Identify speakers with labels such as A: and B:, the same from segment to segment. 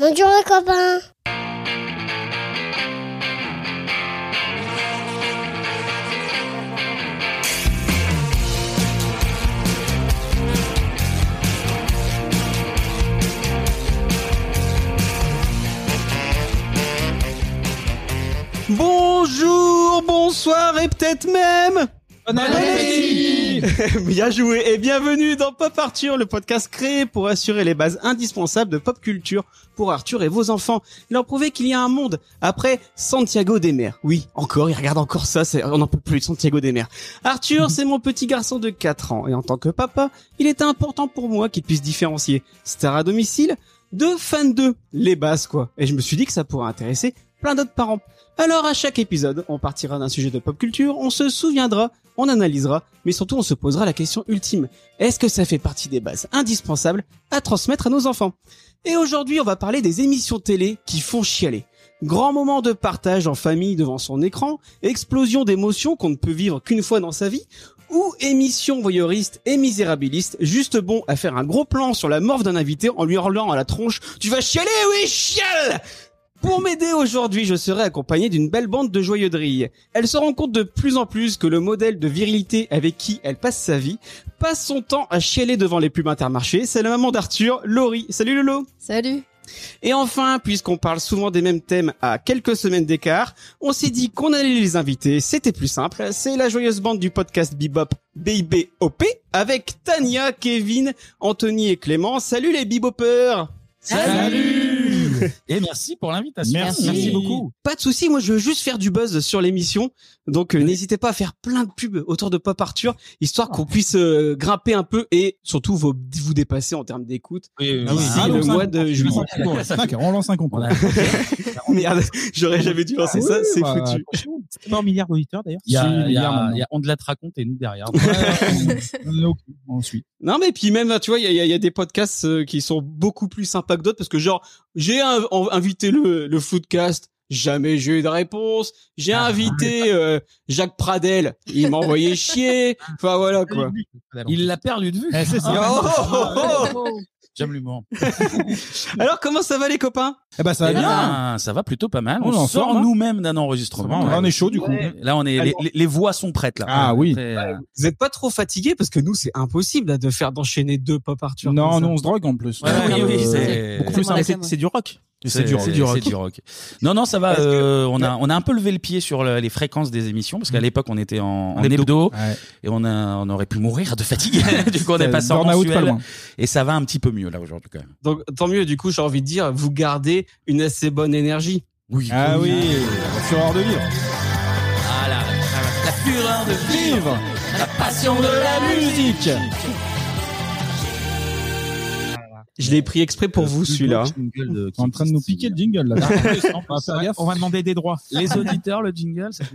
A: les copains.
B: Bonjour, bonsoir et peut-être même
C: Bon appétit
B: bien joué et bienvenue dans Pop Arthur, le podcast créé pour assurer les bases indispensables de pop culture pour Arthur et vos enfants. Il leur prouver qu'il y a un monde après Santiago des mers. Oui, encore, il regarde encore ça, c'est- on n'en peut plus de Santiago des mers.
C: Mm-hmm.
B: Arthur, c'est mon petit garçon de 4 ans et en tant que papa, il était important pour moi qu'il puisse différencier star à domicile de fan 2, les bases quoi. Et je me suis dit que ça pourrait intéresser plein d'autres parents. Alors à chaque épisode, on partira d'un sujet de pop culture, on se souviendra, on analysera, mais surtout on se posera la question ultime. Est-ce que ça fait partie des bases indispensables à transmettre à nos enfants Et aujourd'hui, on va parler des émissions télé qui font chialer. Grand moment de partage en famille devant son écran, explosion d'émotions qu'on ne peut vivre qu'une fois dans sa vie, ou émission voyeuriste et misérabiliste, juste bon à faire un gros plan sur la morve d'un invité en lui hurlant à la tronche « Tu vas chialer, oui, chiale !» Pour m'aider aujourd'hui, je serai accompagné d'une belle bande de joyeux drilles. Elle se rend compte de plus en plus que le modèle de virilité avec qui elle passe sa vie passe son temps à chialer devant les pubs intermarchés. C'est la maman d'Arthur, Laurie. Salut Lolo
D: Salut.
B: Et enfin, puisqu'on parle souvent des mêmes thèmes à quelques semaines d'écart, on s'est dit qu'on allait les inviter, c'était plus simple. C'est la joyeuse bande du podcast Bebop BIBOP avec Tania, Kevin, Anthony et Clément. Salut les Bebopers
C: Salut Et merci pour l'invitation.
D: Merci.
C: beaucoup.
B: Pas de souci, moi je veux juste faire du buzz sur l'émission, donc euh, n'hésitez pas à faire plein de pubs autour de Pop Arthur, histoire qu'on
C: Ah.
B: puisse euh, grimper un peu et surtout vous, vous dépasser en termes d'écoute.
C: Ah oui,
B: D'ici
C: ah,
B: le
C: donc,
B: mois
C: ça-
B: de juillet.
E: D'accord, on lance un concours.
C: On a-
B: Merde, j'aurais jamais dû lancer ça, Ah, c'est
E: bah,
B: foutu.
E: C'est pas un milliard d'auditeurs d'ailleurs.
C: Ah Il y a, il y a-
E: milliard
C: il y a on de la te raconte et nous derrière.
E: Ensuite.
B: Non mais puis même, tu vois, il y a, il y a- il y a des podcasts euh, qui sont beaucoup plus sympas que d'autres parce que genre, j'ai un- en- invité le, le Floodcast, jamais j'ai eu de réponse, j'ai
E: Ah.
B: invité euh, Jacques Pradel, il m'a envoyé chier, enfin voilà quoi.
C: Il l'a perdu de vue.
E: Eh, c'est ça.
B: Oh, oh, oh, oh.
E: J'aime l'humour.
B: Alors comment ça va les copains
E: Eh ben, ça va
C: Eh
E: bien.
C: ben, ça va plutôt pas mal.
E: On
C: On,
E: est en
C: sort
E: forme, hein.
C: nous-mêmes d'un enregistrement.
E: On est chaud du coup.
C: Là, on est. Les, les- les voix sont prêtes là.
E: Ah oui.
C: Après, euh,
B: Vous êtes pas trop fatigués parce que nous c'est impossible là, de faire d'enchaîner deux pop Arthur.
E: Non,
B: comme ça. Ah
E: non, on se drogue en plus.
C: ouais,
E: Donc,
C: oui,
E: euh,
C: oui, c'est-
E: beaucoup plus
D: Comment
E: simple.
D: la cam-
E: du rock.
C: C'est du rock. C'est du rock. Non, non, ça va.
B: Parce que-
C: euh, on a, on a un peu levé le pied sur le- les fréquences des émissions parce qu'à l'époque on était en, en hebdo.
E: Mm. Ouais.
C: et on a, on aurait pu mourir de fatigue. du coup, on est passé en
E: Burnout pas
C: mensuel
E: loin.
C: et ça va un petit peu mieux là aujourd'hui quand même.
B: Donc tant mieux du coup j'ai envie de dire vous gardez une assez bonne énergie.
C: Oui.
E: Ah oui, la fureur de vivre.
C: Ah, la, la- la fureur de
E: Vivre
C: la passion de la
E: musique.
B: Je l'ai pris exprès pour vous celui-là.
E: On est en train de nous piquer le jingle là. On va faire gaffe.
F: On va demander des droits.
C: Les auditeurs, le jingle, ça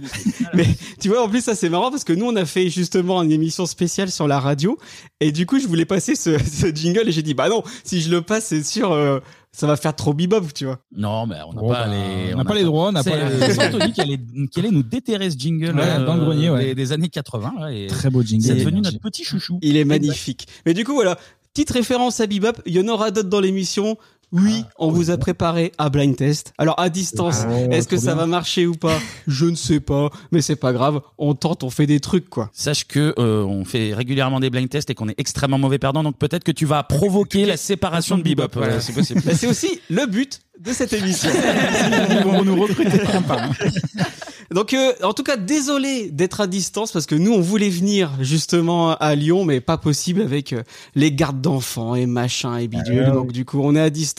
B: Tu vois en plus ça c'est marrant parce que nous on a fait justement une émission spéciale sur la radio et du coup je voulais passer ce, ce jingle et j'ai dit bah non si je le passe c'est sûr euh, ça va faire trop bebop tu vois.
C: Non, mais on n'a
E: Bon,
C: pas
E: bah,
C: les.
E: on n'a pas les droits, on n'a pas
C: C'est
E: les-
C: c'est Anthony qui allait, qui allait nous déterrer ce jingle euh,
E: Ouais, dans le grenier, ouais.
C: des, des années 80. là, et
E: Très beau jingle.
C: c'est devenu
E: Énergie.
C: notre petit chouchou. bah,
B: Il est magnifique. Mais du coup voilà petite référence à bebop. Il y en aura d'autres dans l'émission. Oui,
E: Ah,
B: on vous a préparé un blind test. Alors à distance,
E: Oh,
B: Est-ce que
E: trop
B: ça
E: bien.
B: va marcher ou pas Je ne sais pas, mais c'est pas grave. On tente, on fait des trucs quoi.
C: Sache que euh, on fait régulièrement des blind tests et qu'on est extrêmement mauvais perdant, donc peut-être que tu vas provoquer la séparation de Bebop. euh, c'est possible.
B: Bah, c'est aussi le but de cette émission.
E: Ils vont nous recruter. Sympa.
B: Donc euh, en tout cas, désolé d'être à distance parce que nous on voulait venir justement à Lyon, mais pas possible avec euh, les gardes d'enfants et machin et bidule.
E: Ah ouais.
B: Donc du coup, on est à distance.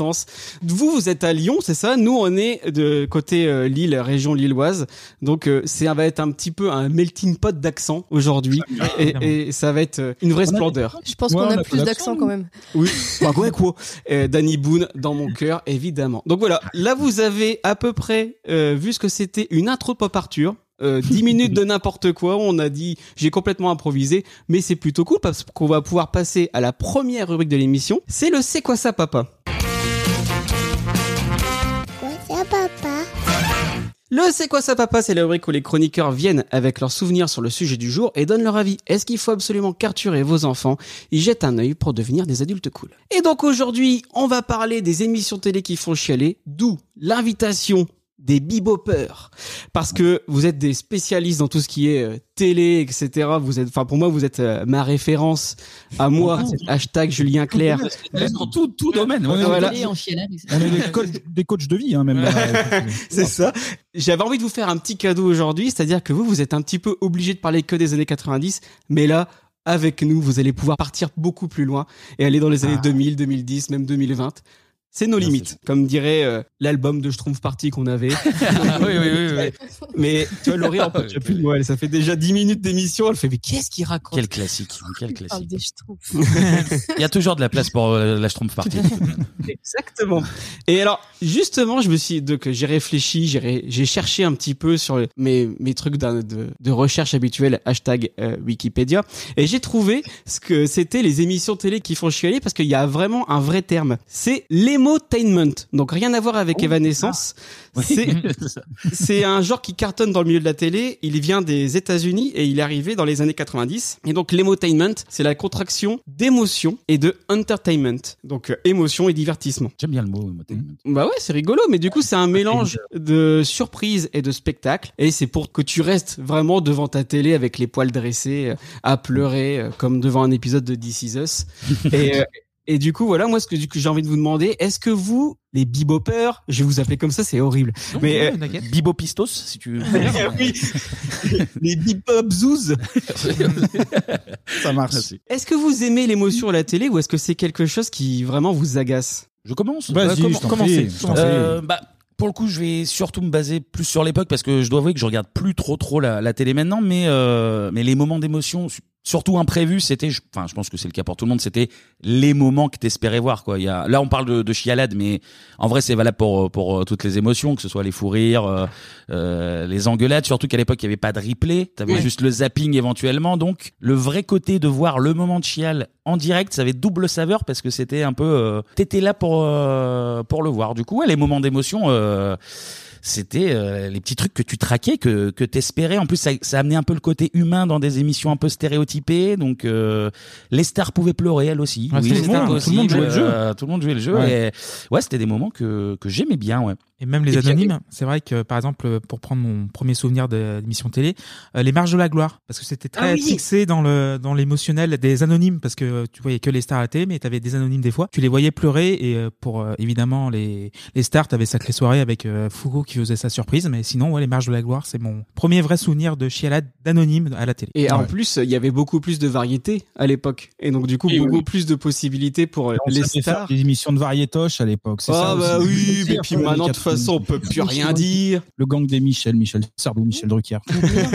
B: Vous vous êtes à Lyon, c'est ça Nous on est de côté euh, Lille, région lilloise. Donc euh, c'est va être un petit peu un melting pot d'accent aujourd'hui et, et ça va être euh, une vraie
E: On a-
B: splendeur.
D: Je pense
E: Ouais,
D: qu'on
E: on
D: a,
E: a
D: plus
E: pas
D: d'accent
E: d'accent,
D: quand même.
B: Oui, enfin, quoi, quoi. Euh, Danny Boone dans mon cœur, évidemment. Donc voilà, là vous avez à peu près euh, vu ce que c'était une intro de Pop Arthur. Euh, 10 minutes de n'importe quoi, on a dit j'ai complètement improvisé, mais c'est plutôt cool parce qu'on va pouvoir passer à la première rubrique de l'émission, c'est le C'est quoi ça papa
E: Ah,
A: Quoi ça, papa
B: Le Le C'est quoi ça papa C'est la rubrique où les chroniqueurs viennent avec leurs souvenirs sur le sujet du jour et donnent leur avis. Est-ce qu'il faut absolument carturer vos enfants Ils jettent un œil pour devenir des adultes cool. Et donc aujourd'hui, on va parler des émissions télé qui font chialer, d'où l'invitation des bebopers. Parce que vous êtes des spécialistes dans tout ce qui est euh, télé, etc. Vous êtes, enfin pour moi, vous êtes euh, ma référence à moi. Hashtag Julien Clerc.
C: Mmh. Dans tout, tout domaine.
B: Ouais,
E: Voilà.
A: Désolé, on chiale avec ça.
E: On est des coachs, des coachs de vie, hein, même. là.
B: C'est ça. J'avais envie de vous faire un petit cadeau aujourd'hui, c'est-à-dire que vous, vous êtes un petit peu obligé de parler que des années 90, mais là, avec nous, vous allez pouvoir partir beaucoup plus loin et aller dans les
E: Ah.
B: années 2000, 2010, même 2020. C'est nos
C: Bien,
B: limites, comme dirait euh, l'album de Schtroumpf Party qu'on avait.
C: oui, oui, oui, oui.
B: Mais tu vois, Laurie, en peut plus de moi, elle, ça fait déjà 10 minutes d'émission, elle fait, mais qu'est-ce qu'il raconte
C: Quel classique. hein, Quel
A: On parle
C: classique.
A: des schtroumpfs.
C: Il y a toujours de la place pour euh, la Schtroumpf Party.
B: Exactement. Et alors, justement, je me suis donc j'ai réfléchi, j'ai ré- j'ai cherché un petit peu sur le- mes mes trucs d'un- de, de recherche habituelle hashtag euh, Wikipédia et j'ai trouvé ce que c'était les émissions télé qui font chialer parce qu'il y a vraiment un vrai terme. C'est l'émotainment. Donc rien à voir avec Evanescence. C'est c'est un genre qui cartonne dans le milieu de la télé. Il vient des États-Unis et il est arrivé dans les années 90. Et donc l'émotainment, c'est la contraction d'émotion et de entertainment. Donc euh, émotion et divertissement.
C: J'aime bien le mot. entertainment.
B: Bah ouais, c'est rigolo, mais du coup c'est un mélange de surprise et de spectacle. Et c'est pour que tu restes vraiment devant ta télé avec les poils dressés, euh, à pleurer euh, comme devant un épisode de This Is Us. Et, euh, et du coup voilà, moi ce que, du coup, j'ai envie de vous demander, est-ce que vous, les bebopers, je vais vous appeler comme ça, c'est horrible. Mais, euh,
C: Bibo Pistos, si tu veux.
B: oui, les bebopzouz
E: Ça marche.
B: Est-ce que vous aimez l'émotion à la télé ou est-ce que c'est quelque chose qui vraiment vous agace
C: Je commence.
E: Vas-y,
C: Euh,
E: je
C: comment-
E: t'en
C: comment
E: prie,
C: c'est
E: je t'en prie.
C: Euh, bah, pour le coup, je vais surtout me baser plus sur l'époque parce que je dois avouer que je regarde plus trop trop la, la télé maintenant, mais euh, mais les moments d'émotion, su- surtout imprévus, c'était, je- enfin, je pense que c'est le cas pour tout le monde, c'était les moments que t'espérais voir quoi. Il y a, là, on parle de, de chialade, mais en vrai, c'est valable pour euh, pour euh, toutes les émotions, que ce soit les fous rires, euh, euh, les engueulades, surtout qu'à l'époque, il y avait pas de replay, t'avais
B: Ouais.
C: juste le zapping éventuellement, donc le vrai côté de voir le moment de chial en direct, ça avait double saveur parce que c'était un peu, euh, t'étais là pour euh, pour le voir. Du coup, ouais, les moments d'émotion. Euh, c'était euh, les petits trucs que tu traquais, que, que t'espérais. En plus, ça, ça amenait un peu le côté humain dans des émissions un peu stéréotypées. Donc, euh, les stars pouvaient pleurer, elles aussi.
D: Ouais,
C: Oui,
D: c'était
C: les
D: des
C: stars
D: moments,
C: aussi,
D: tout le monde jouait le jeu.
C: euh, tout le monde jouait le jeu.
E: Ouais.
C: Et ouais, c'était des moments que, que j'aimais bien, ouais.
D: Et même
A: Et
D: les
A: puis,
D: anonymes, c'est vrai que par exemple, pour prendre mon premier souvenir de l'émission télé, euh, les marges de la gloire, parce que c'était très
B: Ah oui.
D: fixé dans le dans l'émotionnel des anonymes, parce que euh, tu voyais que les stars à télé, mais t'avais des anonymes des fois, tu les voyais pleurer et euh, pour euh, évidemment les les stars, t'avais sacrée soirée avec euh, Foucault qui faisait sa surprise, mais sinon ouais, les marges de la gloire, c'est mon premier vrai souvenir de chialade d'anonyme à la télé.
B: Et en
E: Ouais.
B: plus, il y avait beaucoup plus de variétés à l'époque. Et donc du coup,
E: Et
B: beaucoup plus de possibilités pour euh,
E: On
B: les
E: savait faire
B: stars.
E: Des émissions de variétoche à l'époque. c'est ça
B: Ah bah
E: aussi.
B: oui, mais
E: Après,
B: puis
E: les
B: maintenant de toute
E: 80,
B: façon on peut plus rien dire.
E: Le gang des Michel, Michel Sardou, Michel Drucker.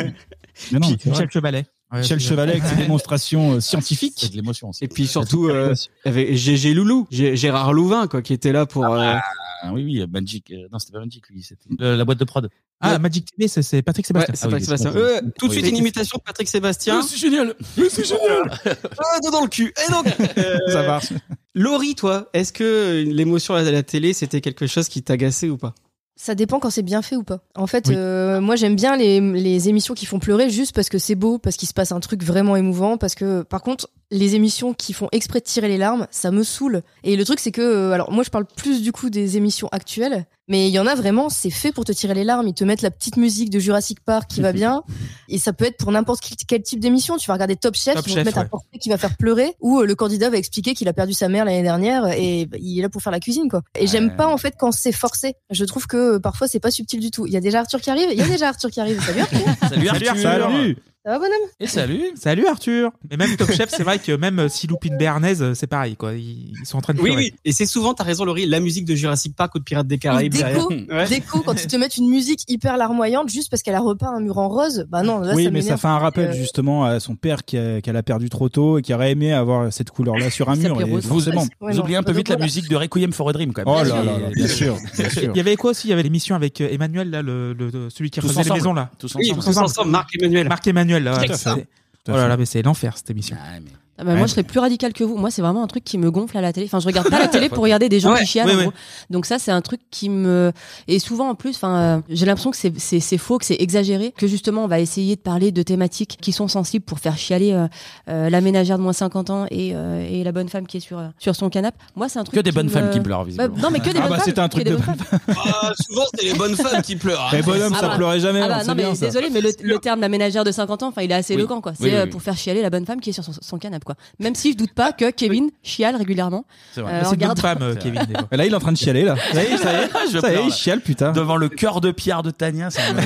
E: Mais non,
B: Puis-
E: c'est vrai.
D: Michel Chevalet. Ouais,
E: Michel
D: c'est-
E: Chevalet avec ses démonstrations euh,
C: C'est
E: scientifiques.
C: de l'émotion aussi.
B: Et puis surtout euh, avec Gégé Loulou, Gé- Gérard Louvain quoi, qui était là pour. euh,
E: bah.
C: Ah, oui, oui, Magic. euh, non, c'était pas Magic, lui. C'était euh, la boîte de prod.
D: Ah, Magic TV, c'est- c'est Patrick
B: ouais,
D: Sébastien.
B: c'est
C: Ah oui,
B: Patrick
C: c'est
B: Sébastien.
C: pas-
B: Euh, tout de
C: Oui.
B: suite une imitation de Patrick Sébastien.
C: Ah, c'est génial. C'est génial.
B: Ah, dedans le cul. Et donc, euh,
E: Ça marche.
B: Laurie, toi, est-ce que euh, l'émotion à la télé c'était quelque chose qui t'agaçait ou pas
A: Ça dépend quand c'est bien fait ou pas. En fait,
D: Oui.
A: euh, moi j'aime bien les, les émissions qui font pleurer juste parce que c'est beau, parce qu'il se passe un truc vraiment émouvant, parce que par contre, les émissions qui font exprès de tirer les larmes, ça me saoule. Et le truc c'est que, euh, alors moi je parle plus du coup des émissions actuelles, mais il y en a vraiment, c'est fait pour te tirer les larmes. Ils te mettent la petite musique de Jurassic Park
D: Mhm.
A: qui va bien, et ça peut être pour n'importe quel, quel type d'émission. Tu vas regarder Top Chef,
D: Top
A: ils vont
D: Chef,
A: te mettre un
D: ouais.
A: portrait qui va faire pleurer, ou euh, le candidat va expliquer qu'il a perdu sa mère l'année dernière et bah, il est là pour faire la cuisine quoi. Et
C: Ouais.
A: j'aime pas en fait quand c'est forcé. Je trouve que euh, parfois c'est pas subtil du tout. Il y a déjà Arthur qui arrive. Il y a déjà Arthur qui arrive. Salut Arthur.
C: Salut Arthur.
E: Salut.
A: Ça va bonhomme
C: Et salut.
D: Salut Arthur Mais même Top Chef, c'est vrai que même euh, si Lupine Béarnaise, euh, c'est pareil, quoi. Ils, ils sont en train de
B: Oui,
D: pleurer.
B: oui. Et c'est souvent, t'as raison, Laurie, la musique de Jurassic Park ou de Pirates des
A: Ou
B: Caraïbes. derrière.
A: Déco,
B: Ouais.
A: déco quand ils te mettent une musique hyper larmoyante juste parce qu'elle a repeint un mur en rose. Bah non, là
E: oui,
A: ça
E: mais ça
A: m'énerve.
E: fait un rappel
A: Euh,
E: justement à son père qui a- qu'elle a perdu trop tôt et qui aurait aimé avoir cette couleur-là sur un
A: Il
E: mur.
A: s'appelait
E: et
A: Rose.
C: Vous,
E: forcément.
A: Ouais,
C: vous
A: non,
C: oubliez un peu
A: donc
C: vite la
A: voilà.
C: musique de Requiem for a Dream, quand même.
E: Oh
A: Bien sûr.
E: là là, là, bien sûr, bien sûr.
D: Il y avait quoi aussi Il y avait l'émission avec euh, Emmanuel, là, le, le- celui qui
C: Tous
D: refaisait les
C: ensemble.
D: maisons, là.
C: Tous
B: Oui,
C: ensemble.
B: tous ensemble, Marc Emmanuel.
D: Marc Emmanuel, là.
E: Tout à
D: ouais,
E: fait.
D: c'est- Oh là là, mais c'est l'enfer, cette émission.
C: Ah, mais-
F: Ah bah, moi, je serais plus radical que vous. Moi, c'est vraiment un truc qui me gonfle à la télé. Enfin, je regarde pas la télé pour regarder des gens
B: Ouais,
F: qui chialent.
B: ouais,
F: en
B: ouais.
F: gros. Donc ça, c'est un truc qui me et souvent en plus, enfin, euh, j'ai l'impression que c'est c'est c'est faux, que c'est exagéré, que justement, on va essayer de parler de thématiques qui sont sensibles pour faire chialer euh, euh, la ménagère de moins 50 ans et, euh, et la bonne femme qui est sur euh, sur son canapé. Moi, c'est un truc
C: Que des bonnes
F: me-
C: femmes qui pleurent,
F: Bah,
C: visiblement.
F: non, mais que des
E: Ah
F: bonnes
E: bah,
F: femmes.
E: c'était un
F: que
E: truc
F: des
E: de
F: bonnes femmes.
B: Ah, souvent, c'est les bonnes femmes qui pleurent. hein.
E: Les bonhommes,
F: Ah
E: ça
F: bah.
E: pleurait jamais.
F: Ah
E: on
F: bah
E: sait
F: non mais
E: bien, ça.
F: désolé mais le, le terme la ménagère de 50 ans enfin il est assez
C: Oui.
F: éloquent quoi c'est
C: Oui, oui,
F: euh,
C: oui.
F: pour faire chialer la bonne femme qui est sur son, son canapé quoi même si je doute pas que Kevin chiale régulièrement
C: C'est vrai.
F: euh,
D: C'est
F: en
D: une bonne
F: regardant-
D: femme, euh,
C: C'est
D: Kevin. des fois.
E: Et Là, il est en train de chialer, là. Là, il- ça y est,
C: Je
E: ça y
C: pleure,
E: est, il
C: là.
E: chiale, putain.
C: Devant le cœur de pierre de Tania, ça me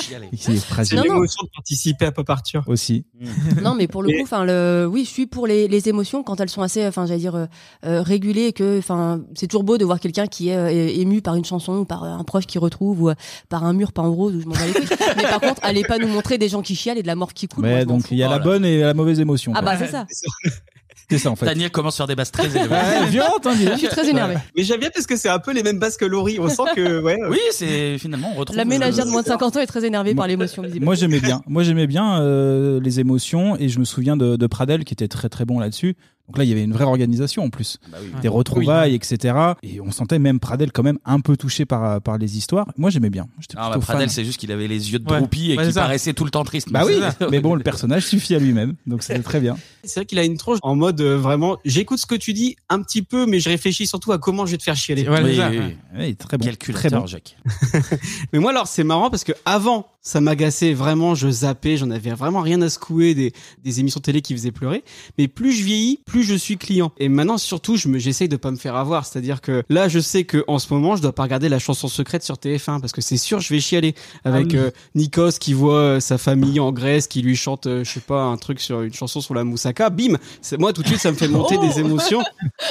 C: chialer.
E: Il est fragile
F: Non, non.
B: l'émotion de participer à Pop Arthur.
E: aussi.
F: non mais pour le
B: Et-
F: coup enfin le oui je suis pour les, les émotions quand elles sont assez enfin j'allais dire euh, euh, régulées et que enfin c'est toujours beau de voir quelqu'un qui est euh, é- ému par une chanson ou par euh, un proche qui retrouve ou euh, par un mur peint en rose ou je m'en bats les couilles mais par contre allez pas nous montrer des gens qui chialent et de la mort qui coule moi,
E: Mais
F: je m'en
E: donc,
F: fous.
E: il y a
C: Oh
E: la
C: là.
E: bonne et la mauvaise émotion.
F: ah
E: quoi.
F: bah c'est ça
E: C'est ça, en fait.
C: Tania commence à faire des basses très élevées.
E: Ah, elle est violente, hein, dis
F: je
E: donc.
F: suis très énervée
B: Mais j'aime bien parce que c'est un peu les mêmes bases que Laurie. On sent que, ouais. euh,
C: Oui, c'est finalement on retrouve.
F: la ménagère
C: euh,
F: de moins de 50 ans est très énervée
E: Moi-
F: par l'émotion visiblement
E: Moi j'aimais bien, moi j'aimais bien euh, les émotions et je me souviens de, de Pradel qui était très très bon là-dessus. Donc là il y avait une vraie organisation en plus,
C: Bah oui.
E: des retrouvailles etc. Et on sentait même Pradel quand même un peu touché par par les histoires. Moi j'aimais bien. J'étais
C: Ah, bah,
E: plutôt fan.
C: Pradel, c'est juste qu'il avait les yeux de
D: Ouais.
C: droupie et
D: Ouais,
C: qu'il
D: c'est ça.
C: paraissait tout le temps triste.
E: Bah oui,
C: C'est ça.
E: mais bon le personnage suffit à lui-même, donc c'était très bien.
B: C'est vrai qu'il a une tronche en mode euh, vraiment, j'écoute ce que tu dis un petit peu, mais je réfléchis surtout à comment je vais te faire chialer.
D: Ouais,
C: Oui,
D: c'est ça.
C: oui, oui.
E: Ouais, il est très bon, très
C: Calculateur,
E: bon.
C: Jacques.
B: Mais moi, alors, c'est marrant parce que avant, ça m'agaçait vraiment, je zappais, j'en avais vraiment rien à secouer des, des émissions télé qui faisaient pleurer. Mais plus je vieillis, plus je suis client. Et maintenant, surtout, je me, j'essaye de pas me faire avoir. C'est-à-dire que là, je sais que en ce moment, je dois pas regarder la chanson secrète sur TF1 parce que c'est sûr, je vais chialer avec euh, Nikos qui voit euh, sa famille en Grèce, qui lui chante, euh, je sais pas, un truc sur une chanson sur la moussaka. Bim, c'est moi tout de suite, ça me fait monter
F: Oh.
B: des émotions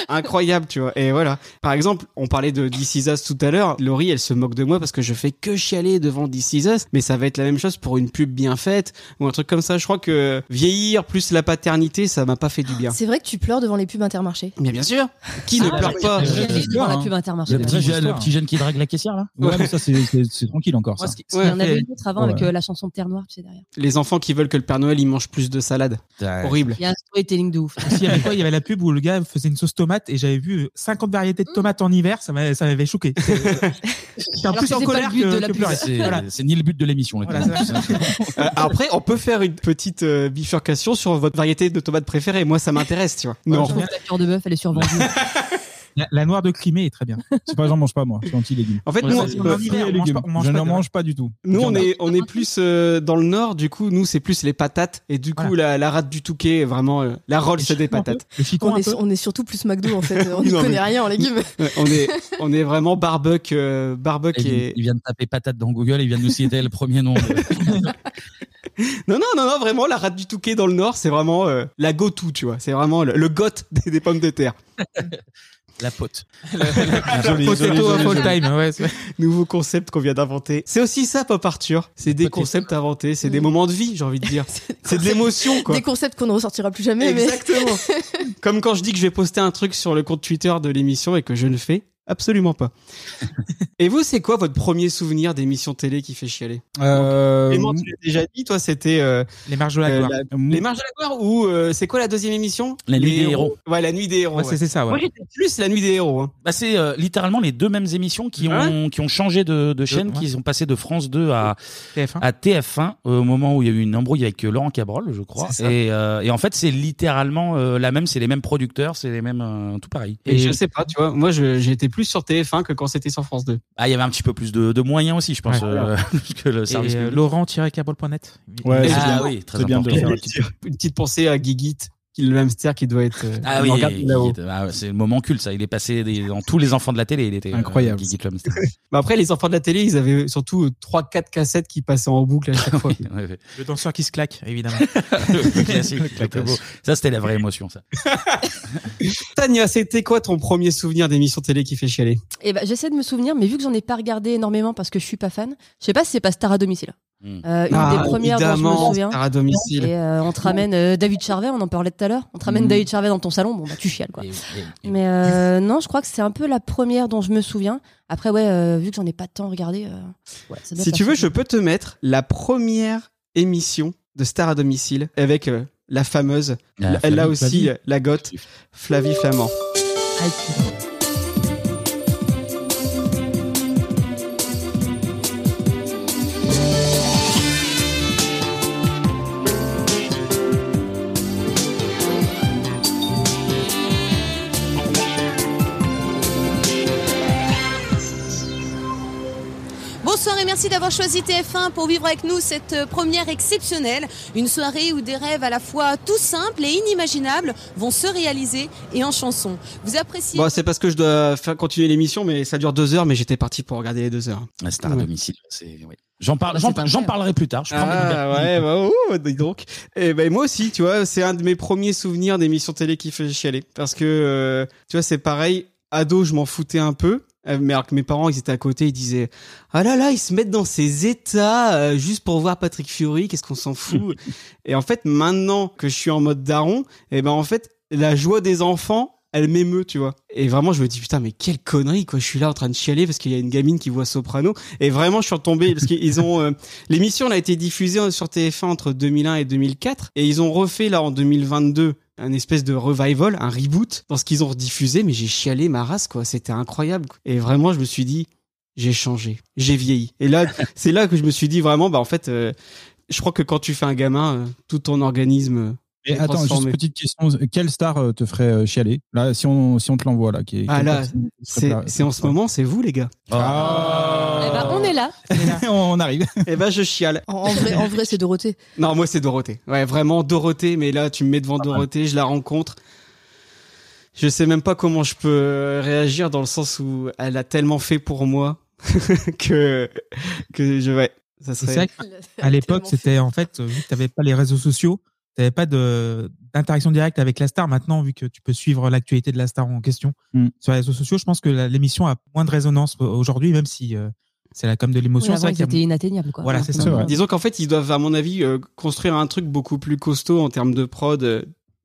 B: incroyables, tu vois. Et voilà. Par exemple, on parlait de This Is Us tout à l'heure. Laurie, elle se moque de moi parce que je fais que chialer devant This Is Us, mais ça va être la même chose pour une pub bien faite ou un truc comme ça. Je crois que vieillir plus la paternité, ça m'a pas fait du bien.
A: C'est vrai que tu pleures devant les pubs intermarché.
B: Mais bien sûr, qui ne
F: Ah,
B: pleure
F: oui.
B: pas
E: Ah,
F: J'ai
E: c'est
C: Euh,
F: dit dans la
E: sûr, hein.
F: pub intermarché
E: Le
F: de
E: petit
F: toute
E: jeune-
F: façon.
E: le petit
C: jeune qui drague la caissière, là
E: Ouais, mais ça c'est c'est- c'est tranquille encore ça.
B: Moi, ce qui-
F: il
B: ouais,
F: y en avait
D: Ouais.
F: une autre avant
E: Ouais.
F: avec euh, la chanson de Terre Noire tu sais derrière
B: les enfants qui veulent que le Père Noël il mange plus de salade, horrible.
F: il y a un storytelling de ouf
D: S'il y avait quoi Il y avait la pub où le gars faisait une sauce tomate et j'avais vu 50 variétés de
F: Mmh.
D: tomates en hiver, ça m'avait ça m'avait choqué. J'étais
F: Alors
D: plus
F: que
D: en
F: c'est pas
D: colère
F: le but de
D: que,
F: la
D: que
F: pub.
D: pleurer.
C: C'est
D: Voilà.
C: c'est ni le but de l'émission, les
D: Voilà,
C: gars.
D: c'est ça.
B: Euh, après, on peut faire une petite euh, bifurcation sur votre variété de tomates préférée. Moi, ça m'intéresse, tu vois. Mais on
F: Je pense que la cœur de bœuf, elle est survendue.
D: La, la noire de Crimée est très bien.
E: C'est pas j'en mange pas moi, je suis anti légumes.
B: En fait,
C: Ouais,
B: nous,
C: ça, c'est
B: on-
D: En hiver, on mange pas- on mange
E: je
D: pas
E: n'en
D: de-
E: mange pas du tout.
B: nous, on
E: J'en-
B: est, on est plus euh, dans le nord, du coup, nous, c'est plus les patates. Et du coup, la, la rate du Touquet, est vraiment, euh, la roll, c'est des patates.
D: Le chicon
A: On
D: un
A: est,
D: peu.
A: on est surtout plus McDo en fait. On n'y
B: Non, mais-
A: connaît rien en légumes.
B: Ouais, on, est, on est vraiment barbecue, euh, barbecue
C: Il,
B: et...
C: il vient de taper patate dans Google, il vient de nous citer le premier nom.
B: Non, non, non, non, vraiment, la rate du Touquet dans le nord, c'est vraiment euh, la go-to, tu vois. C'est vraiment le, le goth des, des pommes de terre.
C: la pote.
D: Ah,
E: Joli, joli,
D: Potato
E: joli,
D: of
E: joli.
D: all time. Ouais, c'est-
B: Nouveau concept qu'on vient d'inventer. C'est aussi ça, Pop Arthur. C'est des
C: Potato.
B: concepts inventés, c'est des
A: Mm.
B: moments de vie, j'ai envie de dire. C'est de l'émotion, quoi.
A: Des concepts qu'on ne ressortira plus jamais. mais-
B: Exactement. Comme quand je dis que je vais poster un truc sur le compte Twitter de l'émission et que je ne le fais absolument pas. et vous, c'est quoi votre premier souvenir d'émission télé qui fait chialer
E: Euh,
B: Clément, tu l'as déjà dit, toi, c'était euh,
D: Les marges de la
B: euh,
D: gloire.
B: la-
E: moi-
B: Les Marges de la Gloire ou euh, c'est quoi la deuxième émission
C: La Nuit
B: Les
C: des Héros.
B: Ouais, La Nuit des Héros.
D: Ouais,
B: ouais.
D: c'est c'est ça,
B: Moi,
D: ouais.
B: j'étais plus La Nuit des Héros. hein.
C: Bah, c'est euh, littéralement les deux mêmes émissions qui ont,
B: Hein
C: qui ont changé de, de chaîne,
D: Ouais.
C: qui sont passées de France 2 à,
D: TF1.
C: à TF1 euh, au moment où il y a eu une embrouille avec euh, Laurent Cabrol, je crois.
B: C'est ça.
C: Et, euh, et en fait, c'est littéralement euh, la même, c'est les mêmes producteurs, c'est les mêmes, euh, tout pareil.
B: Et, je sais pas, tu vois, moi je- j'étais plus sur TF1 que quand c'était sur France 2.
C: Ah, il y avait un petit peu plus de, de moyens aussi, je pense,
D: Ouais.
C: euh, que le
D: Et,
C: service
D: euh,
C: public.
D: Laurent-cabrol.net.
E: Ouais, c'est
C: ah
E: bien.
C: oui, très
E: C'est bien de
C: important.
E: le faire.
B: Une petite pensée à Guigit, qui est le hamster qui doit être. euh,
C: Ah
B: on
C: oui,
B: regarde
C: Guigui,
B: là-haut.
C: ah, c'est le moment culte, ça. Il est passé des- dans tous les enfants de la télé. Il était euh,
E: Incroyable.
C: Guigui Clum, c'était-
B: Mais après, les enfants de la télé, ils avaient surtout 3-4 cassettes qui passaient en boucle à chaque fois.
C: Ouais, ouais.
D: Le danseur qui se claque, évidemment.
C: Le classique, très, très
E: classique.
C: beau. Ça, c'était la vraie émotion, ça.
B: Tania, c'était quoi ton premier souvenir d'émission télé qui fait chialer
F: Et ben, j'essaie de me souvenir, mais vu que j'en ai pas regardé énormément parce que je suis pas fan, je sais pas si c'est pas Star à domicile.
C: Hmm.
F: Euh, une des premières dont je me souviens.
B: Ah, Star à domicile. Hmm.
F: Et euh, on te ramène euh, David Charvet, on en parlait tout à l'heure. On te ramène
E: Mhm.
F: David Charvet dans ton salon, bon bah tu chiales
B: Eh
F: quoi.
C: Et- et- et-
F: Mais euh, non, je crois que c'est un peu la première dont je me souviens. Après ouais, euh, vu que j'en ai pas tant regardé. euh, ouais, ça doit être
B: Si
F: la
B: tu veux, je
F: seconde.
B: peux te mettre la première émission de Star à domicile avec euh, la fameuse,
C: Ah,
B: là
C: Flavie,
B: aussi
C: Flavie.
B: euh, la goth, Flavie Flamand.
G: Bonsoir et merci d'avoir choisi TF1 pour vivre avec nous cette euh, première exceptionnelle. Une soirée où des rêves à la fois tout simples et inimaginables vont se réaliser et en chanson. Vous appréciez
B: Bon, Bah, c'est parce que je dois faire continuer l'émission, mais ça dure deux heures, mais j'étais parti pour regarder les deux heures.
C: La star à
B: Ouais.
C: Ah, domicile, c'est ouais. J'en parle,
A: Bah,
C: j'en,
A: c'est pas
C: j'en
A: grave.
C: parlerai plus tard. Je prends
B: Ah
C: mes
B: ouais, bah oh, dis donc. Et ben moi aussi, tu vois, c'est un de mes premiers souvenirs d'émissions télé qui fait chialer. Parce que, euh, tu vois, c'est pareil, ado, je m'en foutais un peu. Euh, Mais alors que mes parents, ils étaient à côté, ils disaient Ah là là, ils se mettent dans ces états euh, juste pour voir Patrick Fury, qu'est-ce qu'on s'en fout Et en fait, maintenant que je suis en mode daron, et ben en fait, la joie des enfants, elle m'émeut, tu vois. Et vraiment, je me dis Putain, mais quelle connerie, quoi. Je suis là en train de chialer parce qu'il y a une gamine qui voit Soprano. Et vraiment, je suis retombé parce qu'ils ont. euh, L'émission elle a été diffusée sur TF1 entre 2001 et 2004 et ils ont refait là en 2022 un espèce de revival, un reboot dans ce qu'ils ont rediffusé mais j'ai chialé ma race quoi, c'était incroyable. quoi. Et vraiment je me suis dit j'ai changé, j'ai vieilli. Et là c'est là que je me suis dit vraiment bah en fait euh, je crois que quand tu fais un gamin euh, tout ton organisme euh,
E: Et
B: est
E: attends, juste
B: transformé.
E: petite question. Quelle star euh, te ferait euh, chialer Là, si on, si on te l'envoie, là. Qui est,
B: Ah,
E: quelle
B: là,
E: personne te ferait
B: c'est
E: pla-
B: c'est en ce moment, c'est vous les gars.
E: Ah
F: Eh ben, on est là.
E: on arrive.
B: Eh ben je chiale.
A: En, en vrai, en vrai c'est Dorothée.
B: Non, moi c'est Dorothée. Ouais, vraiment Dorothée, mais là tu me mets devant Dorothée, je la rencontre. Je sais même pas comment je peux euh, réagir dans le sens où elle a tellement fait pour moi que que je ouais, ça
D: C'est
B: serait
D: ça. À l'époque, c'était en fait, euh, vu que tu n'avais pas les réseaux sociaux, tu n'avais pas de- d'interaction directe avec la star. Maintenant, vu que tu peux suivre l'actualité de la star en question
E: Mm.
D: sur les réseaux sociaux, je pense que la- l'émission a moins de résonance au- aujourd'hui, même si euh, c'est la com de
F: Oui,
D: l'émotion. c'est
F: avant,
D: vrai
F: ils
D: qu'il y a-
F: étaient inatteignables. Quoi.
D: Voilà, c'est ça.
F: Maintenant,
B: Disons qu'en fait, ils doivent, à mon avis, euh, construire un truc beaucoup plus costaud en termes de prod. euh,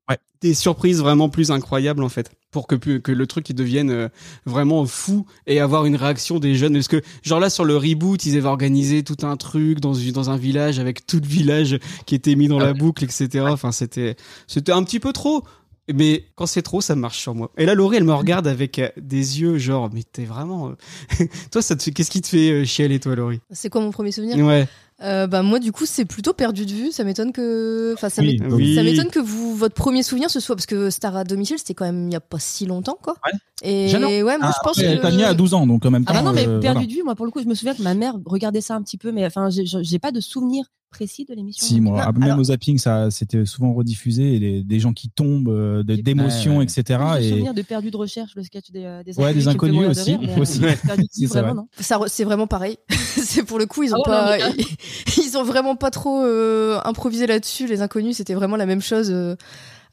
D: Ouais.
B: Des surprises vraiment plus incroyables, en fait. Pour que, pu- que le truc, il devienne euh, vraiment fou et avoir une réaction des jeunes. Parce que, genre là, sur le reboot, ils avaient organisé tout un truc dans, une- dans un village avec tout le village qui était mis
D: Ah
B: dans la boucle, etc. Enfin, c'était, c'était un petit peu trop. Mais quand c'est trop, ça marche sur moi. Et là, Laurie, elle me regarde avec euh, des yeux genre, mais t'es vraiment. euh, toi, ça te fait... qu'est-ce qui te fait euh, chialer, toi, Laurie
A: C'est quoi mon premier souvenir
B: Ouais.
A: Euh, Bah moi du coup c'est plutôt perdu de vue. Ça m'étonne que, enfin ça m'étonne-
E: Oui.
B: Oui.
A: Ça m'étonne que vous, votre premier souvenir ce soit parce que Star à domicile, c'était quand même il y a pas si longtemps, quoi. Et
E: Jeannot.
A: ouais, moi
E: Ah,
A: je pense
E: après,
A: que
E: Tania a 12 ans, donc en même temps.
F: Ah bah non, mais
E: euh,
F: perdu
E: voilà.
F: de vue, moi pour le coup, je me souviens que ma mère regardait ça un petit peu, mais enfin, j'ai- j'ai j'ai pas de souvenir précis de l'émission.
E: Si, moi,
A: Non,
E: même
A: alors-
E: au zapping, ça, c'était souvent rediffusé, et des, des gens qui tombent, euh, des-
F: J'ai-
C: Ouais,
E: d'émotions,
C: ouais.
E: etc.
F: Plus de
E: et
F: souvenir de perdu de recherche, le sketch des, euh, des
E: Ouais, des
F: qui me fait
E: inconnus
F: mourir de
E: aussi,
F: rire, mais, euh,
E: aussi.
F: perdu de
E: Si,
F: vue,
E: c'est
F: vraiment, non.
A: ça re- c'est vraiment pareil. c'est pour le coup ils ont
F: Ah ouais,
A: pas,
F: non,
A: ils, ils ont vraiment pas trop euh, improvisé là-dessus. Les inconnus c'était vraiment la même chose. euh.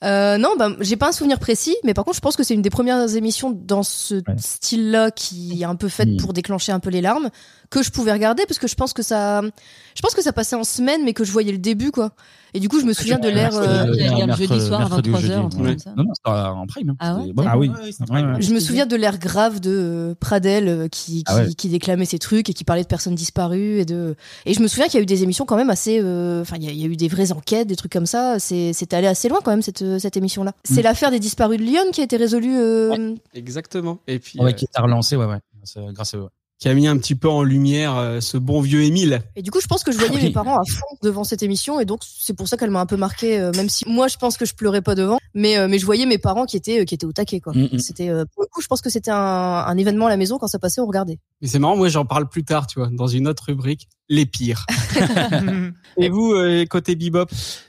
A: Euh, non, bah, j'ai pas un souvenir précis, mais par contre, je pense que c'est une des premières émissions dans ce
E: Ouais.
A: style-là qui est un peu faite
C: Mmh.
A: pour déclencher un peu les larmes que je pouvais regarder parce que je pense que ça, je pense que ça passait en semaine, mais que je voyais le début, quoi. Et du coup, je me souviens de l'air. euh,
F: mercredi,
C: bières.
F: euh,
C: Non,
F: jeudi
C: mercredi,
F: soir,
C: mercredi ou
F: 23 heures,
C: jeudi,
F: un truc
C: ouais.
F: comme ça.
C: Non, non, c'était en prime. hein.
F: Ah ouais,
C: C'était-
F: d'accord.
E: Ah oui.
B: c'est vrai.
E: Ouais.
A: Je me souviens de l'air grave de euh, Pradel euh, qui, qui,
C: Ah ouais.
A: qui déclamait ses trucs et qui parlait de personnes disparues et de et je me souviens qu'il y a eu des émissions quand même assez euh, enfin il y a- il y, a eu des vraies enquêtes des trucs comme ça c'est c'est allé assez loin quand même cette euh, cette émission là
C: Mm.
A: c'est l'affaire des disparus de Lyon qui a été résolue euh,
B: Exactement. Et puis,
C: Ouais,
B: euh,
C: qui t'a relancé, ouais, ouais. C'est grâce à eux. ouais.
B: qui a mis un petit peu en lumière euh, ce bon vieux Émile.
A: et du coup je pense que je voyais
C: Ah oui.
A: mes parents à fond devant cette émission et donc c'est pour ça qu'elle m'a un peu marqué euh, même si moi je pense que je pleurais pas devant mais euh, mais je voyais mes parents qui étaient qui étaient au taquet quoi
C: Mhm.
A: c'était euh, pour le coup je pense que c'était un, un événement à la maison quand ça passait on regardait
B: Mais c'est marrant, moi j'en parle plus tard, tu vois, dans une autre rubrique, les pires. Euh, Et vous, euh, côté bebop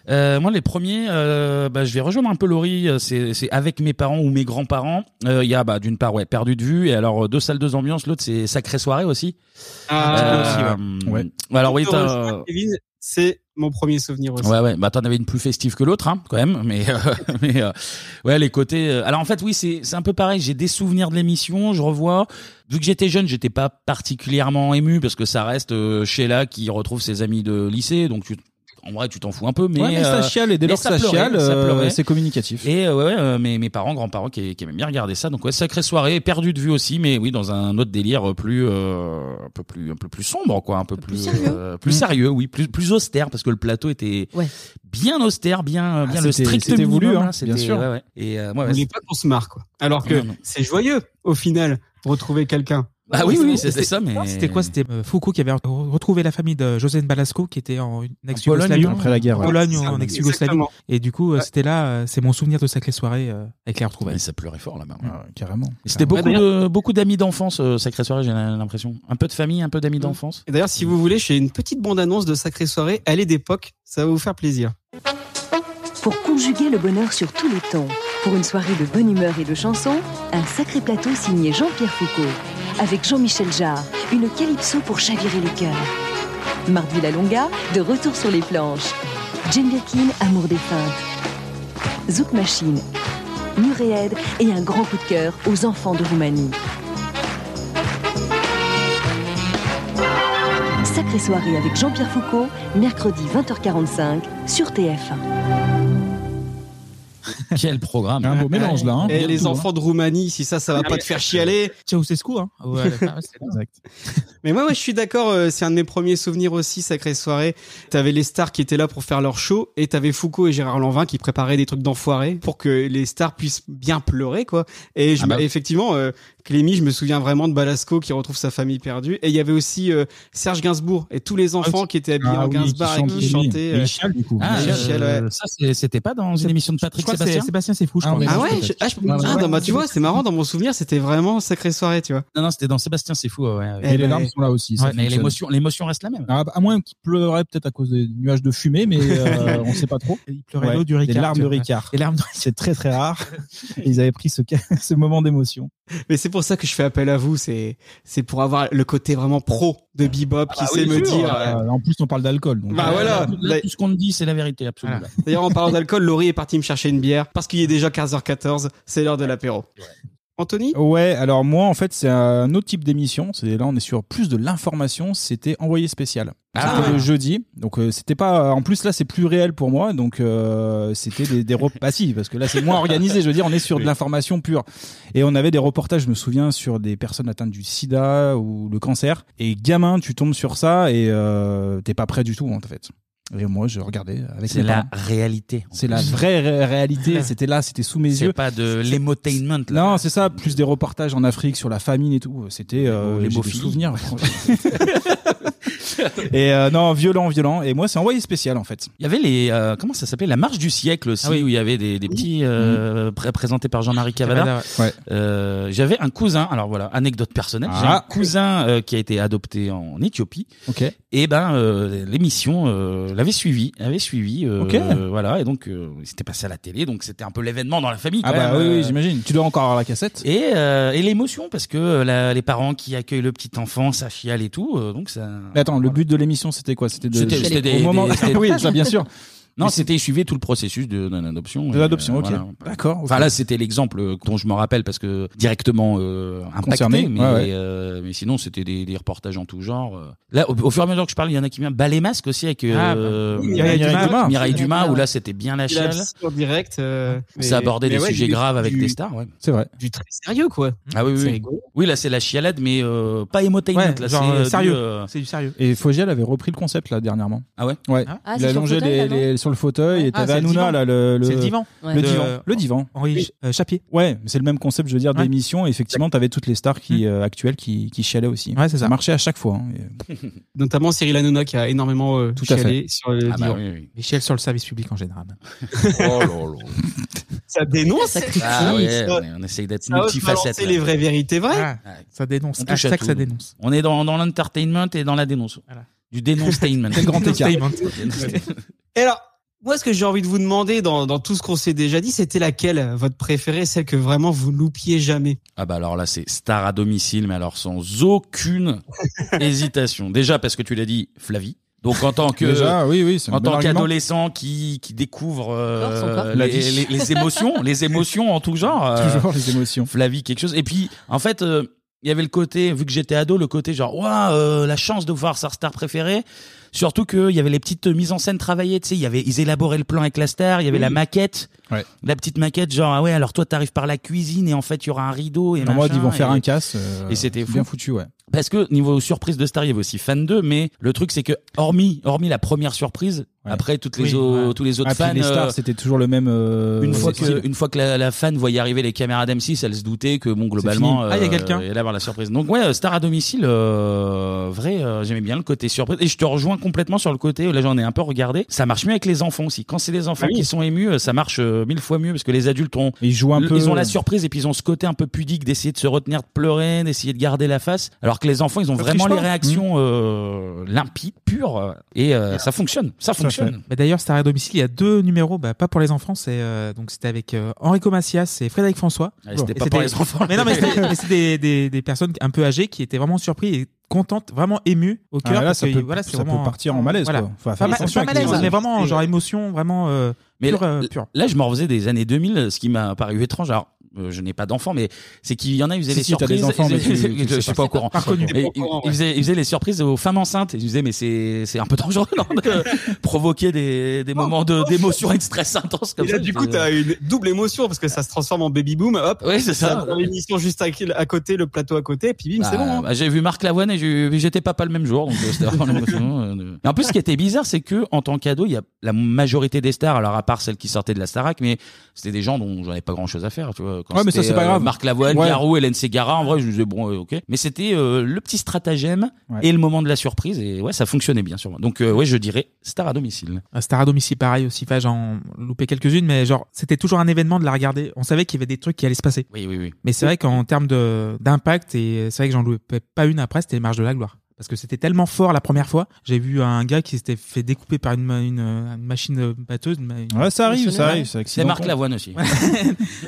C: Euh, moi, les premiers, euh, bah, je vais rejoindre un peu Laurie. euh, C'est c'est avec mes parents ou mes grands-parents. Euh, Il y a bah, d'une part, ouais, perdu de vue. Et alors, euh, deux salles, deux ambiances. L'autre, c'est sacrée soirée aussi.
B: Ah,
C: Euh,
E: ouais.
C: Alors oui, t'as-
B: Kevin, c'est mon premier souvenir aussi.
C: Ouais, ouais. Bah, t'en avais une plus festive que l'autre, hein, quand même. Mais, euh, mais euh, ouais, les côtés. euh, Alors, en fait, oui, c'est c'est un peu pareil. J'ai des souvenirs de l'émission. Je revois. Vu que j'étais jeune, j'étais pas particulièrement ému parce que ça reste euh, Sheila qui retrouve ses amis de lycée. Donc, tu en vrai, tu t'en fous un peu, mais.
E: Ouais, mais ça
C: euh,
E: chiale, et dès
C: mais
E: lors que
C: ça
E: ça
C: pleurait,
E: chiale,
C: ça
E: euh,
C: pleurait.
E: c'est communicatif.
C: Et euh, ouais, ouais, euh, mes, mes parents, grands-parents qui, qui aimaient bien regarder ça. Donc ouais, sacrée soirée, perdu de vue aussi, mais oui, dans un autre délire plus euh, un peu plus un peu plus sombre quoi, un peu plus
F: sérieux.
C: euh, plus
E: Mm.
C: sérieux, oui, plus plus austère parce que le plateau était
F: Ouais.
C: bien austère, bien bien le
E: c'était-
C: strict
E: c'était
C: minimum,
E: voulu, hein,
C: Ah, c'était-
E: bien sûr.
C: ouais, ouais. Et euh, ouais, ouais,
B: N'oubliez pas qu'on se marre, quoi. Alors que
C: Non, non.
B: c'est joyeux, au final, de retrouver quelqu'un.
C: bah oui, oui, c'était ça, mais
D: C'était quoi C'était euh, Foucault qui avait re- retrouvé la famille de José Balasco qui était en une
C: Pologne,
D: ex-Yougoslavie.
C: hein.
E: Après la guerre,
D: En
E: ouais.
D: Pologne,
B: C'est ça,
D: en ex-Yougoslavie.
B: exactement.
D: Et du coup, euh,
B: Ouais.
D: c'était là, euh, c'est mon souvenir de Sacrée Soirée euh, Ah, bah, avec les retrouvailles.
C: Mais ça pleurait fort là-bas.
E: Ouais, carrément.
C: hein. Et C'était
B: Ouais,
C: beaucoup de, beaucoup d'amis d'enfance, euh, sacrée soirée, j'ai l'impression. Un peu de famille, un peu d'amis d'enfance.
B: Et d'ailleurs, si vous voulez, j'ai une petite bande-annonce de Sacrée Soirée. Elle est d'époque, ça va vous faire plaisir.
H: Pour conjuguer le bonheur sur tous les temps, pour une soirée de bonne humeur et de chansons, un sacré plateau signé Jean-Pierre Foucault. Avec Jean-Michel Jarre, une calypso pour chavirer le cœur. Mardi La Longa, de retour sur les planches. Jane Birkin, Amour des feintes. Zouk Machine, Muréed et un grand coup de cœur aux enfants de Roumanie. Sacrée soirée avec Jean-Pierre Foucault, mercredi 20h45 sur TF1.
C: Quel programme. Ah,
E: Un beau mélange là. Hein,
B: Et
E: pour
B: les
E: tout, hein.
B: enfants de Roumanie, si ça, ça va pas te faire chialer.
D: Ceausescu, hein Ouais,
E: Exact.
B: Mais moi, ouais, je suis d'accord. euh, c'est un de mes premiers souvenirs aussi, Sacrée Soirée. T'avais les stars qui étaient là pour faire leur show, et t'avais Foucault et Gérard Lanvin qui préparaient des trucs d'enfoirés pour que les stars puissent bien pleurer, quoi. Et je,
C: Ah bah.
B: effectivement, euh, Clémy, je me souviens vraiment de Balasco qui retrouve sa famille perdue. Et il y avait aussi euh, Serge Gainsbourg et tous les enfants qui étaient habillés
E: Ah
B: en
E: oui,
B: Gainsbourg
E: chante
B: et
E: les
B: qui chantaient.
E: nuits.
B: euh,
E: Les chiales, du coup.
C: Ah,
E: Les
B: euh,
E: chiales.
B: Michel, ouais.
C: ça c'est- c'était pas dans une émission de
D: Je
C: Patrick
D: crois que c'est
C: Sébastien.
D: Sébastien, c'est fou, je
E: Ah,
D: crois.
E: mais-
B: Ah ouais,
E: peut-être.
B: je- ah, je-
E: Ouais, ouais.
B: ah, non, bah, tu vois, c'est marrant, dans mon souvenir, c'était vraiment Sacrée Soirée, tu vois.
C: Non, non, c'était dans Sébastien, c'est fou. ouais, ouais.
B: Eh
E: Et les
B: ben,
E: larmes sont là aussi. ça
C: Ouais, mais
E: fonctionne.
C: l'émotion, l'émotion reste la même.
E: Ah, bah, à moins qu'il pleurait peut-être à cause des nuages de fumée, mais euh, on ne sait pas trop.
D: Il pleurait
E: Ouais,
D: l'eau du Ricard.
E: Des larmes de
D: tu vois.
E: Ricard.
D: Des larmes de
E: C'est très très rare. Et ils avaient pris ce, ca- ce moment d'émotion.
B: Mais c'est pour ça que je fais appel à vous, c'est c'est pour avoir le côté vraiment pro de Bebop
E: Ah
B: qui sait me dire. euh,
E: bah Euh, en plus, on parle d'alcool. donc,
B: Bah
E: euh,
B: voilà.
C: Là, tout- là, tout ce qu'on te dit, c'est la vérité absolue. là.
B: D'ailleurs, en parlant d'alcool, Laurie est partie me chercher une bière parce qu'il est déjà 15h14, c'est l'heure de l'apéro. Anthony
E: Ouais, alors moi, en fait, c'est un autre type d'émission. C'est là, on est sur plus de l'information. C'était envoyé spécial.
C: Ah
E: c'était le
C: ouais.
E: jeudi. Donc, euh, c'était pas. En plus, là, c'est plus réel pour moi. Donc, euh, c'était des, des rep- Bah si, parce que là, c'est moins organisé. Je veux dire, on est sur de l'information pure. Et on avait des reportages, je me souviens, sur des personnes atteintes du sida ou le cancer. Et gamin, tu tombes sur ça et euh, t'es pas prêt du tout, en fait. Et moi, je regardais avec
C: C'est
E: mes
C: la
E: parents.
C: réalité. en
E: C'est la
C: plus.
E: vraie ré- réalité. C'était là, c'était sous mes yeux.
C: C'est pas de l'émotainment. là.
E: Non, c'est ça, plus des reportages en Afrique sur la famine et tout. C'était euh,
C: Les
E: les beaux
C: beaux-filles.
E: souvenirs. et euh, non, violent, violent. Et moi, c'est envoyé spécial en fait.
C: Il y avait les euh, comment ça s'appelait la marche du siècle aussi
D: Ah oui.
C: où il y avait des, des petits euh, pré- présentés par Jean-Marie Cavada.
D: Cavada, ouais.
C: Euh, j'avais un cousin. Alors voilà, anecdote personnelle. J'ai
E: Ah.
C: un cousin euh, qui a été adopté en Éthiopie.
E: Ok.
C: Et ben euh, l'émission euh, l'avait suivi, avait suivi. euh,
E: Ok.
C: euh, voilà et donc euh, c'était passé à la télé, donc c'était un peu l'événement dans la famille.
E: Ah
C: quand
E: bah
C: même,
E: oui,
C: euh,
E: oui, j'imagine. Tu dois encore avoir la cassette.
C: et, euh, et l'émotion parce que euh, la- les parents qui accueillent le petit enfant, ça chiale et tout, euh, donc ça.
E: Mais attends, le but de l'émission, c'était quoi C'était de.
C: C'était-
E: au
C: c'était des-
E: moment.
C: des- c'était-
E: oui, ça, bien sûr.
C: Non,
E: mais c'est-
C: c'était ils suivaient tout le processus de, de l'adoption.
E: De
C: et,
E: l'adoption,
C: euh,
E: ok.
C: voilà.
E: D'accord. ok.
C: Enfin là, c'était l'exemple euh, dont je me rappelle parce que directement euh, impacté,
E: Concerné,
C: mais,
E: ouais, ouais.
C: euh, mais sinon c'était des, des reportages en tout genre. euh. Là, au, au fur et à mesure que je parle, il y en a qui viennent balai masque aussi avec
D: Ah, bah,
C: euh,
B: oui,
E: Mireille
B: Mireille
E: Dumas.
B: Dumas.
C: Mireille Dumas
F: ouais.
C: où là c'était bien la
B: Il a
C: chiale.
B: appris en direct. euh, mais-
C: Ça abordait
B: mais
C: des
B: ouais,
C: sujets
B: du-
C: graves avec
B: du-
C: des stars, ouais.
E: C'est vrai.
B: Du très sérieux, quoi.
C: Ah oui, oui,
B: C'est
C: oui.
B: rigolo.
C: Oui, là c'est la chialade, mais euh, pas émotainante.
D: Ouais,
C: là,
D: genre,
C: c'est,
D: euh,
C: du,
D: sérieux.
C: euh,
D: C'est du sérieux.
E: Et Fogiel avait repris le concept là dernièrement.
C: Ah ouais
E: Ouais.
F: Ah,
E: Il a
F: c'est sur le
E: allongé
F: fauteuil,
E: les,
F: là, non
E: les- sur le fauteuil et
D: Ah,
E: t'avais
D: c'est le
E: Hanouna
D: divan.
E: là le. le-
D: C'est le divan.
F: Ouais.
E: Le
D: De-
E: divan. Le divan.
D: Henri euh, Chapier.
E: Ouais, mais c'est le même concept, je veux dire,
D: Ouais.
E: d'émission. Et Effectivement, t'avais toutes les stars qui,
D: Mm.
F: Hum.
E: euh, actuelles qui, qui chialaient aussi.
D: Ouais, c'est
E: Ça
D: ça.
E: marchait à chaque fois. hein. Et-
B: Notamment Cyril Hanouna qui a énormément euh,
E: Tout à
B: chialé sur le
C: Ah bah
B: divan.
C: oui, oui.
D: Michel sur le service public en général.
C: Oh là là.
B: Ça dénonce, ça critique.
C: Ah ouais,
B: ça-
C: on, est- on essaye d'être
B: ça ose
C: multifacette.
B: balancer
C: là.
B: les vraies vérités vraies.
D: Ah, ça dénonce.
C: On touche à
D: Hashtag
C: tout,
D: ça
C: nous.
D: dénonce.
C: On est dans, dans l'entertainment et dans la dénonce.
D: Voilà.
C: Du dénonstainment.
E: Quel grand écart.
D: Statement.
B: Et alors, moi, ce que j'ai envie de vous demander dans, dans tout ce qu'on s'est déjà dit, c'était laquelle votre préférée, celle que vraiment vous loupiez jamais
C: Ah bah alors là, c'est star à domicile, mais alors sans aucune hésitation. Déjà parce que tu l'as dit, Flavie. Donc en tant que... euh,
E: Déjà, oui, oui, c'est un
C: En
E: bon
C: tant
E: argument.
C: qu'adolescent qui, qui découvre euh,
F: Encore, son corps.
E: La
C: les,
E: vie.
C: les- les émotions, les émotions en tout genre, euh,
E: Toujours les émotions.
C: Flavie quelque chose. Et puis en fait, euh, il y avait le côté vu que j'étais ado, le côté genre waouh euh, la chance de voir sa star préférée. Surtout qu'il y avait les petites mises en scène travaillées, tu sais, il y avait, ils élaboraient le plan avec la star, il y avait la maquette,
E: Ouais.
C: la petite maquette, genre, ah ouais, alors toi, t'arrives par la cuisine et en fait, il y aura un rideau et
E: En mode,
C: machin,
E: ils vont faire
C: et-
E: un casse. euh,
C: et c'était fou.
E: bien foutu, ouais.
C: Parce que niveau surprise de Star, il y avait aussi Fan 2, mais le truc c'est que hormis hormis la première surprise,
E: Ouais.
C: après toutes les
D: Oui,
C: au-
D: ouais.
C: tous les autres
E: Ah, puis
C: fans,
E: les stars,
C: euh,
E: c'était toujours le même. euh,
C: une fois
E: style.
C: que une fois que la, la fan voyait arriver les caméras d'M6, elle se doutait que bon globalement
D: fini. Ah, il y a
C: euh,
D: quelqu'un.
C: il allait avoir la surprise. Donc ouais, euh, Star à domicile, euh, vrai, euh, j'aimais bien le côté surprise. Et je te rejoins complètement sur le côté. Là j'en ai un peu regardé. Ça marche mieux avec les enfants aussi. Quand c'est des enfants
B: Ah oui.
C: qui sont émus, euh, ça marche euh, mille fois mieux parce que les adultes ont
E: Ils jouent un peu.
C: ils ont la surprise et puis ils ont ce côté un peu pudique d'essayer de se retenir de pleurer, d'essayer de garder la face. Alors que les enfants, ils ont
D: Ça
C: vraiment
D: triche
C: les
D: pas. Hmm.
C: réactions euh, limpides, pures. Et euh, ça fonctionne, ça fonctionne.
D: Bah, D'ailleurs, Star à domicile, il y a deux numéros, bah, pas pour les enfants, c'est euh, donc c'était avec euh, Enrico Macias et Frédéric François.
C: Ouais, Ah, C'était
D: Et
C: pas pour les enfants.
D: Mais non, mais c'était mais c'est des, des, des personnes un peu âgées qui étaient vraiment surprises et contentes, vraiment émues au
E: Ah,
D: cœur.
E: là,
D: parce
E: ça
D: que,
E: peut,
D: voilà, c'est
E: ça peut
D: vraiment- euh,
E: partir en malaise,
D: Voilà.
E: quoi. Enfin,
D: Pas,
E: faire
D: ma-
E: attention
D: pas
E: avec
D: malaise,
E: les-
D: mais vraiment, genre émotion, vraiment euh,
C: Mais
D: pure. euh,
C: là-
D: pure.
C: Là, je me refaisais des années 2000, ce qui m'a paru étrange. Alors, euh, je n'ai pas d'enfants, mais c'est qu'il y en a, ils faisaient
E: Si,
C: les
E: si, t'as des
C: surprises.
E: enfants,
C: ils-
E: mais tu-
C: ils-
E: tu le
C: je
E: sais
C: suis
E: pas.
C: pas au courant.
D: Pas connu.
C: Et
B: Au
C: il,
B: courant,
C: il
B: ouais.
C: faisait, il faisait les surprises aux femmes enceintes. Et je disais, mais c'est, c'est un peu dangereux non, de provoquer des, des moments de, d'émotion et de stress intense comme
B: Et
C: ça.
B: là, du coup, t'as une double émotion parce que ça se transforme en baby boom. Hop,
C: Oui, c'est
B: ça
C: ça.
B: prend l'émission juste à, à côté, le plateau à côté, et puis bim, c'est
C: Bah,
B: bon. hein.
C: bah, j'ai vu Marc Lavoine et j'ai vu- j'étais papa le même jour. Donc, euh, c'était vraiment l'émotion, euh. Mais en plus, ce qui était bizarre, c'est que en tant qu'ado, il y a la majorité des stars, alors à part celles qui sortaient de la Starac, mais c'était des gens dont j'avais pas grand chose à faire. Tu vois, quand
E: Ouais, mais ça,
C: c'était, euh,
E: c'est pas grave.
C: Marc Lavoine,
E: Ouais.
C: Garou, Hélène Ségara, en vrai, je me disais bon, euh, ok. Mais c'était euh, le petit stratagème
E: Ouais.
C: et le moment de la surprise. Et ouais, ça fonctionnait bien sûr. Donc euh, ouais, je dirais star à domicile.
D: Un Star à domicile, pareil aussi. Enfin, j'en loupais quelques-unes, mais genre, c'était toujours un événement de la regarder. On savait qu'il y avait des trucs qui allaient se passer.
C: Oui, oui, oui.
D: Mais c'est vrai qu'en termes de- d'impact, et c'est vrai que j'en loupais pas une après, c'était les marches de la gloire. Parce que c'était tellement fort la première fois. J'ai vu un gars qui s'était fait découper par une, ma- une, euh, une machine batteuse. une ma- une-
E: Ouais, ça arrive, ça
A: Émotionnel,
E: arrive.
C: C'est Marc Lavoine aussi.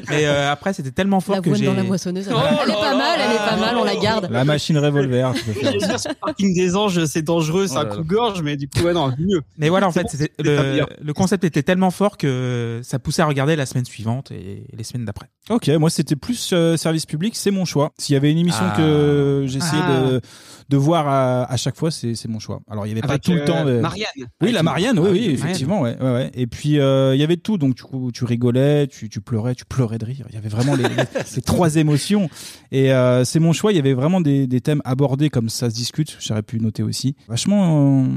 D: Mais euh, après, c'était tellement fort que
F: L'avoine
D: j'ai.
F: dans la moissonneuse. Elle, elle est pas mal, elle est pas mal, on la garde.
E: La machine revolver, tu peux
B: Je veux
E: faire.
B: dire, sur le parking des anges, c'est dangereux, c'est
C: Oh
B: un
C: là là.
B: coup de gorge, mais du coup, ouais, non, mieux.
D: Mais voilà, en
B: C'est
D: fait,
B: bon,
D: c'était-
B: c'est pas
D: le,
B: bien.
D: euh, le concept était tellement fort que ça poussait à regarder la semaine suivante et les semaines d'après.
E: Ok, moi c'était plus euh, service public, c'est mon choix. S'il y avait une émission
C: Ah.
E: que j'essayais
B: Ah.
E: de, de voir à, à chaque fois, c'est c'est mon choix. Alors il y avait pas
B: Avec,
E: tout le
B: euh,
E: temps. de-
B: Marianne.
E: Oui, la Marianne, oui, oui,
D: Marianne.
E: effectivement, ouais, ouais, ouais. Et puis euh, il y avait tout, donc du coup tu rigolais, tu, tu pleurais, tu pleurais de rire. Il y avait vraiment les, les- les trois émotions. Et euh, c'est mon choix. Il y avait vraiment des, des thèmes abordés comme ça se discute. J'aurais pu noter aussi, vachement euh,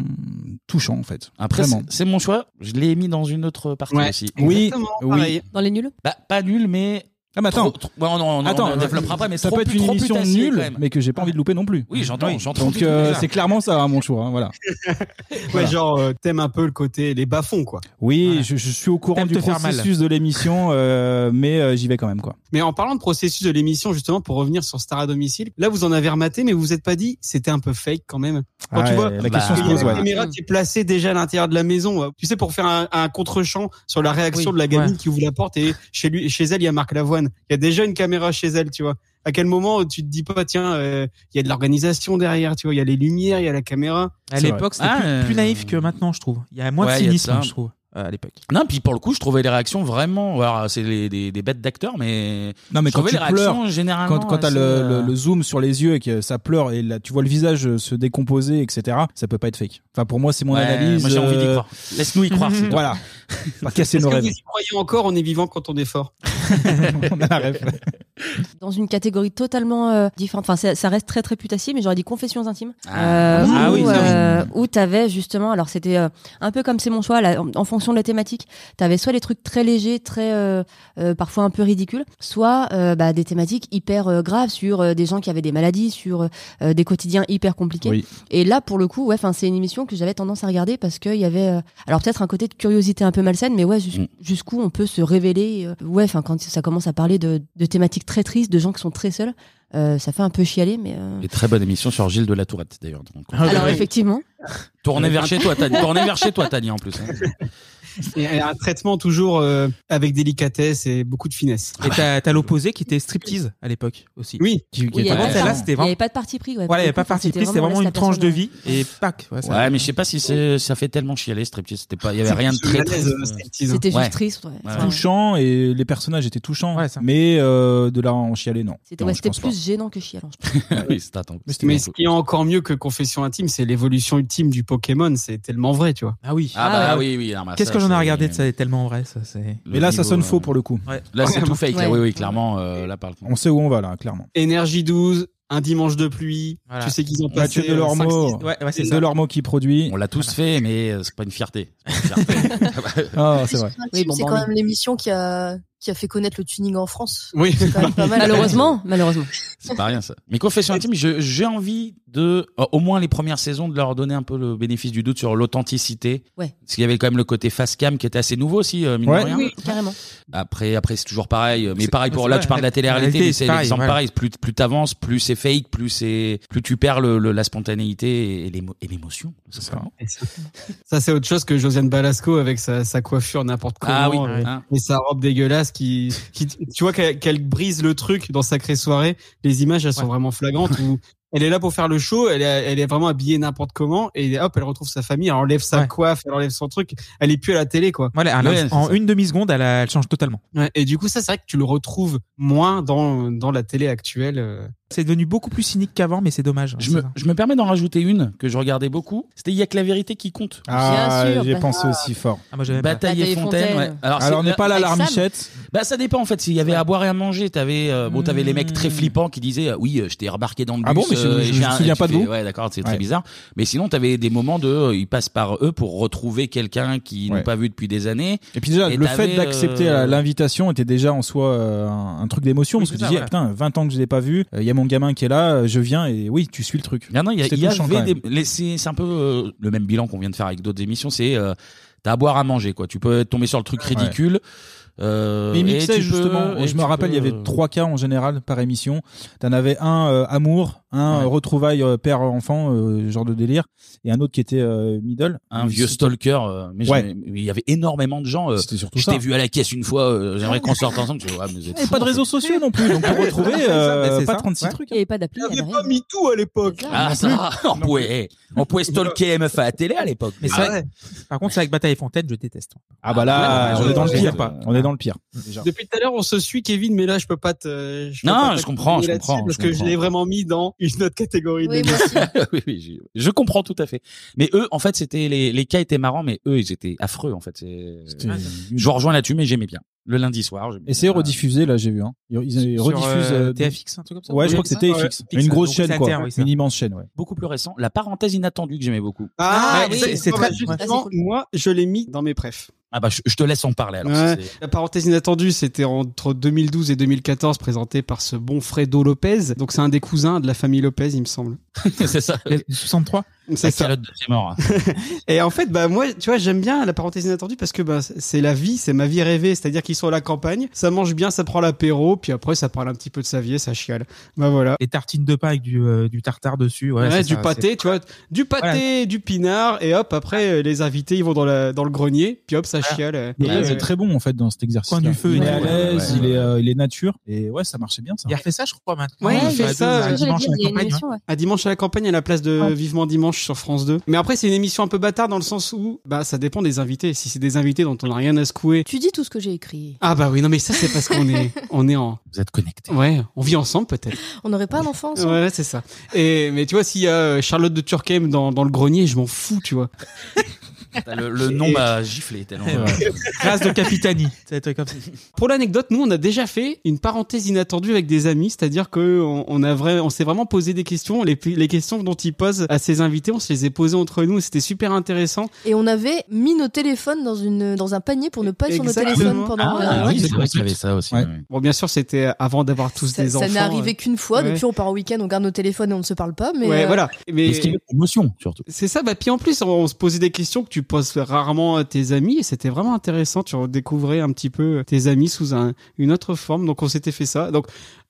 E: touchant en fait.
C: Après, c'est
E: vraiment.
C: c'est mon choix. Je l'ai mis dans une autre partie
B: Ouais.
C: aussi.
E: Oui,
B: Exactement,
E: oui.
B: pareil.
F: Dans les nuls
C: Bah, pas nul, mais
E: Ah, mais attends.
C: Trop- trop- ouais, on, on- on
E: Attends,
C: en développera après, mais
E: ça
C: trop,
E: peut être une
C: trop
E: émission
C: putassier, quand
E: nulle,
C: même.
E: mais que j'ai pas envie de louper non plus.
C: Oui, j'entends, j'entends.
E: Donc euh, c'est clairement ça hein, mon choix. hein, voilà.
B: Ouais,
E: Voilà.
B: genre, euh, t'aimes un peu le côté, les bas-fonds, quoi.
E: Oui,
D: Voilà.
E: je, je suis au courant
D: T'aimes
E: du
D: te faire mal.
E: processus de l'émission, euh, mais euh, j'y vais quand même quoi.
B: Mais en parlant de processus de l'émission, justement, pour revenir sur Star à domicile, là, vous en avez rematé, mais vous vous êtes pas dit, c'était un peu fake quand même. Quand
E: Ah,
B: tu vois,
E: la
C: bah,
E: question se
B: Il y a
E: pose.
B: la
E: Ouais.
B: caméra qui est placée déjà à l'intérieur de la maison, euh, tu sais, pour faire un, un contre-champ sur la réaction de la gamine qui ouvre la porte et chez lui, chez elle, il y a Marc Lavoine. Il y a déjà une caméra chez elle, tu vois. À quel moment euh, tu te dis pas, tiens, euh, il y a de l'organisation derrière, tu vois, il y a les lumières, il y a la caméra.
D: À
E: C'est
D: l'époque, c'était
C: Ah,
D: plus,
C: euh,
D: plus naïf que maintenant, je trouve. Il y a moins
C: Ouais, il
D: de
C: y a de
D: cynisme,
E: hein,
C: ça.
D: je trouve, euh, à l'époque.
C: Non, puis pour le coup, je trouvais les réactions vraiment. Alors, c'est les- des, des bêtes d'acteurs, mais.
E: Non mais
C: je
E: quand
C: trouvais
E: tu
C: les réactions
E: pleures,
C: généralement.
E: quand, quand t'as
C: assez,
E: le,
C: euh,
E: le- le zoom sur les yeux et que ça pleure et là tu vois le visage euh, se décomposer, etc. Ça peut pas être fake. Enfin pour moi c'est mon
C: ouais,
E: analyse.
C: Moi, j'ai envie d'y
E: euh,
C: croire. Laisse-nous y croire. s'il te plaît.
E: Voilà. pas casser
B: Est-ce
E: nos
B: que vous
E: rêves.
B: y croyez encore On est vivant quand on est fort.
E: On a la rêve.
F: dans une catégorie totalement euh, différente. Enfin, ça, ça reste très très putassier, mais j'aurais dit confessions intimes.
C: Ah.
F: Euh,
C: Ah
F: où,
C: oui, ça, oui.
F: euh, où t'avais justement, alors c'était euh, un peu comme c'est mon choix, là, en, en fonction de la thématique, t'avais soit les trucs très légers, très euh, euh, parfois un peu ridicules, soit euh, bah, des thématiques hyper euh, graves sur euh, des gens qui avaient des maladies, sur euh, des quotidiens hyper compliqués.
E: Oui.
F: Et là, pour le coup, ouais, 'fin, c'est une émission que j'avais tendance à regarder parce qu'il y avait, euh, alors peut-être un côté de curiosité un peu malsaine, mais ouais, jus-
C: Mm.
F: jusqu'où on peut se révéler. euh, ouais, enfin, quand ça commence à parler de, de thématiques très tristes, de gens qui sont très seuls, euh, ça fait un peu chialer, mais. euh,
C: Et Ah, très bonne émission sur Gilles de la Tourette, d'ailleurs. Donc,
F: Alors effectivement,
C: Tournez vers chez toi, Tani. Tournez vers chez toi, Tani, en plus. hein.
B: Et un traitement toujours euh, avec délicatesse et beaucoup de finesse.
D: Et t'as t'as l'opposé qui était striptease à l'époque aussi.
B: Oui,
F: Oui, il y
D: Par
F: avait
D: contre,
F: pas-
D: celle-là, c'était
F: il n'y
D: vraiment.
F: avait pas de parti pris. Ouais,
D: Voilà, il n'y avait
F: Pour
D: pas
F: le coup,
D: parti pris, c'était vraiment
F: laisse
D: une
F: la
D: tranche de
F: personne,
D: vie et pac.
E: Ah,
D: Ouais, ça-
C: Ouais, mais je sais pas si c'est- ça fait tellement chialer, striptease. C'était pas, il y avait rien de très, très.
B: Malaise, euh, striptease.
F: euh, C'était
C: Ouais.
F: juste triste. ouais. Enfin,
C: Ouais.
E: Touchant et les personnages étaient touchants,
D: Ouais, ça.
E: mais euh, de là à en chialer non.
F: C'était
E: Non,
F: ouais,
E: je
F: c'était
E: pense
F: plus gênant que chialant. je pense.
C: oui, c'est attends. c'était
B: Mais
C: bien
B: ce
C: fou.
B: qui est encore mieux que Confession Intime, c'est l'évolution ultime du Pokémon. C'est tellement vrai, tu vois.
D: Ah oui.
C: Ah bah oui, oui. non, bah,
D: Qu'est-ce
C: ça,
D: que j'en ai
C: c'est-
D: regardé de ça est tellement vrai, ça c'est.
C: le
E: Mais là, ça
C: niveau,
E: sonne
C: euh,
E: faux pour le coup.
C: Là, c'est tout fake. là,
A: Ouais.
C: Oui, oui, clairement. euh, là, par le
E: On sait où on va là, clairement.
B: Énergie 12, un dimanche de pluie.
D: Voilà.
B: Tu sais qu'ils ont passé.
E: Mathieu
B: euh,
E: Delormeau,
B: cinq, six-
D: Ouais, ouais, c'est
E: c'est Delormeau qui produit.
C: On l'a tous fait, mais euh, c'est pas une fierté. C'est pas une fierté. Ah bah,
E: Ah, c'est vrai.
A: Oui,
F: bon,
A: c'est
F: bah,
A: quand
F: on-
A: même l'émission qui a, qui a fait connaître le tuning en France.
B: Oui.
A: C'est quand même pas mal.
F: Malheureusement, malheureusement.
C: c'est pas rien ça. Mais Confession intime, je- j'ai envie de, euh, au moins les premières saisons, de leur donner un peu le bénéfice du doute sur l'authenticité.
F: Ouais.
C: Parce qu'il y avait quand même le côté face cam qui était assez nouveau aussi, euh, mine de
E: Ouais.
C: rien.
F: Carrément.
C: Après, après c'est toujours pareil. euh, Mais
D: C'est-
C: pareil
D: c'est
C: pour là,
D: vrai,
C: tu parles de la
D: la- la
C: télé-réalité,
D: réalité,
C: mais
D: c'est
C: c'est
D: pareil,
C: l'exemple
D: ouais.
C: pareil. Plus, plus t'avances, plus c'est fake, plus c'est, plus tu perds le, le- la spontanéité et l'émo- et l'émotion. tout simplement.
B: Ça, c'est autre chose que Josiane Balasco avec sa, sa coiffure n'importe comment.
C: Ah oui.
B: euh,
C: hein.
B: et sa robe dégueulasse qui, qui tu vois qu'elle qu'elle brise le truc dans Sacrée Soirée. Les images, elles sont
D: Ouais.
B: vraiment flagrantes. Où elle est là pour faire le show, elle est, elle est vraiment habillée n'importe comment et hop, elle retrouve sa famille, elle enlève sa
D: Ouais.
B: coiffe, elle enlève son truc, elle est plus à la télé quoi.
D: Voilà, un
C: Ah, Ouais,
D: instant-
C: c'est
D: en
C: ça.
D: une demi seconde, elle, a- elle change totalement.
B: Ouais. Et du coup, ça, c'est vrai que tu le retrouves moins dans dans la télé actuelle. euh.
D: C'est devenu beaucoup plus cynique qu'avant, mais c'est dommage. hein,
C: Je
D: C'est
C: me,
D: ça.
C: je me permets d'en rajouter une que je regardais beaucoup. C'était Il y a que la vérité qui compte.
E: Ah,
F: sûr,
E: j'ai
F: bah-
E: pensé aussi fort.
D: Ah, moi, j'aimais pas.
C: Bataille et
F: Bataille et
C: Fontaine.
F: Fontaine.
C: ouais. Alors,
E: Alors, on
C: c'est-
E: n'est pas là à
F: avec Sam.
E: l'armichette.
C: Bah, ça dépend en fait. S'il y avait à boire et à manger, t'avais euh, bon, t'avais les mecs très
D: Mmh.
C: flippants qui disaient euh, oui, euh, je t'ai remarqué dans le bus.
E: Ah bon, mais je-
C: euh,
E: je-
C: et
E: je
C: j'ai
E: me
C: un-
E: souviens
C: tu
E: pas de
C: fais,
E: vous.
C: Ouais, d'accord, c'est
E: Ouais.
C: très bizarre. Mais sinon, t'avais des moments de, euh, ils passent par eux pour retrouver quelqu'un qu'ils
E: Ouais.
C: n'ont pas vu depuis des années.
E: Et puis déjà,
C: Et
E: le
C: t'avais,
E: fait d'accepter
C: euh,
E: l'invitation était déjà en soi euh, un, un truc d'émotion,
D: Oui,
E: parce que
D: c'est
E: tu
D: ça,
E: dis,
D: voilà.
E: ah, putain, 20 ans que je l'ai pas vu, euh, il y a mon gamin qui est là, euh, je viens, et oui, tu suis le truc.
C: Non, non, il y, a-
E: C'était
C: il y
E: touchant, quand
C: avait
E: même.
C: des. les- C'est c'est un peu euh, le même bilan qu'on vient de faire avec d'autres émissions. C'est euh, t'as à boire à manger quoi. Tu peux tomber sur le truc ridicule. Euh,
E: Mais il
C: et tu peux-
E: mixait, justement,
C: et
E: je
C: tu
E: me rappelle, il y
C: peux,
E: avait
C: euh,
E: trois cas en général par émission. T'en avais un euh, amour, un
C: Ouais.
E: euh, retrouvailles euh, père-enfant, euh, genre de délire, et un autre qui était euh, middle.
C: un vieux
E: C'était-
C: stalker. euh, mais je-
E: Ouais.
C: mais il y avait énormément de gens. euh,
E: C'était surtout
C: Je
E: ça.
C: t'ai vu à la caisse une fois, euh, j'aimerais qu'on sorte ensemble. Je dis, ouais, mais vous êtes
E: Et
C: fous,
E: pas de
C: en fait.
E: réseaux sociaux non plus, donc pour retrouver
D: c'est ça,
E: euh,
D: mais c'est
E: pas
D: ça.
E: 36
D: Ouais.
E: trucs.
F: Il n'y avait pas d'appli,
B: Il
F: il n'y
B: avait
F: avait
B: pas
F: rien.
B: mis tout à l'époque.
F: C'est ça.
C: Ah, ça, on pouvait, on pouvait stalker les meufs à la télé à l'époque.
D: Mais c'est
C: Ah,
D: vrai Par contre, c'est avec Bataille et Fontaine, je déteste.
E: Ah bah là,
C: Ah, ouais,
E: on est dans le
C: ouais,
E: pire.
C: ouais.
E: pas. On est dans le pire.
D: Ah.
B: Depuis tout à l'heure, on se suit Kevin, mais là, je peux pas te. peux
C: Non,
B: pas
C: je
B: te
C: comprends, je
B: là-dessus
C: comprends,
B: Parce
C: je
B: que
C: comprends.
B: je l'ai vraiment mis dans une autre catégorie.
A: Oui,
B: de
A: moi aussi.
C: oui, oui, je, je comprends tout à fait. Mais eux, en fait, c'était les, les cas étaient marrants, mais eux, ils étaient affreux en fait. C'est- euh,
E: C'était-
C: Je vous rejoins là-dessus, mais j'aimais bien. Le lundi soir. j'aimais
E: Et c'est
C: bien.
E: rediffusé là, j'ai vu. Hein. Ils, ils
D: Sur,
E: rediffusent.
D: euh,
E: euh,
D: TFX, un truc comme ça.
E: Ouais, je crois que c'était
D: Ouais.
E: FX. Une grosse
D: donc
E: chaîne
D: c'est
E: quoi,
D: interne, oui, ça.
E: une immense chaîne. Ouais.
C: beaucoup plus récent. La parenthèse inattendue que j'aimais beaucoup.
B: Ah,
D: Ah, oui,
B: ça,
D: c'est- c'est
B: bon,
D: très-
B: bah, justement,
A: Ah, c'est cool.
B: moi, je l'ai mis dans mes prefs.
C: Ah bah, je, je te laisse en parler alors.
B: Ouais.
C: si c'est-
B: La parenthèse inattendue, c'était entre 2012 et 2014, présenté par ce bon Fredo Lopez. Donc, c'est un des cousins de la famille Lopez, il me semble.
C: c'est ça.
D: Le- 63
B: C'est
C: la
B: ça.
C: calotte de tes morts.
B: Et en fait, bah, moi, tu vois, j'aime bien la parenthèse inattendue parce que, bah, c'est la vie, c'est ma vie rêvée. C'est-à-dire qu'ils sont à la campagne, ça mange bien, ça prend l'apéro, puis après, ça parle un petit peu de sa vie et ça chiale. Bah, voilà.
D: Les tartines de pain avec du, euh, du tartare dessus. Ouais,
B: Ouais,
D: c'est
B: du
D: ça,
B: pâté, tu vois, du pâté, du pinard, et hop, après, euh, les invités, ils vont dans, la, dans le grenier, puis hop, ça chiale. euh.
E: Il
B: Et, euh,
E: est très bon en fait dans cet exercice.
D: Coin du feu et
E: Il est
D: tout,
E: à
D: ouais,
E: l'aise,
C: ouais,
E: il
C: ouais.
E: est, euh, il est nature. Et ouais, ça marchait bien ça.
D: c'est- Il a refait ça, je crois, maintenant.
B: Ouais, il
D: Enfin,
B: fait
D: deux-
B: ça,
D: un
B: euh,
D: dimanche à la
F: Il y a une
D: campagne, ouais.
F: émission, ouais.
B: À dimanche à la campagne à la place de
F: Ouais.
B: Vivement Dimanche sur France 2. Mais après, c'est une émission un peu bâtard dans le sens où bah, ça dépend des invités. Si c'est des invités dont on n'a rien à secouer.
A: Tu dis tout ce que j'ai écrit.
B: Ah bah oui, non mais ça c'est parce qu'on est, on est en...
C: Vous êtes connectés.
B: Ouais, on vit ensemble peut-être.
A: On n'aurait pas un enfant
B: Ouais,
A: ensemble
B: ouais, c'est ça. Et, mais tu vois, s'il y a euh, Charlotte de Turckheim dans, dans le grenier, je m'en fous, tu vois.
C: T'as Le, le nom m'a giflé tellement.
D: Ouais, ouais. Grâce de Capitani. C'est des trucs comme ça.
B: Pour l'anecdote, nous on a déjà fait une parenthèse inattendue avec des amis, c'est-à-dire que on, on a vrai, on s'est vraiment posé des questions, les, les questions dont ils posent à ses invités, on se les est posées entre nous, et c'était super intéressant.
A: Et on avait mis nos téléphones dans, une, dans un panier pour ne pas être sur nos
B: Exactement.
A: téléphones pendant.
C: Ah,
A: euh,
C: oui, c'est vrai qu'il y avait ça aussi.
E: Ouais.
C: ouais.
B: Bon, bien sûr, c'était avant d'avoir tous
A: ça
B: des enfants.
A: ça n'est arrivé qu'une fois.
B: Ouais.
A: Depuis, on part au week-end, on garde nos téléphones et on ne se parle pas. Mais
B: ouais,
A: euh,
B: voilà. Mais
C: Et ce qui est émotion surtout.
B: c'est ça. Bah, puis en plus, on, on se posait des questions que tu poses rarement à tes amis et c'était vraiment intéressant. Tu redécouvrais un petit peu tes amis sous un- une autre forme. Donc, on s'était fait ça. Donc,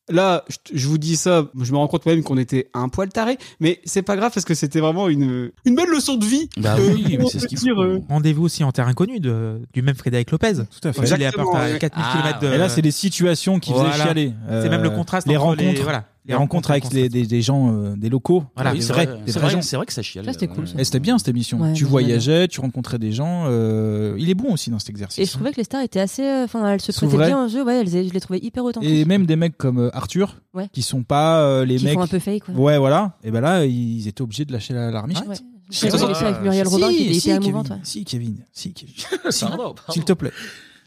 B: là, je, t- je vous dis ça. Je me rends compte même qu'on était un poil taré, mais c'est pas grave parce que c'était vraiment une, une belle leçon de vie.
C: Bah
B: Euh,
C: oui, mais
B: on
C: c'est
B: peut
C: ce qu'il
B: dire,
C: faut.
B: euh,
D: Rendez-vous aussi en terre inconnue de, du même Frédéric Lopez.
E: Tout à fait.
D: Il est à
B: Exactement,
D: part à
B: ouais.
D: 4000
C: Ah,
D: km de.
E: Et là, c'est des situations qui faisaient
D: Voilà.
E: chialer.
D: C'est
E: Euh,
D: même le contraste
E: les
D: entre
E: rencontres.
D: Voilà.
E: les rencontres avec les, des, des gens, euh, des locaux,
C: Voilà,
E: des
C: c'est
E: vrais,
C: vrai,
E: des
C: c'est
E: vrais
C: vrai,
E: gens.
C: c'est vrai que ça chiale. euh,
F: Ça, c'était cool, ça.
E: Et c'était bien cette émission.
F: Ouais,
E: tu
F: moi,
E: voyageais, tu rencontrais des gens. euh, il est bon aussi dans cet exercice. hein.
F: Et je trouvais que les stars étaient assez. euh, Enfin, elles se
E: Sont
F: prêtaient
E: vraies.
F: bien au jeu. Ouais, elles, je les trouvais hyper authentiques.
E: Et même des mecs comme euh, Arthur,
F: Ouais.
E: qui sont pas euh, les
F: qui
E: mecs.
F: font un peu fake, quoi.
E: Ouais, voilà. Et ben là, ils étaient obligés de lâcher la-
D: Ah,
E: l'armichette.
F: Ouais.
E: C'est
F: J'ai vu
E: ça.
F: l'émission avec Muriel Robin qui était
E: Ah, si,
F: hyper
E: Kevin,
F: émouvante. ouais.
E: si, Kevin, si, Kevin.
C: Si.
E: S'il te plaît.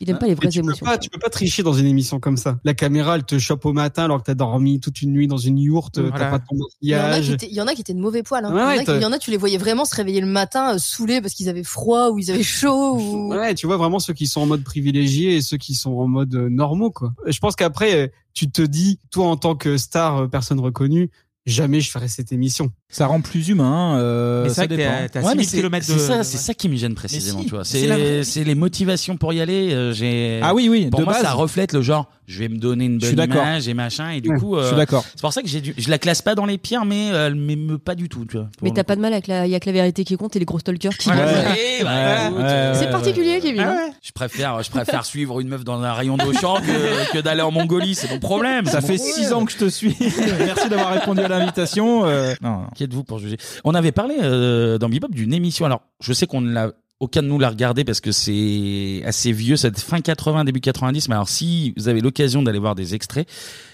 F: Il aime pas les
B: Et
F: vraies
B: tu, peux
F: émotions.
B: pas, tu peux pas tricher dans une émission comme ça. La caméra, elle te chope au matin alors que t'as dormi toute une nuit dans une yourte,
D: Voilà.
B: t'as pas ton
A: Il y, en a qui
B: maquillage.
A: étaient, il y en a qui étaient de mauvais poils. hein.
B: Ouais,
A: il, y en a qui-
B: t'as-
A: il y en a, tu les voyais vraiment se réveiller le matin euh, saoulés parce qu'ils avaient froid ou ils avaient chaud. Ou...
B: Ouais, tu vois vraiment ceux qui sont en mode privilégié et ceux qui sont en mode euh, normaux, quoi. Je pense qu'après, euh, tu te dis, toi, en tant que star, euh, personne reconnue, jamais je ferai cette émission.
E: Ça rend plus humain. euh,
D: Mais c'est
E: ça
D: vrai que
E: dépend.
D: t'as- t'as
E: Ouais,
D: six
E: mais
D: mille
E: c'est-
D: kilomètres
C: C'est
D: de-
C: ça,
D: de-
C: c'est ça qui me gêne précisément,
E: si,
C: tu vois.
E: c'est la vraie
C: C'est
E: vie.
C: c'est les motivations pour y aller. euh, J'ai.
E: Ah oui, oui.
C: Pour
E: de
C: moi,
E: base,
C: ça reflète le genre. Je vais me donner une
E: Je suis
C: bonne
E: d'accord. Mmh,
C: image et machin, et du coup,
E: je suis
C: euh,
E: d'accord.
C: c'est pour ça que j'ai du- je la classe pas dans les pires, mais euh, elle m'émeut pas du tout, tu vois.
F: Mais t'as pas de mal avec la. Il y a que la vérité qui compte et les gros stalkers qui.
C: Ouais,
E: Ouais. ah
C: ouais, bah, écoute, euh,
E: Ouais,
A: C'est
E: ouais,
A: particulier, Kevin. hein.
C: Je préfère, je préfère suivre une meuf dans un rayon d'Auchan que, que d'aller en Mongolie, c'est mon problème. c'est
E: Ça
C: mon
E: fait
C: problème.
E: six ans que je te suis. Merci d'avoir répondu à l'invitation. euh, non, non.
C: Qui êtes-vous pour juger On avait parlé euh, dans Bebop d'une émission. Alors, je sais qu'on ne l'a aucun de nous l'a regardé parce que c'est assez vieux, c'est fin 80, début 90. Mais alors, si vous avez l'occasion d'aller voir des extraits,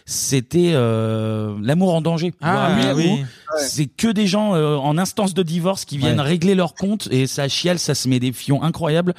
C: c'était euh, l'amour en danger.
D: Ah,
C: Voilà, où
D: oui.
C: C'est que des gens euh, en instance de divorce qui viennent
E: Ouais.
C: régler leur compte et ça chiale, ça se met des fions incroyables.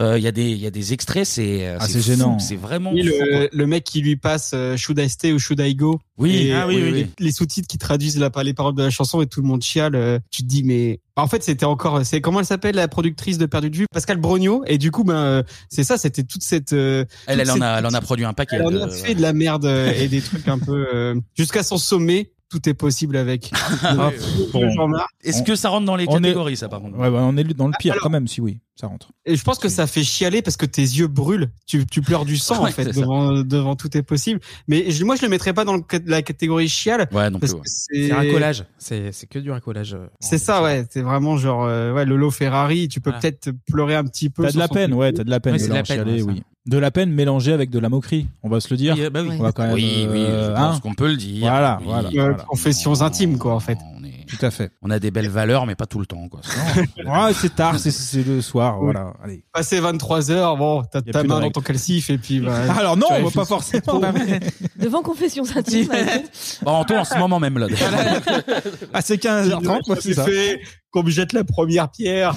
C: Euh, Il y a des, il y a des extraits, c'est euh,
E: Ah,
C: c'est
E: c'est
C: fou,
E: gênant.
C: c'est vraiment.
B: Oui,
C: fou, quoi.
B: le, le mec qui lui passe euh, Should I Stay ou Should I Go
C: oui,
B: Et,
D: ah oui,
B: euh,
D: oui,
B: les-
C: oui.
B: Les sous-titres qui traduisent la, les paroles de la chanson et tout le monde chiale. euh, tu te dis, mais en fait, c'était encore. euh, C'est comment elle s'appelle la productrice de Perdu de vue, Pascal Brognaud. Et du coup, ben, euh, c'est ça. C'était toute cette. euh,
C: Elle, elle en a,
B: c'est-
C: elle en a produit un paquet.
B: elle en
C: de-
B: a fait de la merde euh, et des trucs un peu euh, jusqu'à son sommet. Tout est possible avec.
E: Ah, bon.
B: Jean-Marc.
C: Est-ce que ça rentre dans les
E: On est-
C: catégories, ça, par contre
E: Ouais, bah, on est dans le
C: Ah,
E: pire
B: Alors-
E: quand même, si oui, ça rentre.
B: Et je pense que ça fait chialer parce que tes yeux brûlent. Tu, tu pleures du sang
C: Ouais,
B: en fait
C: c'est ça.
B: devant, devant tout est possible. Mais je- moi, je le mettrais pas dans le- la catégorie chiale
C: Ouais, non plus.
B: parce
C: ouais.
B: que c'est
D: C'est racolage. C'est c'est que du racolage. euh,
B: C'est ça, ouais. C'est vraiment genre, euh, ouais, Lolo Ferrari. Tu peux
D: Voilà.
B: peut-être pleurer un petit peu.
E: T'as de
B: sur
E: la
B: son-
E: peine, ouais, t'as de la peine.
D: Ouais, c'est de la
E: l'en
D: peine,
E: chialer,
D: ouais, ça.
E: oui. De la peine mélangée avec de la moquerie, on va se le dire.
D: Oui, euh, bah oui.
E: On va quand même.
C: Oui, oui,
E: euh,
C: je
E: hein,
C: pense qu'on peut le dire.
E: Voilà,
C: Oui,
E: voilà,
B: Euh, confessions intimes, quoi, en fait.
C: On, est-
E: tout à fait.
C: on a des belles valeurs, mais pas tout le temps, quoi.
E: Ouais, c'est tard, c'est- c'est le soir,
B: Oui.
E: Oh, voilà. Allez.
B: Passer 23 heures, bon, t'as
E: Y a
B: ta
E: plus de
B: main dans
E: règles. Ah,
B: ton calcif et puis, bah,
E: Alors non, on va
B: tu réfléchis.
E: pas forcément.
F: Devant Confessions intimes. avec-
C: Bon, en tout, en ce moment même, là.
E: Ah, c'est 15h30, moi, c'est ça.
B: fait qu'on me jette la première pierre.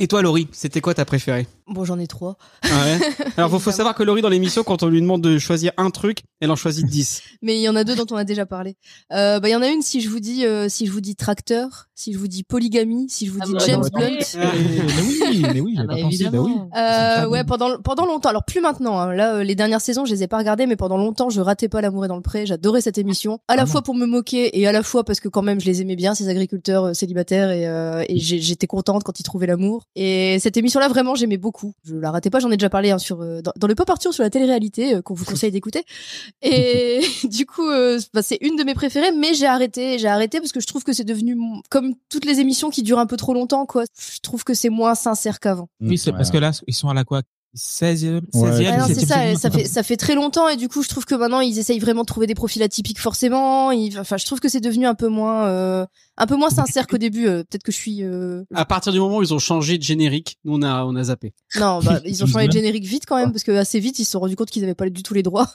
B: et toi, Laurie, c'était quoi ta préférée
A: Bon, j'en ai trois.
E: Ah
A: Ah.
B: Alors, faut, faut savoir que Laurie, dans l'émission, quand on lui demande de choisir un truc, elle en choisit 10.
A: Mais il y en a deux dont on a déjà parlé. Euh, bah, il y en a une si je vous dis, euh, si je vous dis tracteur, si je vous dis polygamie, si je vous dis
F: bah,
A: James
B: attends,
A: Blunt.
E: Eh, Mais oui, mais oui, j'avais pas pensé, bah oui.
A: Euh,
E: Ah
A: ouais,
E: bon
A: pendant pendant longtemps. Alors plus maintenant. hein. Là, euh, les dernières saisons, je les ai pas regardées, mais pendant longtemps, je ratais pas l'amour est dans le pré. J'adorais cette émission, à la
E: Vraiment.
A: fois pour me moquer et à la fois parce que quand même, je les aimais bien ces agriculteurs euh, célibataires et, euh, et j'ai- j'étais contente quand ils trouvaient l'amour. Et cette émission-là, vraiment, j'aimais beaucoup. Je la ratais pas. J'en ai déjà parlé hein, sur euh, dans, dans le pop Arthur sur la télé-réalité euh, qu'on vous conseille d'écouter. Et du coup, euh, bah, c'est une de mes préférées, mais j'ai arrêté. J'ai arrêté parce que je trouve que c'est devenu mon- comme toutes les émissions qui durent un peu trop longtemps, quoi. Je trouve que c'est moins sincère qu'avant.
D: Oui, c'est parce que là, ils sont à la quoi 16e, 16e,
E: Ouais.
A: Ah non,
D: 17e,
A: c'est ça, ça
D: comme-
A: fait, ça fait très longtemps et du coup je trouve que maintenant ils essayent vraiment de trouver des profils atypiques forcément. Ils- enfin je trouve que c'est devenu un peu moins, euh, un peu moins sincère qu'au début. euh, Peut-être que je suis, euh,
B: À partir du moment où ils ont changé de générique, nous, on a, on a zappé.
A: non, bah, ils ont changé de générique vite quand même parce que assez vite ils se sont rendus compte qu'ils n'avaient pas du tout les droits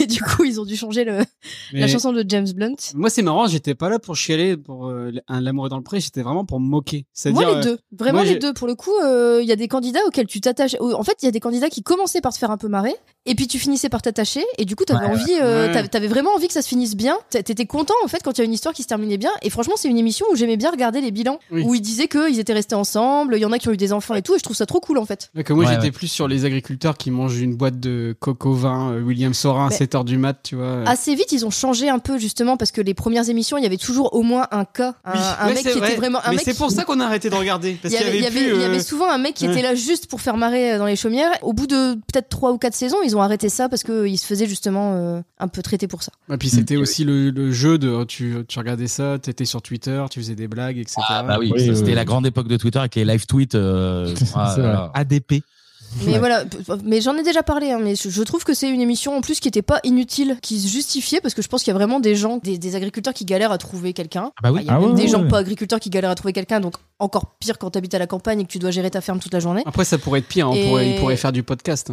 A: et du coup ils ont dû changer le, la
B: Mais-
A: chanson de James Blunt.
B: Moi, c'est marrant, j'étais pas là pour chialer pour euh, un- l'amour est dans le pré, j'étais vraiment pour me moquer.
A: Moi
B: C'est-à-dire, euh,
A: les deux, vraiment
B: moi,
A: les
B: j'ai-
A: deux. Pour le coup, euh, il y a des candidats auxquels tu t'attaches. En fait, il y a des candidats qui commençaient par te faire un peu marrer, et puis tu finissais par t'attacher, et du coup, t'avais envie, euh,
B: Ouais.
A: t'avais- t'avais vraiment envie que ça se finisse bien. T'a- T'étais content en fait quand il y a une histoire qui se terminait bien. Et franchement, c'est une émission où j'aimais bien regarder les bilans,
B: Oui.
A: où ils disaient qu'ils étaient restés ensemble, il y en a qui ont eu des enfants et tout, et je trouve ça trop cool en fait.
B: Ouais, que moi
C: Ouais,
B: j'étais
C: ouais.
B: plus sur les agriculteurs qui mangent une boîte de coco vin euh, William Sorin à
A: Mais- Ah,
B: 7h du mat, tu vois.
A: Assez vite, ils ont changé un peu justement parce que les premières émissions, il y avait toujours au moins un cas, un,
B: Oui,
A: un
B: ouais,
A: mec
B: c'est
A: qui
B: vrai.
A: était vraiment. Un
B: Mais
A: mec
B: c'est
A: qui-
B: pour ça qu'on a arrêté de regarder parce
A: Il y
B: qu'il
A: avait,
B: y avait,
A: il y avait-
B: plus,
A: il y avait
B: euh,
A: souvent un mec qui
B: ouais.
A: était là juste pour faire marrer euh, dans les chaumières. Au bout de peut-être trois ou quatre saisons, ils ont arrêté ça parce qu'ils se faisaient justement euh, un peu traiter pour ça.
B: Et Ah, puis c'était aussi le, le jeu de euh, tu, tu regardais ça, t'étais sur Twitter, tu faisais des blagues, etc.
C: Ah, bah oui,
E: Oui,
C: ça, c'était
E: oui.
C: la grande époque de Twitter avec les live tweets. euh, je crois,
E: C'est vrai.
C: alors.
D: ADP.
A: Mais voilà, p- p- mais j'en ai déjà parlé, hein, mais je, je trouve que c'est une émission en plus qui était pas inutile, qui se justifiait parce que je pense qu'il y a vraiment des gens, des, des agriculteurs qui galèrent à trouver quelqu'un.
D: Ah bah oui.
A: Il y a
E: Ah
A: même
E: ouais,
A: des
E: ouais,
A: gens
E: ouais.
A: pas agriculteurs qui galèrent à trouver quelqu'un, donc encore pire quand t'habites à la campagne et que tu dois gérer ta ferme toute la journée.
B: Après, ça pourrait être pire. hein, on
A: Et-
B: pourrait- il pourrait faire du podcast.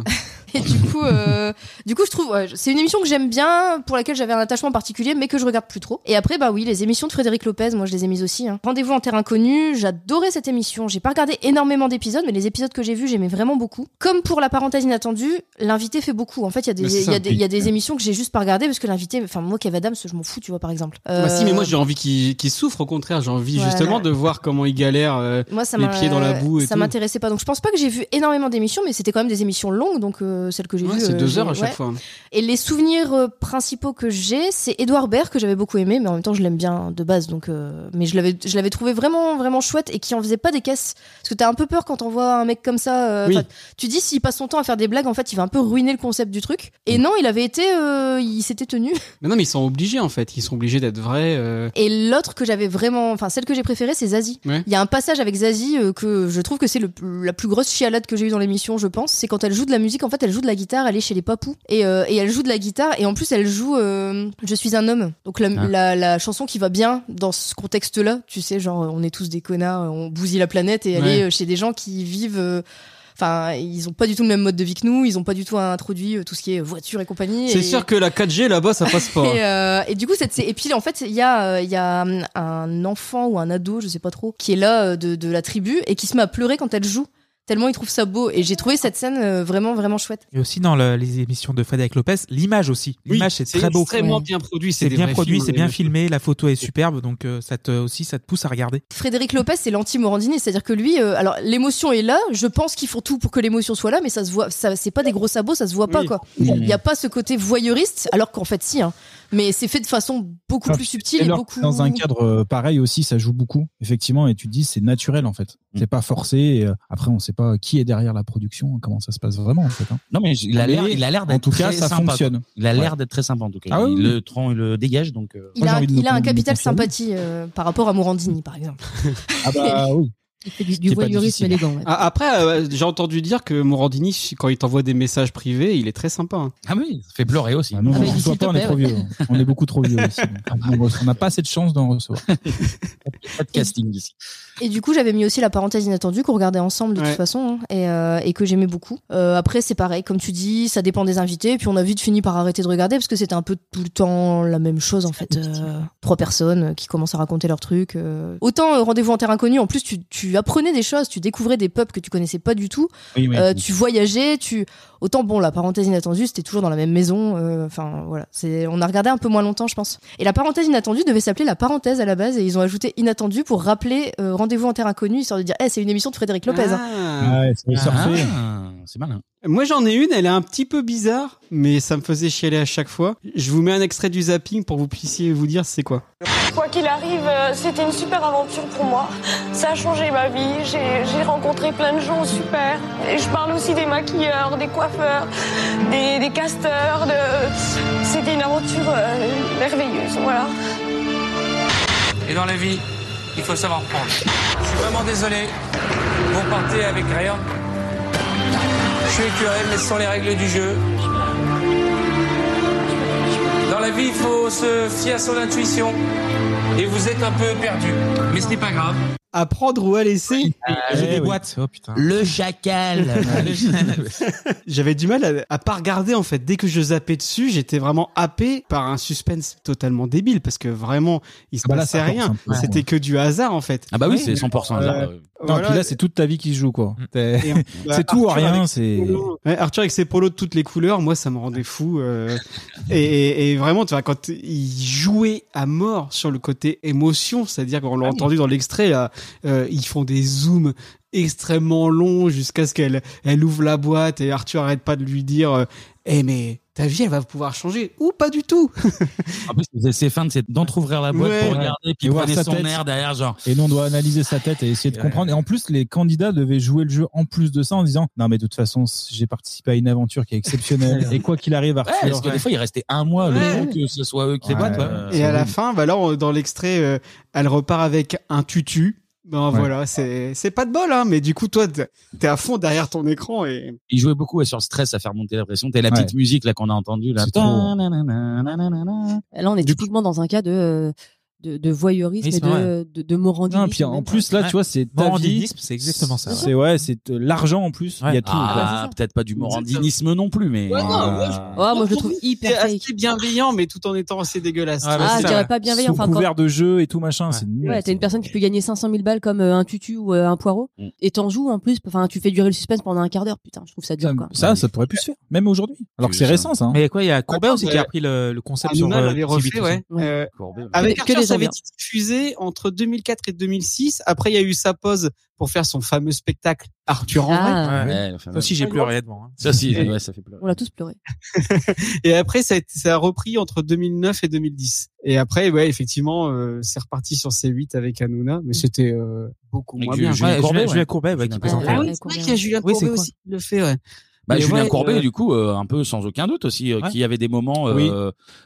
A: Et du
B: Mhm.
A: coup, euh, du coup, je trouve, ouais, c'est une émission que j'aime bien, pour laquelle j'avais un attachement particulier, mais que je regarde plus trop. Et après, bah oui, les émissions de Frédéric Lopez, moi je les ai mises aussi. hein. Rendez-vous en terre inconnue, j'adorais cette émission. J'ai pas regardé énormément d'épisodes, mais les épisodes que j'ai vus, j'aimais vraiment beaucoup. Comme pour la parenthèse inattendue, l'invité fait beaucoup. En fait, il y a
B: Mais
A: des,
B: c'est
A: il y a
B: ça.
A: des, il y a des émissions que j'ai juste pas regardées parce que l'invité, enfin moi, Kev Adams, je m'en fous, tu vois par exemple.
B: Bah si, mais moi
A: Euh,
B: j'ai envie qu'il qu'il souffre. Au contraire, j'ai envie
A: Voilà.
B: justement de voir comment il galère. euh,
A: Moi, ça
B: les
A: m'a-
B: pieds dans la boue et
A: ça
B: tout.
A: m'intéressait pas. Donc, je pense pas que j'ai vu énormément d'émissions, mais c'était quand même des émissions longues. Donc, euh, celles que j'ai
B: ouais,
A: vues.
B: c'est
A: euh,
B: deux heures à
A: j'ai-
B: chaque
A: ouais.
B: fois.
A: Et les souvenirs euh, principaux que j'ai, c'est Edouard Baird que j'avais beaucoup aimé, mais en même temps je l'aime bien de base, donc euh, mais je l'avais je l'avais trouvé vraiment vraiment chouette et qui en faisait pas des caisses parce que t'as un peu peur quand on voit un mec comme ça. euh,
B: Oui.
A: enfin, Tu dis s'il passe son temps à faire des blagues, en fait il va un peu ruiner le concept du truc.
B: Mm.
A: Et non, il avait été, euh, il s'était tenu.
B: Mais non, mais ils sont obligés en fait. Ils sont obligés d'être vrais. euh.
A: Et l'autre que j'avais vraiment, enfin celle que j'ai préférée, c'est Zazie. Il
B: Ouais.
A: y a un passage avec Zazie euh, que je trouve que c'est le plus- la plus grosse chialade que j'ai eue dans l'émission, je pense. C'est quand elle joue de la musique, en fait, elle joue de la guitare, elle est chez les papous et, euh, et elle joue de la guitare et en plus elle joue euh, Je suis un homme. Donc la,
B: Ah.
A: la- la chanson qui va bien dans ce contexte-là, tu sais, genre euh, on est tous des connards, euh, on bousille la planète et elle
B: Ouais.
A: est euh, chez des gens qui vivent. euh, Enfin, ils ont pas du tout le même mode de vie que nous, ils ont pas du tout introduit euh, tout ce qui est voiture et compagnie.
B: C'est
A: et-
B: sûr que la 4G là-bas, ça passe pas. hein.
A: et, euh, et du coup, cette, et puis en fait, il y a, euh, il y a hum, un enfant ou un ado, je sais pas trop, qui est là euh, de, de la tribu et qui se met à pleurer quand elle joue. Tellement il trouve ça beau. Et j'ai trouvé cette scène euh, vraiment, vraiment chouette.
D: Et aussi dans le- les émissions de Frédéric Lopez, l'image aussi.
B: Oui,
D: L'image c'est très beau.
B: extrêmement bien produit.
D: C'est
B: des
D: bien
B: vrais
D: produit,
B: films,
D: c'est
B: euh,
D: bien filmé, la photo est superbe, donc euh, ça te aussi ça te pousse à regarder.
A: Frédéric Lopez, c'est l'anti-Morandini. C'est-à-dire que lui, euh, alors l'émotion est là. Je pense qu'ils font tout pour que l'émotion soit là, mais ça se voit, ça, c'est pas des gros sabots, ça se voit pas,
B: Oui.
A: quoi. Il n'y a pas ce côté voyeuriste, alors qu'en fait, si, hein. Mais c'est fait de façon beaucoup
E: Ah,
A: plus subtile
E: Et
A: et
E: leur-
A: beaucoup.
E: Dans un cadre euh, pareil aussi, ça joue beaucoup, effectivement, et tu te dis c'est naturel en fait.
C: Mm.
E: C'est pas forcé. et, euh, après, on sait pas qui est derrière la production, comment ça se passe vraiment en fait. hein.
C: Non, mais il a
E: Mais
C: l'air, il a l'air
E: En
C: d'être
E: tout cas,
C: très
E: ça
C: sympa.
E: fonctionne.
C: Il a l'air d'être très sympa en tout cas.
E: Ah oui,
C: il
E: oui.
C: le tend, il le dégage donc. euh,
A: Il
E: Moi, j'ai
A: a,
E: envie de
A: il
E: le-
A: a un
E: de le
A: capital
E: confirmer.
A: sympathie euh, par rapport à Morandini, par exemple.
E: Ah bah oui.
F: Il fait du,
E: C'est
F: du
E: pas
F: voyeurisme
E: difficile.
F: élégant. ouais.
B: Ah, Après, euh, j'ai entendu dire que Morandini, quand il t'envoie des messages privés, il est très sympa. hein.
C: Ah oui, ça fait pleurer aussi.
E: Ah non,
F: Ah
E: on
F: bah,
E: reçoit
F: il
E: pas, on
F: s'il
E: est
F: te
E: trop
F: plaît,
E: vieux. On est beaucoup trop vieux ici. Donc, on- On n'a pas assez de chance d'en recevoir.
C: Pas de casting ici.
A: Et du coup, j'avais mis aussi la parenthèse inattendue qu'on regardait ensemble de
B: Ouais.
A: toute façon hein, et, euh, et que j'aimais beaucoup. Euh, après, c'est pareil, comme tu dis, ça dépend des invités. Puis on a vite fini par arrêter de regarder parce que c'était un peu tout le temps la même chose en fait. Euh, trois personnes euh, qui commencent à raconter leurs trucs. euh. Autant euh, rendez-vous en terre inconnue, en plus tu, tu apprenais des choses, tu découvrais des peuples que tu connaissais pas du tout.
C: Oui, oui.
A: Euh, tu voyageais, tu autant bon la parenthèse inattendue, c'était toujours dans la même maison. euh, Enfin voilà, c'est on a regardé un peu moins longtemps, je pense. Et la parenthèse inattendue devait s'appeler la parenthèse à la base et ils ont ajouté inattendu pour rappeler euh, rendez-vous en terre inconnue, histoire de dire, eh c'est une émission de Frédéric Lopez. hein.
B: Ah.
E: Ouais, c'est surfer.
C: Ah, c'est malin.
B: Moi j'en ai une, elle est un petit peu bizarre, mais ça me faisait chialer à chaque fois. Je vous mets un extrait du zapping pour que vous puissiez vous dire c'est quoi.
I: Quoi qu'il arrive, euh, c'était une super aventure pour moi. Ça a changé ma vie. J'ai j'ai rencontré plein de gens super. Et je parle aussi des maquilleurs, des coiffeurs, des, des casteurs. De... C'était une aventure euh, merveilleuse. Voilà.
J: Et dans la vie, il faut savoir prendre. Je suis vraiment désolé. Vous partez avec rien. Je suis écœuré, mais ce sont les règles du jeu. Dans la vie, il faut se fier à son intuition. Et vous êtes un peu perdu. Mais ce n'est pas grave.
B: À prendre ou à laisser
C: Ah,
D: J'ai des
E: Eh oui.
D: boîtes. Oh putain.
C: Le jacal.
B: J'avais du mal à, à pas regarder en fait. Dès que je zappais dessus, j'étais vraiment happé par un suspense totalement débile parce que vraiment il se
E: Ah bah là,
B: passait
E: ça force
B: rien.
E: un peu,
B: C'était que du hasard en fait. Euh,
C: ah bah oui,
E: Oui,
C: c'est 100% hasard. euh.
E: Non,
B: Voilà.
E: puis là, c'est toute ta vie qui se joue, quoi.
D: Mm.
E: T'es-
B: Et-
E: C'est tout ou
B: Arthur
E: rien.
B: avec-
E: C'est.
B: Ouais, Arthur avec ses polos de toutes les couleurs, moi ça me rendait fou. euh, et, et- et vraiment, tu vois, quand il jouait à mort sur le côté émotion, c'est-à-dire qu'on l'a entendu dans l'extrait, là, euh, ils font des zooms extrêmement longs jusqu'à ce qu'elle elle ouvre la boîte et Arthur arrête pas de lui dire euh, Eh mais ta vie elle va pouvoir changer ⁇ ou pas du tout
C: En plus, c'est- c'est fin de c'est d'entrouvrir la boîte
B: Ouais.
C: pour regarder puis
E: Et voir
C: prenez
E: sa
C: son
E: tête.
C: air derrière genre.
E: Et nous, on doit analyser sa tête et essayer de
D: Ouais.
E: comprendre. Et en plus, les candidats devaient jouer le jeu en plus de ça en disant Non, mais de toute façon, j'ai participé à une aventure qui est exceptionnelle. et quoi qu'il arrive,
C: Ouais, parce
E: Arthur.
C: que des fois, il restait un mois le
B: Ouais.
C: temps que ce soit eux qui les
E: Ouais.
C: battent.
E: Euh,
B: Et à la fin, bah là, on- dans l'extrait, euh, elle repart avec un tutu. Ben
E: Ouais.
B: voilà, c'est c'est pas de bol, hein, mais du coup, toi, t'es t'es à fond derrière ton écran et
C: Il jouait beaucoup ouais, sur le stress à faire monter la pression. T'as la petite musique là qu'on a entendue là.
E: C'est trop.
C: Ta-na-na-na-na-na-na.
F: Là, on est typiquement dans un cas de, euh, de, de voyeurisme
D: Oui, c'est
F: et de,
D: vrai.
F: de, de morandinisme.
E: Non, et puis en
F: même.
E: plus là,
D: Ouais.
E: tu vois, c'est ta vie.
D: Morandinisme, c'est exactement ça. ouais.
E: C'est ouais, c'est euh, l'argent en plus. Il y a
D: Ouais.
E: tout. quoi.
C: Ah, peut-être pas du morandinisme non plus, mais.
B: Ouais, non, ouais,
C: Ah.
D: Euh,
F: Oh, moi, je le trouve
B: c'est
F: hyper fake.
B: assez bienveillant, mais tout en étant assez dégueulasse.
D: Ah, bah,
F: Ah,
D: c'est
F: je
D: ça,
F: dirais
D: ouais.
F: pas bienveillant.
E: Sous
F: Enfin, quand,
E: couvert de jeu et tout machin, c'est nul.
F: Ouais, t'es une personne qui peut gagner 500 000 balles comme euh, un tutu ou euh, un poireau,
C: Mm.
F: et t'en joues en plus. Enfin, tu fais durer le suspense pendant un quart d'heure. Putain, je trouve ça dur.
E: Ça,
F: Quoi.
E: ça, ça pourrait plus se faire, même aujourd'hui. Alors que c'est
C: Ça-
E: récent, ça. hein.
D: Mais quoi, il y a Courbet
B: Attends,
D: aussi
B: ouais.
D: qui a repris le, le concept sur
B: Hanouna
D: euh,
B: l'avait
D: Petit
B: refait,
D: Vite
B: ouais.
F: Ouais.
B: Euh,
C: Courbet, ouais.
B: avec
F: Que
B: Archer,
F: des
B: ça avait
F: ambiances.
B: été diffusé entre 2004 et 2006. Après, il y a eu sa pause pour faire son fameux spectacle Arthur en vrai.
F: Ah,
D: Ouais.
C: Ouais, la
D: Ça
C: fameuse-
D: aussi, j'ai pleuré devant. hein.
C: Ça aussi, ouais, ça fait pleurer.
F: on l'a tous pleuré.
B: Et après, ça a, été- ça a repris entre 2009 et 2010. Et après, ouais, effectivement, euh, c'est reparti sur C8 avec Hanouna, mais c'était euh, beaucoup
C: Avec
B: moins
C: du-
B: bien.
C: Julien
D: Ouais,
C: Courbet,
D: Julien-
C: ouais.
D: Julien Courbet, ouais, qui
C: Julien
D: présentait.
B: Ah
F: Ouais,
B: oui, c'est
F: Courbet.
B: vrai qu'il y a Julien
D: Oui, c'est
B: Courbet
D: quoi
B: aussi qui le fait, ouais.
C: Bah,
B: Mais
C: Julien
B: ouais,
C: Courbet,
B: euh,
C: du coup, euh, un peu sans aucun doute aussi, euh,
D: Ouais.
C: qui avait des moments euh,
E: Oui.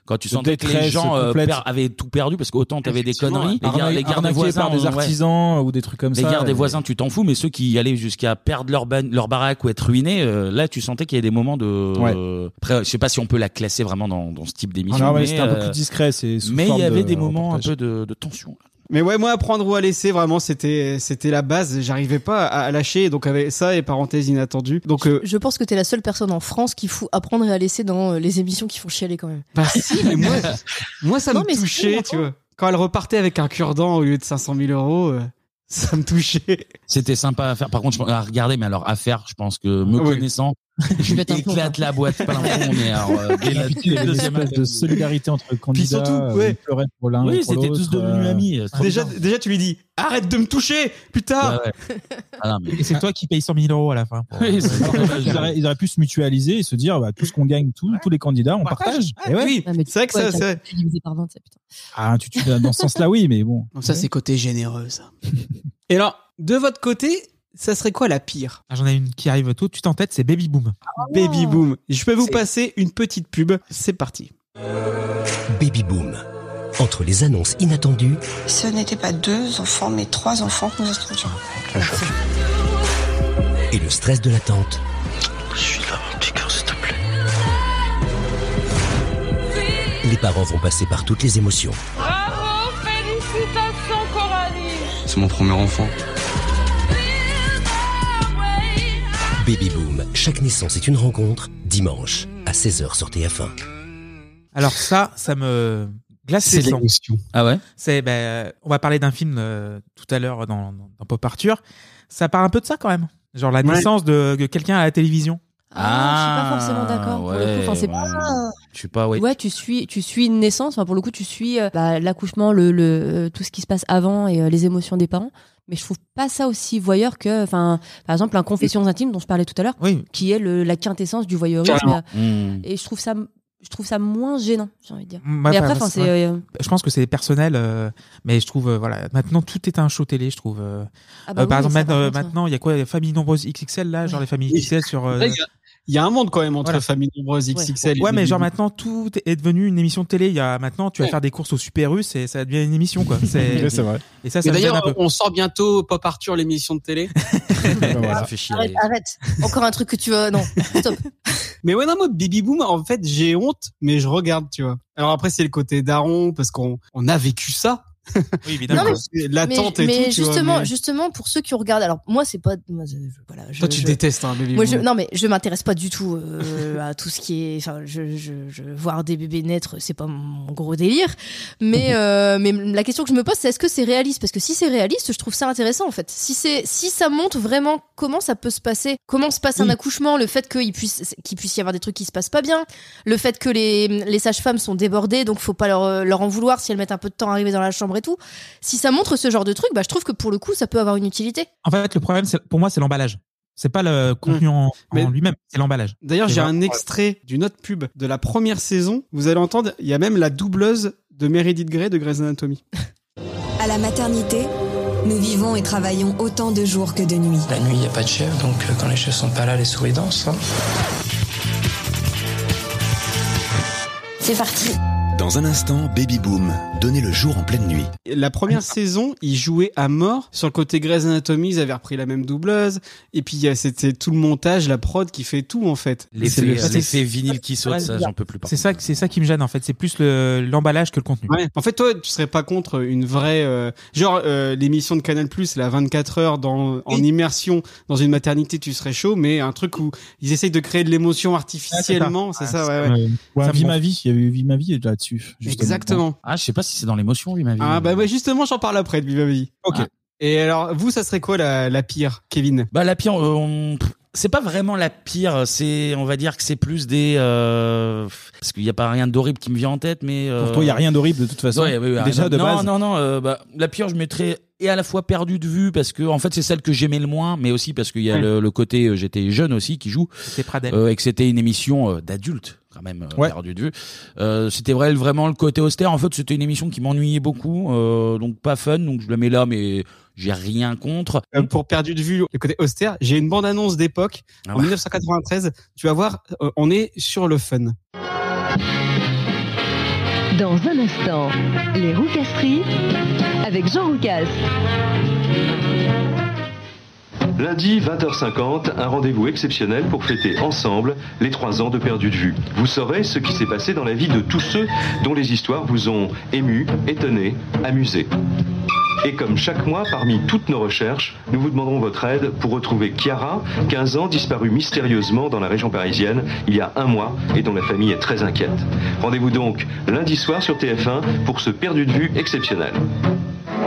C: quand tu
E: De
C: sentais que les
E: détresse
C: gens euh,
E: complète.
C: per- avaient tout perdu parce qu'autant t'avais des
B: Effectivement,
C: conneries, les gars- les gardes des
E: Arnaqué
C: voisins, hein,
E: par des
C: ouais.
E: artisans ou des trucs comme
C: Les
E: ça.
C: gardes des
E: euh,
C: voisins, tu t'en fous, mais ceux qui allaient jusqu'à perdre leur, ban- leur baraque ou être ruinés, euh, là, tu sentais qu'il y avait des moments de.
E: Ouais.
C: euh, Après, je sais pas si on peut la classer vraiment dans, dans ce type
E: Ah
C: d'émission.
E: non, mais
C: mais
E: c'était un peu
C: euh,
E: plus discret. C'est sous
C: mais il
E: forme
C: y avait
E: de
C: des moments un
E: reportage.
C: peu de, de tension.
B: Mais ouais, moi, apprendre ou à laisser, vraiment, c'était, c'était la base. J'arrivais pas à, à lâcher. Donc, avec ça et parenthèse inattendue. Donc, euh,
A: Je pense que t'es la seule personne en France qui fout apprendre et à laisser dans euh, les émissions qui font chialer quand même.
B: bah, si, mais moi, moi, ça
A: Non,
B: me
A: mais c'est
B: touchait,
A: bon,
B: tu vois. Quand elle repartait avec un cure-dent au lieu de 500 000 euros, euh, ça me touchait.
C: C'était sympa à faire. Par contre, je pense- à regarder, mais alors à faire, je pense que me
B: Oui.
C: connaissant,
F: Je vais t'apprendre.
C: éclate la boîte plein fond. Mais alors, euh, dès la-
E: Il y avait une espèce de solidarité entre candidats.
B: surtout,
E: euh,
B: ouais.
E: ils pleuraient pour l'un.
C: Oui,
E: et pour
C: c'était tous
E: l'autre,
C: devenus
E: euh,
C: amis. euh, trop
B: Déjà,
C: bien.
B: déjà, tu lui dis, arrête de me toucher, putain!
C: Ouais, ouais. Ah, non, mais-
D: Et c'est toi qui payes 100 000 euros à la fin. pour-
C: Oui, c'est-
E: alors qu'en fait, Ils auraient, ils auraient pu se mutualiser et se dire bah, tout ce qu'on gagne, tous- tous les candidats, on partage. Et ouais.
B: Oui,
F: Ah, mais
B: c'est vrai que ça,
F: ouais,
B: c'est,
F: t'as divisé par 20, ça, putain.
E: Ah, tu, tu- dans ce sens-là, oui, mais bon.
B: ça, c'est côté généreux, ça. et alors, de votre côté, ça serait quoi la pire?
D: Ah, J'en ai une qui arrive tout de suite en tête, c'est Baby Boom.
E: Ah.
B: Baby Boom. Je peux vous passer une petite pub. C'est parti.
K: Baby Boom. Entre les annonces inattendues,
I: Ce n'étaient pas deux enfants, mais trois enfants que nous attendions.
K: et le stress de l'attente. Je suis là, mon petit cœur, s'il te plaît. Les parents vont passer par toutes les émotions.
I: Bravo, félicitations Coralie
J: C'est mon premier enfant.
K: Baby Boom, chaque naissance est une rencontre, dimanche à 16h sur TF1.
D: Alors ça, ça me glace les sangs.
C: Ah ouais
D: C'est, ben, euh, on va parler d'un film euh, tout à l'heure dans, dans, dans Pop Arthur. Ça parle un peu de ça quand même. Genre la
B: Ouais.
D: naissance de, de quelqu'un à la télévision.
A: Ah, je suis pas forcément d'accord. pour le coup.
C: Ouais,
A: Enfin, c'est-
C: ouais. Je suis
D: Ah
C: pas, ouais.
F: Ouais. tu suis, tu suis une naissance. Enfin, pour le coup, tu suis euh, bah, l'accouchement, le, le, euh, tout ce qui se passe avant et euh, les émotions des parents. Mais je trouve pas ça aussi voyeur que, enfin, par exemple, un confession intime dont je parlais tout à l'heure,
D: Oui.
F: qui est le, la quintessence du voyeurisme. euh,
B: Carrément.
C: Hmm.
F: Et je trouve ça, je trouve ça moins gênant, j'ai envie de dire.
D: Moi,
F: Mais
D: enfin,
F: après, enfin,
D: Mmh, ouais.
F: c'est. euh,
D: Je pense que c'est personnel, euh, mais je trouve, euh, voilà, maintenant tout est un show télé, je trouve. euh.
F: ah bah
D: Euh, par
F: oui, mais
D: exemple,
F: ça,
D: maintenant, euh,
F: contre,
D: maintenant, il y a quoi, les familles nombreuses XXL là, genre les familles
B: Oui.
D: XXL sur. euh,
B: Là, Il y, a- il y a un monde quand même entre
D: Voilà.
B: famille nombreuse XXL. et
D: Ouais, mais
B: Baby
D: genre
B: Boom.
D: maintenant tout est devenu une émission de télé. Il y a maintenant, tu vas
B: Ouais.
D: faire des courses au Super U, c'est ça devient une émission quoi. C'est-
E: Ouais, c'est vrai.
D: et ça,
B: Mais
D: ça me gêne un
B: d'ailleurs,
D: peu.
B: on sort bientôt Pop Arthur, l'émission de télé.
E: Bah, voilà.
C: Ça fait chier.
A: Arrête, arrête. Encore un truc que tu vas. Non, stop.
B: mais ouais, non, moi, Baby Boom, en fait, j'ai honte, mais je regarde, tu vois. Alors après, c'est le côté daron, parce qu'on on a vécu ça.
D: Oui, évidemment.
A: Non, mais-
B: C'est L'attente et tout, tu vois,
A: justement,
B: mais-
A: justement, pour ceux qui regardent, alors moi, c'est pas. moi, je- voilà, je-
B: Toi, tu
A: je-
B: détestes, hein, Baby
A: Moi, je,
B: Boom.
A: non, mais je m'intéresse pas du tout euh, à tout ce qui est. Enfin, je, je, je- voir des bébés naître, c'est pas mon gros délire. Mais, euh, mais la question que je me pose, c'est est-ce que c'est réaliste Parce que si c'est réaliste, je trouve ça intéressant en fait. Si c'est, si ça montre vraiment comment ça peut se passer, comment se passe un accouchement, le fait qu'il puisse, qu'il puisse y avoir des trucs qui se passent pas bien, le fait que les, les sages-femmes sont débordées, donc faut pas leur, leur en vouloir si elles mettent un peu de temps à arriver dans la chambre et tout. Si ça montre ce genre de truc, bah je trouve que pour le coup, ça peut avoir une utilité.
D: En fait, le problème, c'est- pour moi, c'est l'emballage. C'est pas le contenu en, en
B: Mais-
D: lui-même, c'est l'emballage.
B: D'ailleurs,
D: C'est
B: j'ai
D: vrai.
B: un extrait d'une autre pub de la première saison. Vous allez entendre, il y a même la doubleuse de Meredith Grey de Grey's Anatomy.
L: À la maternité, nous vivons et travaillons autant de jours que de nuits.
J: La nuit, il n'y a pas de chef, donc euh, quand les chefs sont pas là, les souris dansent. hein.
L: C'est parti.
K: Dans
M: Dans un instant, Baby Boom, donnez le jour en pleine nuit.
B: La première saison, ils jouaient à mort sur le côté Grey's Anatomy, ils avaient repris la même doubleuse. Et puis il y a- c'était tout le montage, la prod qui fait tout en fait.
C: L'effet-
B: C'est le-
C: euh,
B: c'est-
C: l'effet vinyle qui saute, ça, j'en peux plus. par
D: C'est ça, c'est ça qui me gêne en fait. C'est plus le- l'emballage que le contenu.
B: Ouais. En fait, toi, tu serais pas contre une vraie, euh, genre euh, l'émission de Canal Plus, la 24 heures dans, en immersion dans une maternité, tu serais chaud, mais un truc où ils essayent de créer de
E: Ah,
B: l'émotion artificiellement, c'est ça, ouais, ouais.
E: Ouais,
B: Ça me
E: Vie
B: gonfle.
E: ma vie, il y avait eu Vie ma vie là-dessus. justement.
B: Exactement.
C: Ah, je sais pas si c'est dans l'émotion, lui, ma vie.
B: Ah bah ouais, justement, j'en parle après de Viva Vie. Ah.
E: Ok.
B: Et alors, vous, ça serait quoi la, la pire, Kevin
C: Bah la pire, euh, on- pff, c'est pas vraiment la pire. C'est, on va dire que c'est plus des, euh, parce qu'il y a pas rien d'horrible qui me vient en tête, mais euh,
E: Pour toi, il y a rien d'horrible de toute façon.
C: Ouais, ouais, ouais,
E: Déjà
C: non,
E: de
C: non,
E: base.
C: Non, non, euh, bah, la pire, je mettrais et à la fois perdue de vue parce que en fait c'est celle que j'aimais le moins, mais aussi parce qu'il y a
E: Ouais.
C: le, le côté euh, j'étais jeune aussi qui joue Euh, et que c'était une émission euh, d'adulte quand même euh, perdue de vue. Euh, c'était vrai, vraiment le côté austère. En fait, c'était une émission qui m'ennuyait beaucoup, euh, donc pas fun. Donc je la mets là, mais j'ai rien contre.
B: Euh, pour perdu de vue le côté austère, j'ai une bande-annonce d'époque
C: Ah
B: en 1993. Tu vas voir, euh, on est sur le fun.
H: Dans un instant, les roucasseries avec Jean Roucas.
N: Lundi 20h50, un rendez-vous exceptionnel pour fêter ensemble les trois ans de perdu de vue. Vous saurez ce qui s'est passé dans la vie de tous ceux dont les histoires vous ont ému, étonné, amusé. Et comme chaque mois, parmi toutes nos recherches, nous vous demanderons votre aide pour retrouver Chiara, 15 ans, disparue mystérieusement dans la région parisienne il y a un mois et dont la famille est très inquiète. Rendez-vous donc lundi soir sur TF1 pour ce perdu de vue exceptionnel.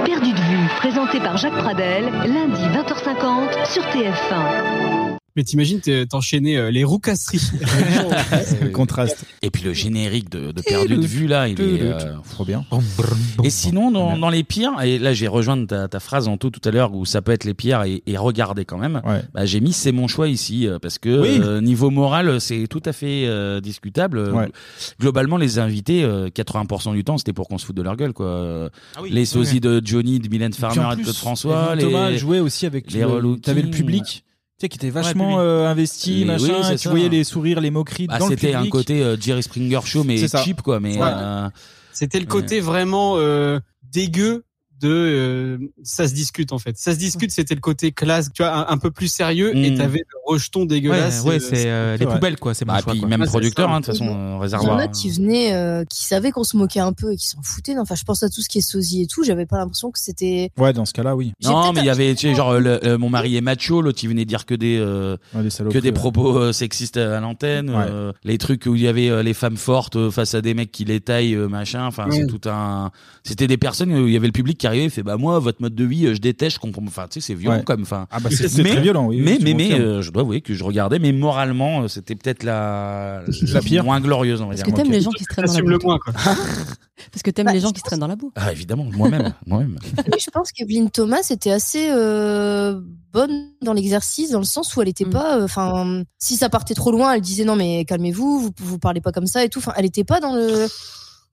H: Perdu de vue, présenté par Jacques Pradel, lundi 20h50 sur TF1.
B: Mais t'imagines t'es- t'enchaîner euh, les roucasseries.
E: Le contraste.
C: Et puis le générique de, de perdu de vue là, il est euh,
E: trop bien.
C: Et sinon, dans, dans les pires, et là j'ai rejoint ta, ta phrase en tout tout à l'heure où ça peut être les pires et, et regarder quand même, bah, j'ai mis c'est mon choix ici euh, parce que
E: Oui.
C: euh, niveau moral c'est tout à fait euh, discutable. Euh,
E: Ouais.
C: Globalement les invités, euh, 80% du temps c'était pour qu'on se foute de leur gueule quoi. les sosies
E: Ouais.
C: de Johnny, de Mylène
E: Puis en
C: Farmer, et de
E: plus,
C: François,
E: Evelyne Thomas jouait aussi avec
C: les
E: le-
C: relooking.
E: T'avais le public, tu sais, qui était
C: Ouais,
E: vachement
C: public.
E: euh, investi,
C: Mais oui,
E: machin.
C: c'est
E: tu
C: ça.
E: voyais les sourires, les moqueries
C: Bah,
E: dans le
C: c'était
E: public.
C: un côté euh, Jerry Springer show mais
E: C'est ça.
C: cheap quoi mais
E: Ouais.
C: euh,
B: C'était le côté vraiment euh, dégueu de euh, ça se discute en fait. Ça se discute, c'était le côté classe, tu vois, un, un peu plus sérieux et
C: Mm.
B: t'avais le rejeton dégueulasse.
D: Hmm. ouais,
B: euh,
D: c'est, euh, les poubelles, quoi, c'est mon
C: bah,
D: choix,
C: puis
D: quoi.
C: même
D: Ah, c'est
C: producteur
D: ça.
C: hein, de toute façon euh,
A: Il y en
C: réservoir.
A: a qui venaient, euh, qui savaient qu'on se moquait un peu et qui s'en foutaient. Enfin, je pense à tout ce qui est sosie et tout. J'avais pas l'impression que c'était.
E: Ouais, dans ce cas-là, oui.
C: Non, mais il y avait, tu sais, genre, euh, le- euh, mon mari est macho, l'autre, il venait dire que des, euh, que des propos euh, sexistes à l'antenne, euh, les trucs où il y avait euh, les femmes fortes euh, face à des mecs qui les taillent, euh, machin, enfin, c'est
E: Ouais.
C: tout un, c'était des personnes où il y avait le public qui arrivait et fait, bah, moi, votre mode de vie, euh, je déteste, je comprends, enfin, tu sais, c'est violent,
E: Ouais.
C: comme, enfin.
E: Ah bah, c'est- c'est
C: Mais-
E: très violent, oui, oui,
C: Mais,
E: je te
C: mais, mais,
E: confirme.
C: euh, je dois avouer que je regardais, mais moralement, euh, c'était peut-être la,
E: La pire.
C: moins glorieuse, on va
F: Parce
C: dire.
F: que t'aimes
C: Ok.
F: les gens qui se traînent dans la boue. toi. Parce que t'aimes les gens qui se traînent dans la boue.
C: Ah, évidemment, moi-même, moi-même.
A: Oui, je pense qu'Evelyne Thomas était assez euh, bonne dans l'exercice, dans le sens où elle était pas. euh, Enfin, si ça partait trop loin, elle disait non, mais calmez-vous, vous, vous parlez pas comme ça et tout. Enfin, elle était pas dans le.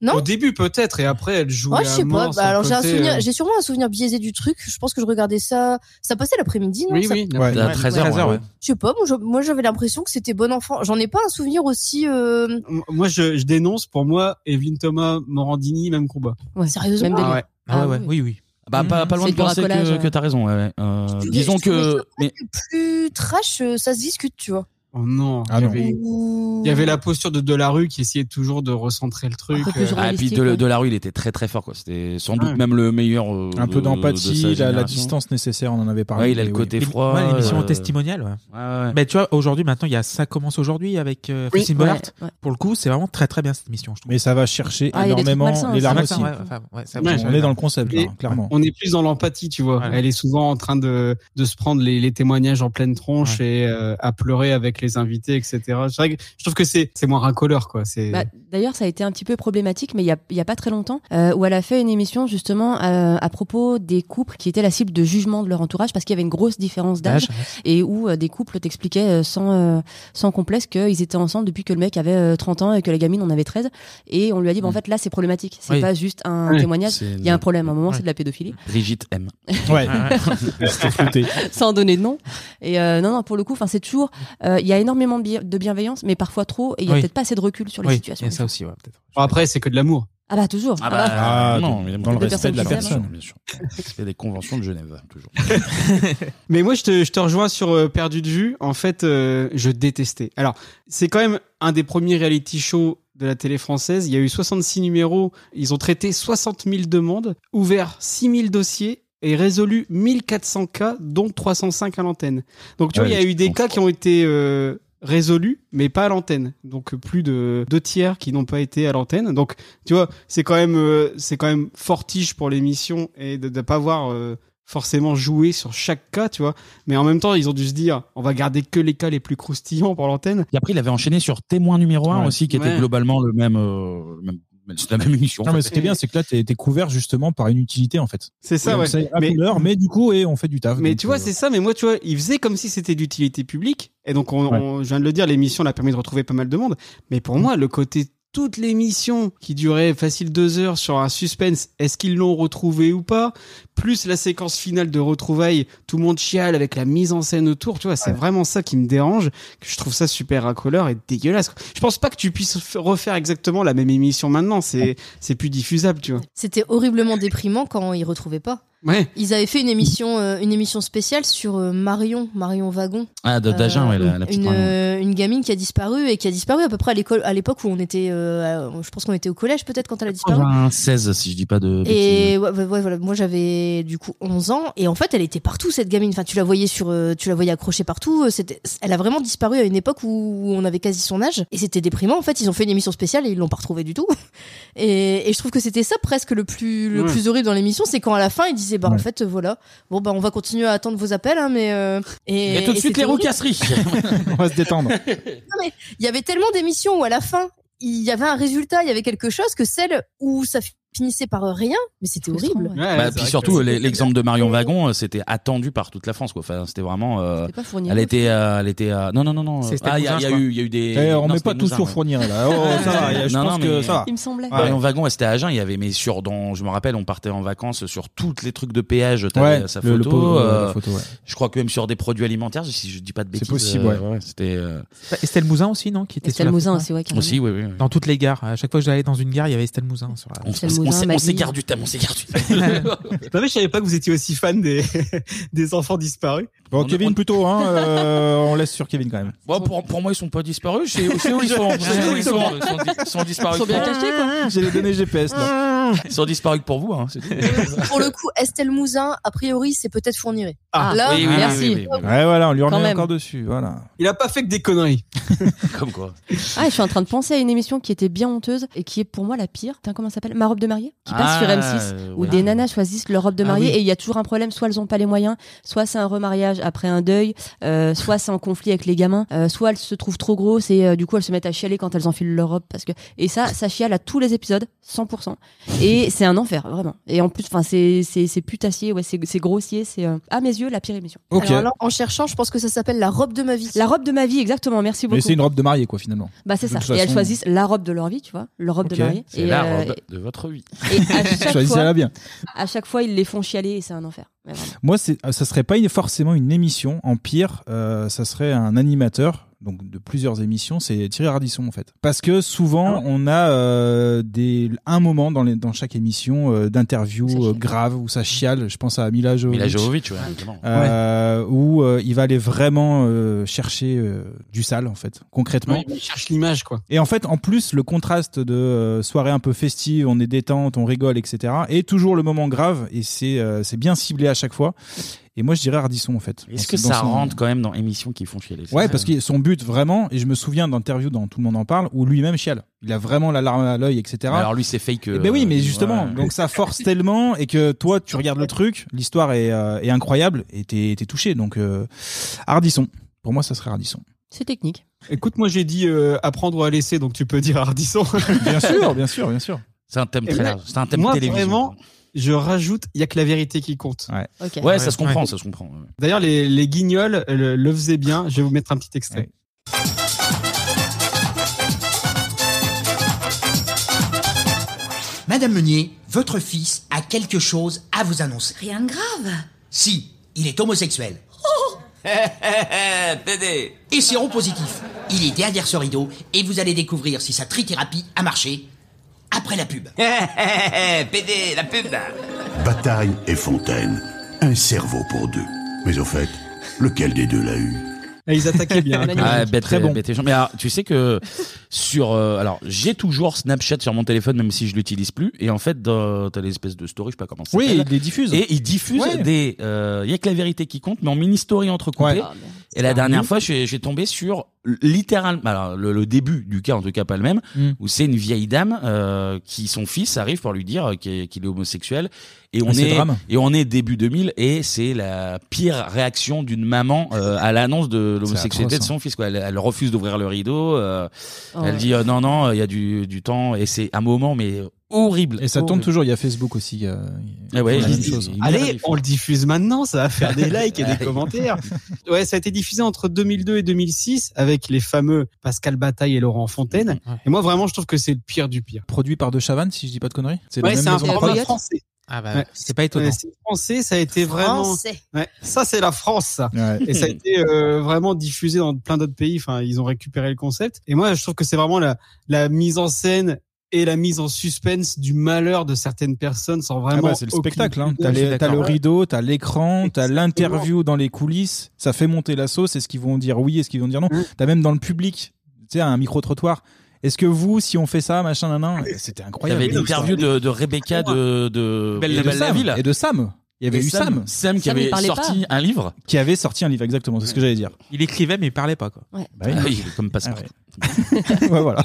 A: Non
B: Au début peut-être et après elle jouait
A: Ouais, je
B: à
A: sais pas.
B: mort. euh,
A: Bah, alors j'ai un souvenir, j'ai
B: j'ai
A: sûrement un souvenir biaisé du truc. Je pense que je regardais ça. Ça passait l'après-midi, non
B: Oui,
A: ça-
B: oui, l'après-midi. À 13 heures, 13 heures, ouais. ouais.
A: Je sais pas. moi, je- Moi, j'avais l'impression que c'était bon enfant. J'en ai pas un souvenir aussi. euh,
B: Moi je, je dénonce pour moi Evelyne Thomas, Morandini, même combat.
A: Sérieusement
B: Ah ouais. Ah ouais,
D: oui oui.
C: Bah, pas, pas loin
A: C'est
C: de
A: du
C: penser
A: racolage,
C: que,
A: hein.
C: que t'as raison, ouais, ouais. Euh,
A: Je-
C: disons
A: je trouvais
C: que,
A: ça
C: mais,
A: Plus trash, euh, ça se discute, tu vois.
B: Oh non.
E: Ah
B: il, y avait, il y avait la posture de Delarue qui essayait toujours de recentrer le truc. euh.
C: Ah, et puis de, de la rue, il était très très fort quoi. C'était sans doute
B: Ouais.
C: même le meilleur. euh,
E: Un
C: de-
E: peu
C: de sa
E: d'empathie, la- la,
C: génération.
E: distance nécessaire, on en avait parlé.
C: Ouais, il a le
E: mais
C: côté
E: oui.
C: froid.
D: Ouais, l'émission
C: euh,
D: testimoniale. Ouais.
C: ouais, ouais.
D: Mais tu vois, aujourd'hui, maintenant, il y a ça commence aujourd'hui avec euh,
E: Oui,
D: Faustine
E: ouais,
D: Bollard.
E: ouais.
D: Pour le coup, c'est vraiment très très bien cette émission. Je trouve.
E: Mais ça va chercher
D: Ah, il y a des trucs
E: énormément
D: malsains,
E: les
D: ça.
E: larmes
D: Malsains,
E: aussi.
D: ouais, enfin, ouais, ça-
E: on
D: ouais.
E: est dans le concept, là,
B: Et
E: clairement.
B: On est plus dans l'empathie, tu vois. Elle est souvent en train de, de se prendre les, les témoignages en pleine tronche et euh, à pleurer avec les invités, etc. C'est vrai que je trouve que c'est c'est moins racoleur, quoi. C'est
F: Bah, D'ailleurs, ça a été un petit peu problématique, mais il y a, il y a pas très longtemps, euh, où elle a fait une émission justement euh, à propos des couples qui étaient la cible de jugement de leur entourage parce qu'il y avait une grosse différence
C: Ah,
F: d'âge
D: D'âge,
F: et où euh, des couples t'expliquaient euh, sans euh, sans complexe qu'ils étaient ensemble depuis que le mec avait euh, 30 ans et que la gamine en avait 13 et on lui a dit bah, en fait là c'est problématique, c'est
C: Mm. Oui.
F: pas juste un
C: Oui.
F: témoignage,
C: C'est
F: il y a un problème, à un moment
C: Ouais.
F: c'est de la pédophilie.
C: Brigitte M.
E: Ouais. C'était flouté.
F: sans donner de nom. Et euh, non, non, pour le coup, enfin, c'est toujours. euh, Il y a énormément de, bi- de bienveillance, mais parfois trop, et il y a
B: Oui.
F: peut-être pas assez de recul sur les situations.
B: Bon, après, c'est que de l'amour.
F: Ah bah toujours.
C: Ah bah,
E: Ah,
C: non,
E: dans-
C: évidemment.
E: dans le
C: Deux
E: respect de la
C: personnes
E: personne.
C: Bien sûr. bien sûr. Respect des conventions de Genève, toujours.
B: Mais moi, je te, je te rejoins sur euh, Perdu de vue. En fait, euh, je détestais. Alors, c'est quand même un des premiers reality shows de la télé française. Il y a eu 66 numéros. Ils ont traité 60 000 demandes, ouvert 6 000 dossiers et résolu 1400 cas, dont 305 à l'antenne. Donc, tu vois,
E: Ouais,
B: il y a eu des
E: donc,
B: cas qui ont été euh, résolus, mais pas à l'antenne. Donc, plus de deux tiers qui n'ont pas été à l'antenne. Donc, tu vois, c'est quand même, euh, c'est quand même fortiche pour l'émission et de ne pas avoir euh, forcément joué sur chaque cas, tu vois. Mais en même temps, ils ont dû se dire, on va garder que les cas les plus croustillants pour l'antenne.
C: Et après, il avait enchaîné sur témoin numéro 1
B: Ouais.
C: aussi, qui
B: Ouais.
C: était globalement le même. euh, le même c'est la même émission. en
E: Non, mais
C: fait.
E: ce qui est bien, c'est que là, t'es t'es couvert justement par une utilité en fait.
B: C'est ça,
E: Donc,
B: ouais.
E: C'est à
B: Mais-
E: couleur, mais du coup, et on fait du taf.
B: Mais
E: donc,
B: tu vois,
E: euh,
B: c'est ça. Mais moi, tu vois, ils faisaient comme si c'était d'utilité publique. Et donc, on,
E: Ouais.
B: on- je viens de le dire, l'émission l'a permis de retrouver pas mal de monde. Mais pour moi, le côté toute l'émission qui durait facile deux heures sur un suspense, est-ce qu'ils l'ont retrouvé ou pas, plus la séquence finale de retrouvailles, tout le monde chiale avec la mise en scène autour, tu vois, c'est vraiment ça qui me dérange, que je trouve ça super racoleur et dégueulasse. quoi. Je pense pas que tu puisses f- refaire exactement la même émission maintenant, c'est c'est plus diffusable, tu vois.
A: C'était horriblement déprimant quand ils retrouvaient pas.
B: Ouais.
A: Ils avaient fait une émission, euh, une émission spéciale sur euh, Marion, Marion Wagon. Euh,
C: Ah, de- d'Agen, ouais, la- la petite
A: une,
C: Marion.
A: euh, une gamine qui a disparu et qui a disparu à peu près à l'école, à l'époque où on était, euh, à- je pense qu'on était au collège peut-être quand elle a
F: Ah
A: disparu.
C: 96, si je dis pas de.
A: Et ouais, ouais, ouais, voilà, moi j'avais du coup 11 ans et en fait elle était partout cette gamine. Enfin, tu la voyais sur, euh, tu la voyais accrochée partout. euh, C'était, elle a vraiment disparu à une époque où on avait quasi son âge et c'était déprimant. En fait, ils ont fait une émission spéciale et ils l'ont pas retrouvée du tout. Et, et je trouve que c'était ça presque le plus le
F: Ouais.
A: plus horrible dans l'émission, c'est quand à la fin ils disaient bah en fait euh, voilà, bon bah on va continuer à attendre vos appels hein, mais euh, et,
C: Et tout de suite,
A: c'était
C: les
A: horrible.
C: roucasseries.
E: on va se détendre.
A: Non, mais il y avait tellement d'émissions où à la fin il y avait un résultat, il y avait quelque chose que celle où ça finissait par euh, rien, mais c'était horrible.
C: Bah, puis surtout, l'e- l'exemple de Marion Wagon, euh, c'était attendu par toute la France, quoi. Enfin, c'était vraiment. euh,
A: pas Fournier
C: elle
A: Rouge.
C: était, euh, elle était. euh, Non, non, non, non.
E: C'est Stéphane
C: Ah, il y a, il y a
E: Mouzin, je
C: eu, il y a eu des.
E: Eh, on
C: non,
E: met
C: c'était
E: pas tous
C: Mouzin,
E: sur
C: ouais.
E: Fournier, là. Oh, ça va, il y a- je
C: Non,
E: pense
C: non,
E: que
C: mais-
E: ça va.
F: Il me semblait.
C: Marion
F: Ouais.
C: Wagon, ouais, c'était à Agen, il y avait, mais sur, dans, je me rappelle, on partait en vacances sur toutes les trucs de péage, t'avais
E: Ouais,
C: sa photo.
E: le- le pauvre,
C: euh,
E: la photo, ouais.
C: Je crois que même sur des produits alimentaires, si je dis pas de bêtises.
D: possible,
C: euh,
D: ouais.
C: C'était. euh,
D: Bah, Estelle Mouzin aussi, non qui était
C: Estelle
D: sur la
C: Mouzin
D: photo.
C: aussi, ouais, carrément. Aussi, oui, oui, oui.
D: Dans toutes les gares. À chaque fois que j'allais dans une gare, il y avait Estelle Mouzin. Sur la...
C: On- Estelle on- Mouzin, on s'est- on Maggie. s'égare du thème, on s'égare du thème.
B: non, mais je savais pas que vous étiez aussi fan des, des enfants disparus.
E: Bon, Kevin plutôt, hein, euh, on laisse sur Kevin quand même.
C: Bon, pour, pour moi, ils sont pas disparus. Je sais je sais où ils sont. Je sais où ils sont. Ils sont, di- ils sont disparus.
A: Ils sont bien
C: pour-
A: cachés, quoi.
E: J'ai les données GPS, là.
C: Ils sont disparus que pour vous. Hein, c'est tout.
A: Pour le coup, Estelle Mouzin, a priori, c'est peut-être Fourniret.
C: Ah,
A: là,
C: oui, oui, oui,
A: merci.
C: oui, oui, oui.
E: Ouais, voilà, on lui
F: Quand
E: remet
F: même.
E: encore dessus, voilà.
B: Il a pas fait que des conneries.
C: Comme quoi.
F: Ah, je suis en train de penser à une émission qui était bien honteuse et qui est pour moi la pire. Putain, comment ça s'appelle Ma robe de mariée qui passe
C: Ah,
F: sur M6
C: euh,
F: où
C: ouais.
F: des nanas choisissent leur robe de
C: Ah
F: mariée
C: oui.
F: et il y a toujours un problème. Soit elles ont pas les moyens, soit c'est un remariage après un deuil, euh, soit c'est un conflit avec les gamins, euh, soit elles se trouvent trop grosses et euh, du coup elles se mettent à chialer quand elles enfilent leur robe parce que et ça, ça chiale à tous les épisodes, 100%. Et c'est un enfer vraiment. Et en plus, enfin c'est c'est c'est putassier, ouais, c'est c'est grossier, c'est euh, à mes yeux la pire émission.
E: Ok. Alors là,
A: en cherchant, je pense que ça s'appelle la robe de ma vie.
F: La robe de ma vie, exactement. Merci beaucoup.
E: Mais c'est une robe de mariée, quoi, finalement.
F: Bah c'est
E: De
F: ça.
E: toute
F: Et elles
E: façon-
F: choisissent la robe de leur vie, tu vois, leur robe
E: Ok.
F: de mariée.
C: C'est
F: Et,
C: la
F: euh,
C: robe
F: et-
C: de votre vie.
F: Et à chaque
E: Choisissez-la
F: fois,
E: bien.
F: à chaque fois, ils les font chialer et c'est un enfer. Mais vraiment.
E: Moi, c'est- euh, ça serait pas une- forcément une émission. En pire, euh, ça serait un animateur. Donc de plusieurs émissions, c'est Thierry Ardisson en fait. Parce que souvent on a euh, des un moment dans, les, dans chaque émission euh, d'interview euh, grave où ça chiale. Je pense à Mila Jovovich.
C: Mila Jovovich, ouais, évidemment.
E: Euh, Où euh, il va aller vraiment euh, chercher euh, du sale en fait, concrètement.
B: Ouais, il cherche l'image, quoi.
E: Et en fait, en plus, le contraste de euh, soirée un peu festive, on est détente, on rigole, etc. Et toujours le moment grave, et c'est euh, c'est bien ciblé à chaque fois. Et moi, je dirais Ardisson, en fait.
C: Est-ce
E: En-
C: que
E: dans
C: ça
E: son-
C: rentre quand même dans émissions qui font chier les
E: Ouais, parce que son but vraiment, et je me souviens d'interviews dans Tout le monde en parle, où lui-même chiale. Il a vraiment la larme à l'œil, etc.
C: Alors lui, c'est fake. euh,
E: Eh ben oui, mais justement,
C: ouais.
E: donc ça force tellement et que toi, tu regardes le truc, l'histoire est, euh, est incroyable et t'es t'es touché. Donc, euh, Ardisson. Pour moi, ça serait Ardisson.
F: C'est technique.
B: Écoute, moi j'ai dit euh, apprendre ou à laisser, donc tu peux dire Hardisson.
E: bien sûr, bien sûr, bien sûr.
C: C'est un thème
B: Et
C: très
B: moi-
C: large. C'est un thème
B: Eh ben, moi,
C: télévision.
B: Vraiment, je rajoute, il y a que la vérité qui compte.
E: Ouais,
C: Ouais, Ouais, ça se comprend, ça se comprend.
B: D'ailleurs, les, les guignols euh, le, le faisaient bien. Je vais vous mettre un petit extrait.
O: Madame Meunier, votre fils a quelque chose à vous annoncer.
P: Rien de grave.
O: Si, il est homosexuel.
P: Oh
O: Pédé Et séropositif. Il est derrière ce rideau et vous allez découvrir si sa trithérapie a marché. À après la pub. Eh
J: PD, la pub
P: Bataille et Fontaine, un cerveau pour deux. Mais au fait, lequel des deux l'a eu
B: Et ils attaquaient bien.
C: Ah, bête,
B: Très bon.
C: bête et gens. Mais alors, tu sais que sur, euh, alors, j'ai toujours Snapchat sur mon téléphone, même si je l'utilise plus. Et en fait, dans- t'as l'espèce de story, je sais pas comment. ça
E: Oui,
C: s'appelle.
E: ils les diffusent.
C: Et ils diffusent
E: Ouais.
C: des, il y a que la vérité qui compte, mais en mini story entrecoupée. et la dernière fois, j'ai j'ai tombé sur littéralement, alors le, le début du cas, en tout cas pas le même,
E: Mm.
C: où c'est une vieille dame euh, qui son fils arrive pour lui dire euh, qu'il est, qu'il est homosexuel. Et on
E: Ah, c'est
C: est,
E: drame.
C: et on est début 2000 et c'est la pire réaction d'une maman euh, à l'annonce de l'homosexualité
E: atroce, hein.
C: de son fils. Quoi. Elle, elle refuse d'ouvrir le rideau. euh,
E: Oh,
C: elle
E: ouais.
C: dit euh, non non, il y a du, du temps et c'est un moment mais horrible.
E: Et ça
C: Horrible.
E: tombe toujours. Il y a Facebook aussi. euh,
C: Ah ouais,
E: ils font la
C: ils-
E: même chose.
C: ils-
B: Allez, on le diffuse maintenant, ça va faire des likes et
C: Ouais.
B: des commentaires. Ouais, ça a été diffusé entre 2002 et 2006 avec les fameux Pascal Bataille et Laurent Fontaine. Et moi, vraiment, je trouve que c'est le pire du pire.
E: Produit par De Chavannes, si je dis pas de conneries.
B: Ouais,
E: la même
B: c'est un
E: maison de
B: format
E: production.
B: français.
D: Ah bah,
B: Ouais.
D: c'est pas étonnant.
B: Ouais, c'est français, ça a été vraiment.
D: Français.
B: Ouais, ça, c'est la France, ça. Et ça a été euh, vraiment diffusé dans plein d'autres pays. Enfin, ils ont récupéré le concept. Et moi, je trouve que c'est vraiment la, la mise en scène et la mise en suspense du malheur de certaines personnes sans
E: Ah
B: vraiment.
E: bah, c'est le
B: aucune
E: spectacle. Hein.
B: pudeur.
E: T'as, les- t'as le
B: Ouais.
E: rideau, t'as l'écran, t'as l'interview dans les coulisses. Ça fait monter la sauce. Est-ce qu'ils vont dire oui Est-ce qu'ils vont dire
B: Mm.
E: non T'as même dans le public, tu sais, un micro trottoir. Est-ce que vous, si on fait ça, machin, nan, nan Et C'était
C: Il y
E: incroyable.
C: avait l'interview de, de Rebecca de, de
E: Belle
C: et
E: la
C: de
E: Belle la
C: Sam.
E: Ville. Et de Sam. Il y avait
C: Et
E: eu Sam.
C: Sam. Sam qui Sam, il avait parlait sorti
E: un
C: livre.
E: Qui avait sorti un livre, exactement. C'est ce que j'allais dire. Bah
D: Il écrivait mais il parlait pas quoi.
F: Ouais.
E: oui.
C: Ah oui, comme Pascal.
E: Ouais, voilà.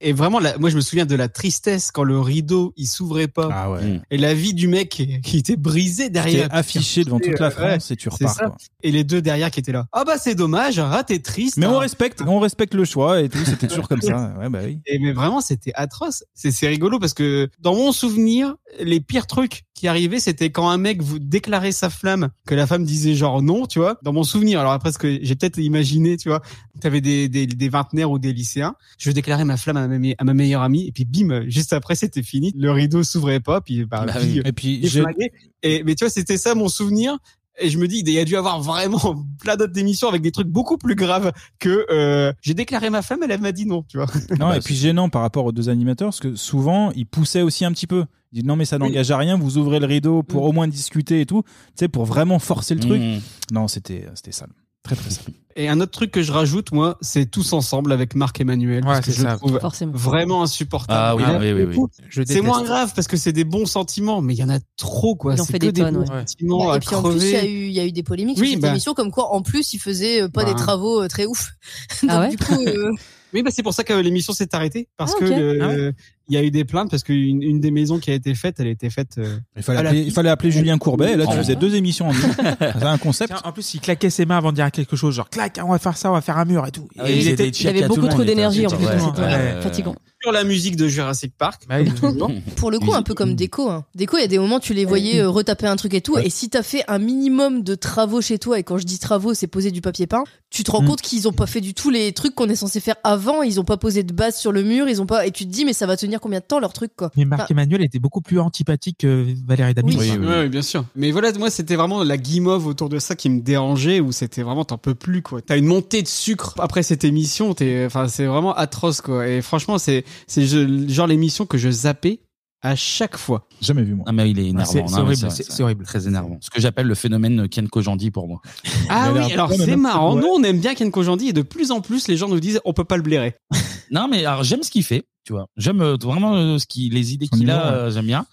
B: Et vraiment, la- moi, je me souviens de la tristesse quand le rideau il s'ouvrait pas.
E: Ah Mm.
B: Et la vie du mec qui qui était brisé derrière.
E: C'était affiché devant toute la
B: Euh,
E: France et tu
B: c'est
E: repars,
B: ça.
E: quoi.
B: Et les deux derrière qui étaient là. Ah bah c'est dommage, ah t'es triste.
E: Mais on
B: hein.
E: respecte, on respecte le choix et tout. C'était toujours comme ça. Ouais, bah oui.
B: Et mais vraiment, c'était atroce. C'est c'est rigolo parce que dans mon souvenir, les pires trucs qui arrivaient, c'était quand un mec vous déclarait sa flamme, que la femme disait genre non, tu vois. Dans mon souvenir, alors après ce que j'ai peut-être imaginé, tu vois, t'avais des des des vingtenaires ou des lycéens. Je déclarais ma flamme à ma, me- à ma meilleure amie et puis bim, juste après c'était fini. Le rideau s'ouvrait pas, puis bah,
E: Bah
B: vie,
E: oui.
B: euh,
E: Et puis,
B: est
E: j'ai-
B: flinguée. Et- mais tu vois, c'était ça mon souvenir. Et je me dis, il y a dû avoir vraiment plein d'autres émissions avec des trucs beaucoup plus graves que euh, j'ai déclaré ma flamme, elle m'a dit non, tu vois.
E: Non, et puis gênant par rapport aux deux animateurs, parce que souvent, ils poussaient aussi un petit peu. Ils disent non, mais ça n'engage à rien, vous ouvrez le rideau pour au moins discuter et tout, tu sais, pour vraiment forcer le truc. Non, c'était euh, c'était sale. Très, très sale.
B: Et un autre truc que je rajoute, moi, c'est tous ensemble avec Marc Emmanuel, parce que
E: c'est
B: je
E: ça.
B: le trouve
E: Forcément.
B: vraiment insupportable.
C: Ah oui,
B: Et là,
C: oui,
B: pour
C: oui,
B: le coup,
C: oui. Je
B: C'est
C: déteste.
B: moins grave parce que c'est des bons sentiments, mais il y en a trop, quoi.
F: Il en
B: C'est
F: fait
B: que
F: des tonnes,
B: bons
F: ouais.
B: sentiments à
A: Bah, et puis en plus, il y, a
B: crever.
A: eu, il y a eu des polémiques
B: Oui,
A: sur cette
B: bah.
A: émission, comme quoi en plus, ils faisaient euh, pas
B: Bah.
A: des travaux euh, très ouf.
F: Ah
A: Donc, du coup, euh,
B: Mais Ah bah, c'est pour ça que l'émission s'est arrêtée parce
A: Ah, ok.
B: que le-
A: Ah
B: il y a eu des plaintes parce qu'une une des maisons qui a été faite, elle a été faite. euh,
E: Il fallait
B: à la
E: appeler, il
B: piste.
E: fallait appeler Julien Courbet, et là, tu
B: Oh.
E: faisais deux émissions en une. C'est un concept.
D: Tiens, en plus, il claquait ses mains avant de dire quelque chose, genre clac, on va faire ça, on va faire un mur et tout.
C: Ah oui, il était chiac à tout le monde, il était fatiguant, ouais, c'était, euh,
B: Sur la musique de Jurassic Park. toujours.
A: pour le coup, un peu comme Déco. Hein. Déco, il y a des moments, tu les voyais euh, retaper un truc et tout. Et si t'as fait un minimum de travaux chez toi, et quand je dis travaux, c'est poser du papier peint, tu te rends
E: Mm.
A: compte qu'ils ont pas fait du tout les trucs qu'on est censé faire avant. Ils ont pas posé de base sur le mur. Ils ont pas. Et tu te dis, mais ça va tenir combien de temps leur truc, quoi.
D: Mais Marc
A: Enfin,
D: Emmanuel était beaucoup plus antipathique que Valérie Damiens.
B: Ouais, bien sûr. Mais voilà, moi, c'était vraiment la guimauve autour de ça qui me dérangeait, où c'était vraiment, t'en peux plus, quoi. T'as une montée de sucre après cette émission, t'es, enfin, c'est vraiment atroce, quoi. Et franchement, c'est, c'est je- genre l'émission que je zappais à chaque fois.
E: Jamais vu, moi.
C: Ah mais il est
B: Ah,
C: énervant.
B: c'est-
C: non,
B: c'est
C: mais
B: horrible,
C: vrai,
B: c'est-
C: vrai.
B: c'est horrible.
C: Très énervant. Ce que j'appelle le phénomène Ken Kojandi pour moi.
B: Ah
C: Mais
B: oui,
C: là,
B: alors
C: ouais, mais
B: c'est
C: non,
B: marrant.
C: ouais.
B: Nous, on aime bien Ken Kojandi et de plus en plus, les gens nous disent on peut pas le blairer.
C: Non, mais alors j'aime ce qu'il fait, tu vois. J'aime euh, vraiment euh, ce qui, les idées qu'il
B: humour,
C: a,
B: ouais.
C: euh, j'aime bien.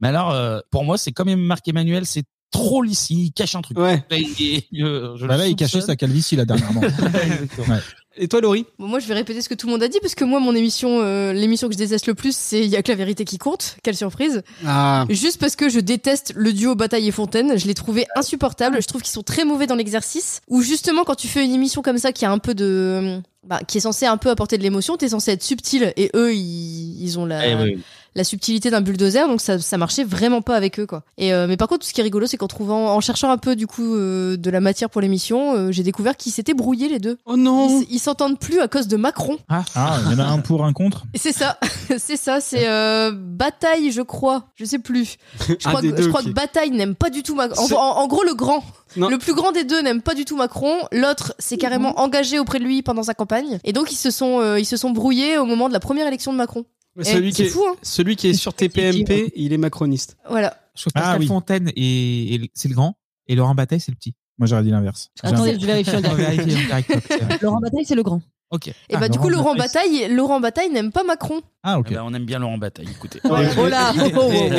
C: Mais alors, euh, pour moi, c'est quand même Marc Emmanuel, c'est trop lisse, il cache un truc.
B: Ouais.
C: Là, il, est- euh, je
E: Bah
C: le
E: là, il
C: soupçonne.
E: cachait sa calvitie, là, dernièrement. Ouais.
B: Et toi, Laurie
A: Bon, moi, je vais répéter ce que tout le monde a dit, parce que moi, mon émission, euh, l'émission que je déteste le plus, c'est Il y a que la vérité qui compte. Quelle surprise.
B: Ah.
A: Juste parce que je déteste le duo Bataille et Fontaine, je l'ai trouvé insupportable. Je trouve qu'ils sont très mauvais dans l'exercice. Ou justement, quand tu fais une émission comme ça qui a un peu de, bah, qui est censée un peu apporter de l'émotion, t'es censé être subtil. Et eux, ils, ils ont la,
C: Eh oui.
A: la subtilité d'un bulldozer, donc ça, ça marchait vraiment pas avec eux, quoi. Et euh, mais par contre, ce qui est rigolo, c'est qu'en trouvant, en cherchant un peu du coup euh, de la matière pour l'émission, euh, j'ai découvert qu'ils s'étaient brouillés les deux.
B: Oh non
A: Ils s'entendent plus à cause de Macron.
E: Ah, ah, il y en a un pour, un contre.
A: Et C'est ça, c'est ça, c'est euh, Bataille, je crois, je sais plus. Je
E: Un
A: crois,
E: des
A: que,
E: deux
A: je crois
E: qui-
A: que Bataille n'aime pas du tout Macron. En,
E: C'est-
A: en- en gros, le grand, le plus grand des deux n'aime pas du tout Macron. L'autre s'est
F: Mm-hmm.
A: carrément engagé auprès de lui pendant sa campagne, et donc ils se sont, euh, ils se sont brouillés au moment de la première élection de Macron. Eh,
B: celui, qui
A: c'est
B: est,
A: fou, hein.
B: celui qui est sur TPMP, il est macroniste.
A: Voilà.
D: Je trouve
B: Ah,
D: Pascal Fontaine et, et c'est le grand et Laurent Bataille c'est le petit.
E: Moi j'aurais dit l'inverse.
F: Attendez, je vérifie en
D: On
F: direct.
D: vérifie en direct.
F: Laurent Bataille, c'est le grand.
D: Ok.
A: Et
C: Ah,
A: bah, du coup, Laurent Bataille, Laurent Bataille n'aime pas Macron.
E: Ah, ok.
C: Eh ben, on aime bien Laurent Bataille, écoutez.
A: Oh là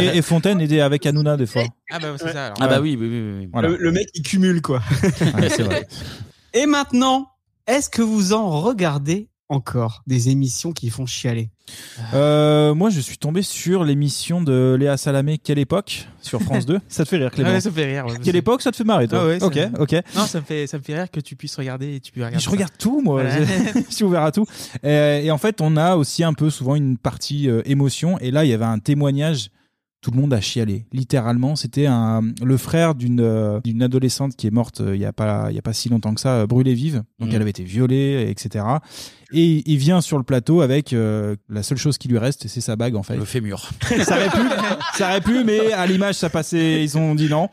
E: Et, et- et Fontaine aidé avec Hanouna des fois.
D: Ah bah c'est ça alors.
C: Ah bah oui, oui, oui, oui, oui.
E: Voilà.
B: Le, le mec, il cumule, quoi.
E: Ouais, c'est vrai.
B: Et maintenant, est-ce que vous en regardez encore des émissions qui font chialer
E: Euh, moi, je suis tombé sur l'émission de Léa Salamé, Quelle époque Sur France 2. Ça te fait rire, Clément
D: Ouais, ça me fait rire, ouais.
E: Quelle époque Ça te fait marrer, toi
D: Ah ouais, ça
E: Ok,
D: me-
E: ok.
D: Non, ça me fait ça me fait rire que tu puisses regarder et tu puisses regarder.
E: je
D: ça.
E: regarde tout, moi.
D: Voilà.
E: Je, je suis ouvert à tout. Euh, Et, en fait, on a aussi un peu souvent une partie euh, émotion. Et là, il y avait un témoignage. Tout le monde a chialé, littéralement. C'était un, le frère d'une euh, d'une adolescente qui est morte euh, il n'y a, pas- il y a pas si longtemps que ça, euh, brûlée vive. Donc
C: Mhm.
E: elle avait été violée, etc. Et il vient sur le plateau avec euh, la seule chose qui lui reste, c'est sa bague en fait.
C: Le fémur.
E: ça aurait pu, ça aurait pu, mais à l'image ça passait, ils ont dit non.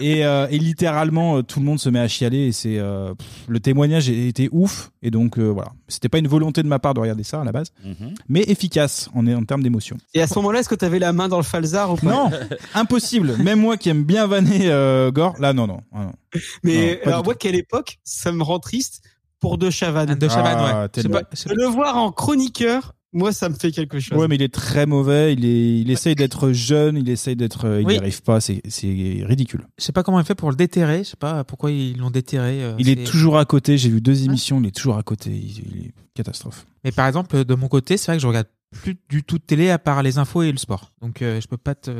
E: Et, euh, et littéralement euh, tout le monde se met à chialer et c'est euh, pff, le témoignage était ouf et donc euh, voilà, c'était pas une volonté de ma part de regarder ça à la base, mais efficace en, en termes d'émotion.
B: Et à ce moment-là, est-ce que tu avais la main dans le falzar ou pas
E: Non, impossible. Même moi qui aime bien vanner euh, Gore, là non non. ah, non.
B: Mais
E: Non, pas
B: alors,
E: du
B: moi, quelle époque, ça me rend triste pour De Chavannes.
D: De Chavannes,
E: Ah,
D: ouais.
E: t'es
D: Je sais
E: le-
D: pas- je sais
B: De le voir en chroniqueur, moi, ça me fait quelque chose.
E: Ouais, mais il est très mauvais. Il, est, il essaye d'être jeune, il essaye d'être, euh, il n'y
D: Oui.
E: arrive pas. C'est c'est ridicule.
D: Je sais pas comment il fait pour le déterrer. Je sais pas pourquoi ils l'ont déterré. euh,
E: Il est
D: c'est-
E: toujours à côté. J'ai vu deux émissions. Il est toujours à côté. Il, il est catastrophe.
D: Mais par exemple, euh, de mon côté, c'est vrai que je regarde plus du tout de télé à part les infos et le sport. Donc euh, je peux pas te.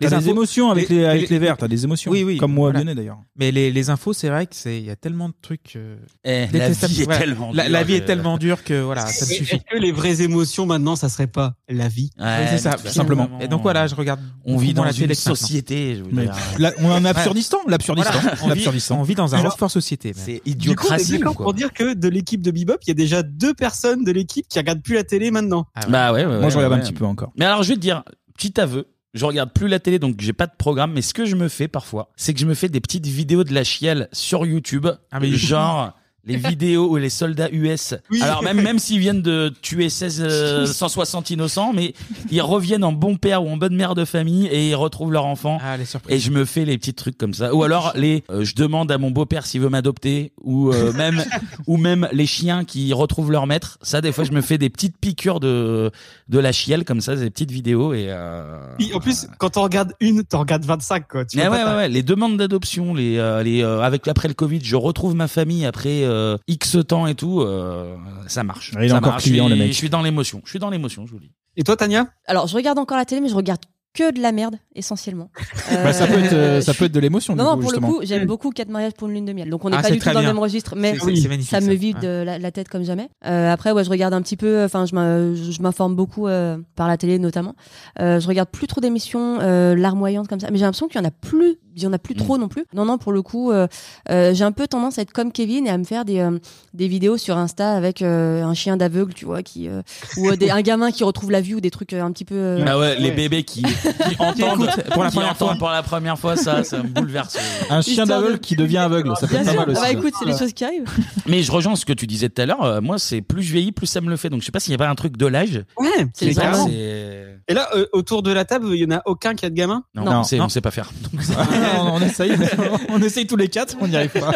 E: T'as des émotions avec les, avec les verts. T'as des émotions.
D: Oui, oui.
E: Comme moi,
D: voilà.
E: Lyonnais d'ailleurs.
D: Mais les, les infos, c'est vrai que c'est il y a tellement de trucs. euh,
C: Eh, la
D: détestables.
C: vie est
D: Voilà.
C: tellement
D: la,
C: dure
D: la vie
C: que-
D: est tellement dure que voilà, ça me
B: Et
D: suffit.
B: Est-ce que les vraies émotions maintenant, ça serait pas la vie
D: Oui, c'est ça,
C: mais
D: simplement. Et donc voilà, je regarde.
C: On vit
D: beaucoup moins
C: dans
D: la télé
C: une
D: que maintenant.
C: société. je veux
E: Mais
C: dire.
E: pff, là, on est en absurdistan. L'absurdistan.
D: Voilà, on, vit,
E: L'absurdistan.
D: on vit dans un
B: Alors,
D: fort société. même.
C: C'est
B: Du coup, on est
C: idiocratie.
B: d'accord
C: quoi.
B: pour dire que de l'équipe de Bebop, il y a déjà deux personnes de l'équipe qui regardent plus la télé maintenant.
D: Ah ouais.
C: Bah ouais, ouais,
E: Moi, je
C: ouais,
E: regarde un
C: ouais.
E: petit peu encore.
C: Mais alors, je vais te dire, petit aveu. Je regarde plus la télé, donc j'ai pas de programme. Mais ce que je me fais parfois, c'est que je me fais des petites vidéos de la chielle sur YouTube,
D: Ah, mais-
C: genre les vidéos où les soldats US.
B: Oui.
C: Alors même même s'ils viennent de tuer 16, euh, 160 innocents, mais ils reviennent en bon père ou en bonne mère de famille et ils retrouvent leur enfant.
D: Ah, les surprises.
C: Et je me fais les petits trucs comme ça. Ou alors les, euh, je demande à mon beau-père s'il veut m'adopter, ou euh, même, ou même les chiens qui retrouvent leur maître. Ça, des fois, je me fais des petites piqûres de de la chielle comme ça, des petites vidéos et. euh,
B: Et En
D: Ah.
B: plus, quand on regarde une, t'en regardes 25, quoi. Tu
C: mais
B: vois,
C: Eh ouais,
B: pas
C: ouais, ouais, les demandes d'adoption, les, euh, les euh, avec après le Covid, je retrouve ma famille après euh, X temps et tout, euh, ça marche.
E: Il est
C: Ça
E: encore
C: marche.
E: client,
C: je,
E: le
C: suis-
E: mec.
C: je suis dans l'émotion, je suis dans l'émotion, je vous le dis.
B: Et toi, Tania
F: Alors, je regarde encore la télé, mais je regarde que de la merde, essentiellement. Euh,
E: Bah, ça peut être, euh,
F: je
E: ça
F: suis-
E: peut être de l'émotion. du
F: Non, non,
E: coup,
F: pour
E: justement.
F: le coup, j'aime beaucoup 4 mariages pour une lune de miel. Donc, on n'est
D: Mm. Ah,
F: pas
D: c'est
F: du tout
D: très
F: dans le
D: bien.
F: même registre, mais
D: C'est- c'est- c'est magnifique,
F: ça me
D: ça.
F: vide
D: Ouais.
F: euh, la, la tête comme jamais. Euh, après, ouais, je regarde un petit peu, euh, enfin, je m'in- je m'informe beaucoup euh, par la télé notamment. Euh, je regarde plus trop d'émissions euh, larmoyantes comme ça, mais j'ai l'impression qu'il y en a plus, il y en a
D: Mm.
F: plus trop non plus. Non, non, pour le coup, euh, euh, j'ai un peu tendance à être comme Kevin et à me faire des, euh, des vidéos sur Insta avec euh, un chien d'aveugle, tu vois, qui euh, ou euh, des- un gamin qui retrouve la vue ou des trucs euh, un petit peu. euh,
D: Ah
C: Bah ouais, les
B: Ouais.
C: bébés qui, qui entendent
D: écoutent pour la
C: qui
D: première
C: entendent
D: fois.
C: pour la première fois, ça, ça me bouleverse.
E: Un chien
F: Histoire
E: d'aveugle
F: de-
E: qui devient aveugle, ça
F: Bien
E: fait pas
F: sûr.
E: mal aussi.
D: hein.
F: Ah bah écoute, c'est les choses qui arrivent.
C: Mais je rejoins ce que tu disais tout à l'heure. euh, moi, c'est plus je vieillis, plus ça me le fait. Donc, je sais pas s'il y a pas un truc de l'âge.
B: Ouais,
F: C'est
B: mais
F: les
B: carrément.
F: enfants.
C: C'est-
B: Et là, euh, autour de la table, il y en a aucun qui a de gamin
C: Non,
E: Non.
C: on sait,
E: Non.
C: on sait pas faire. Donc,
E: on, on essaye, mais on essaye tous les quatre, on n'y arrive pas.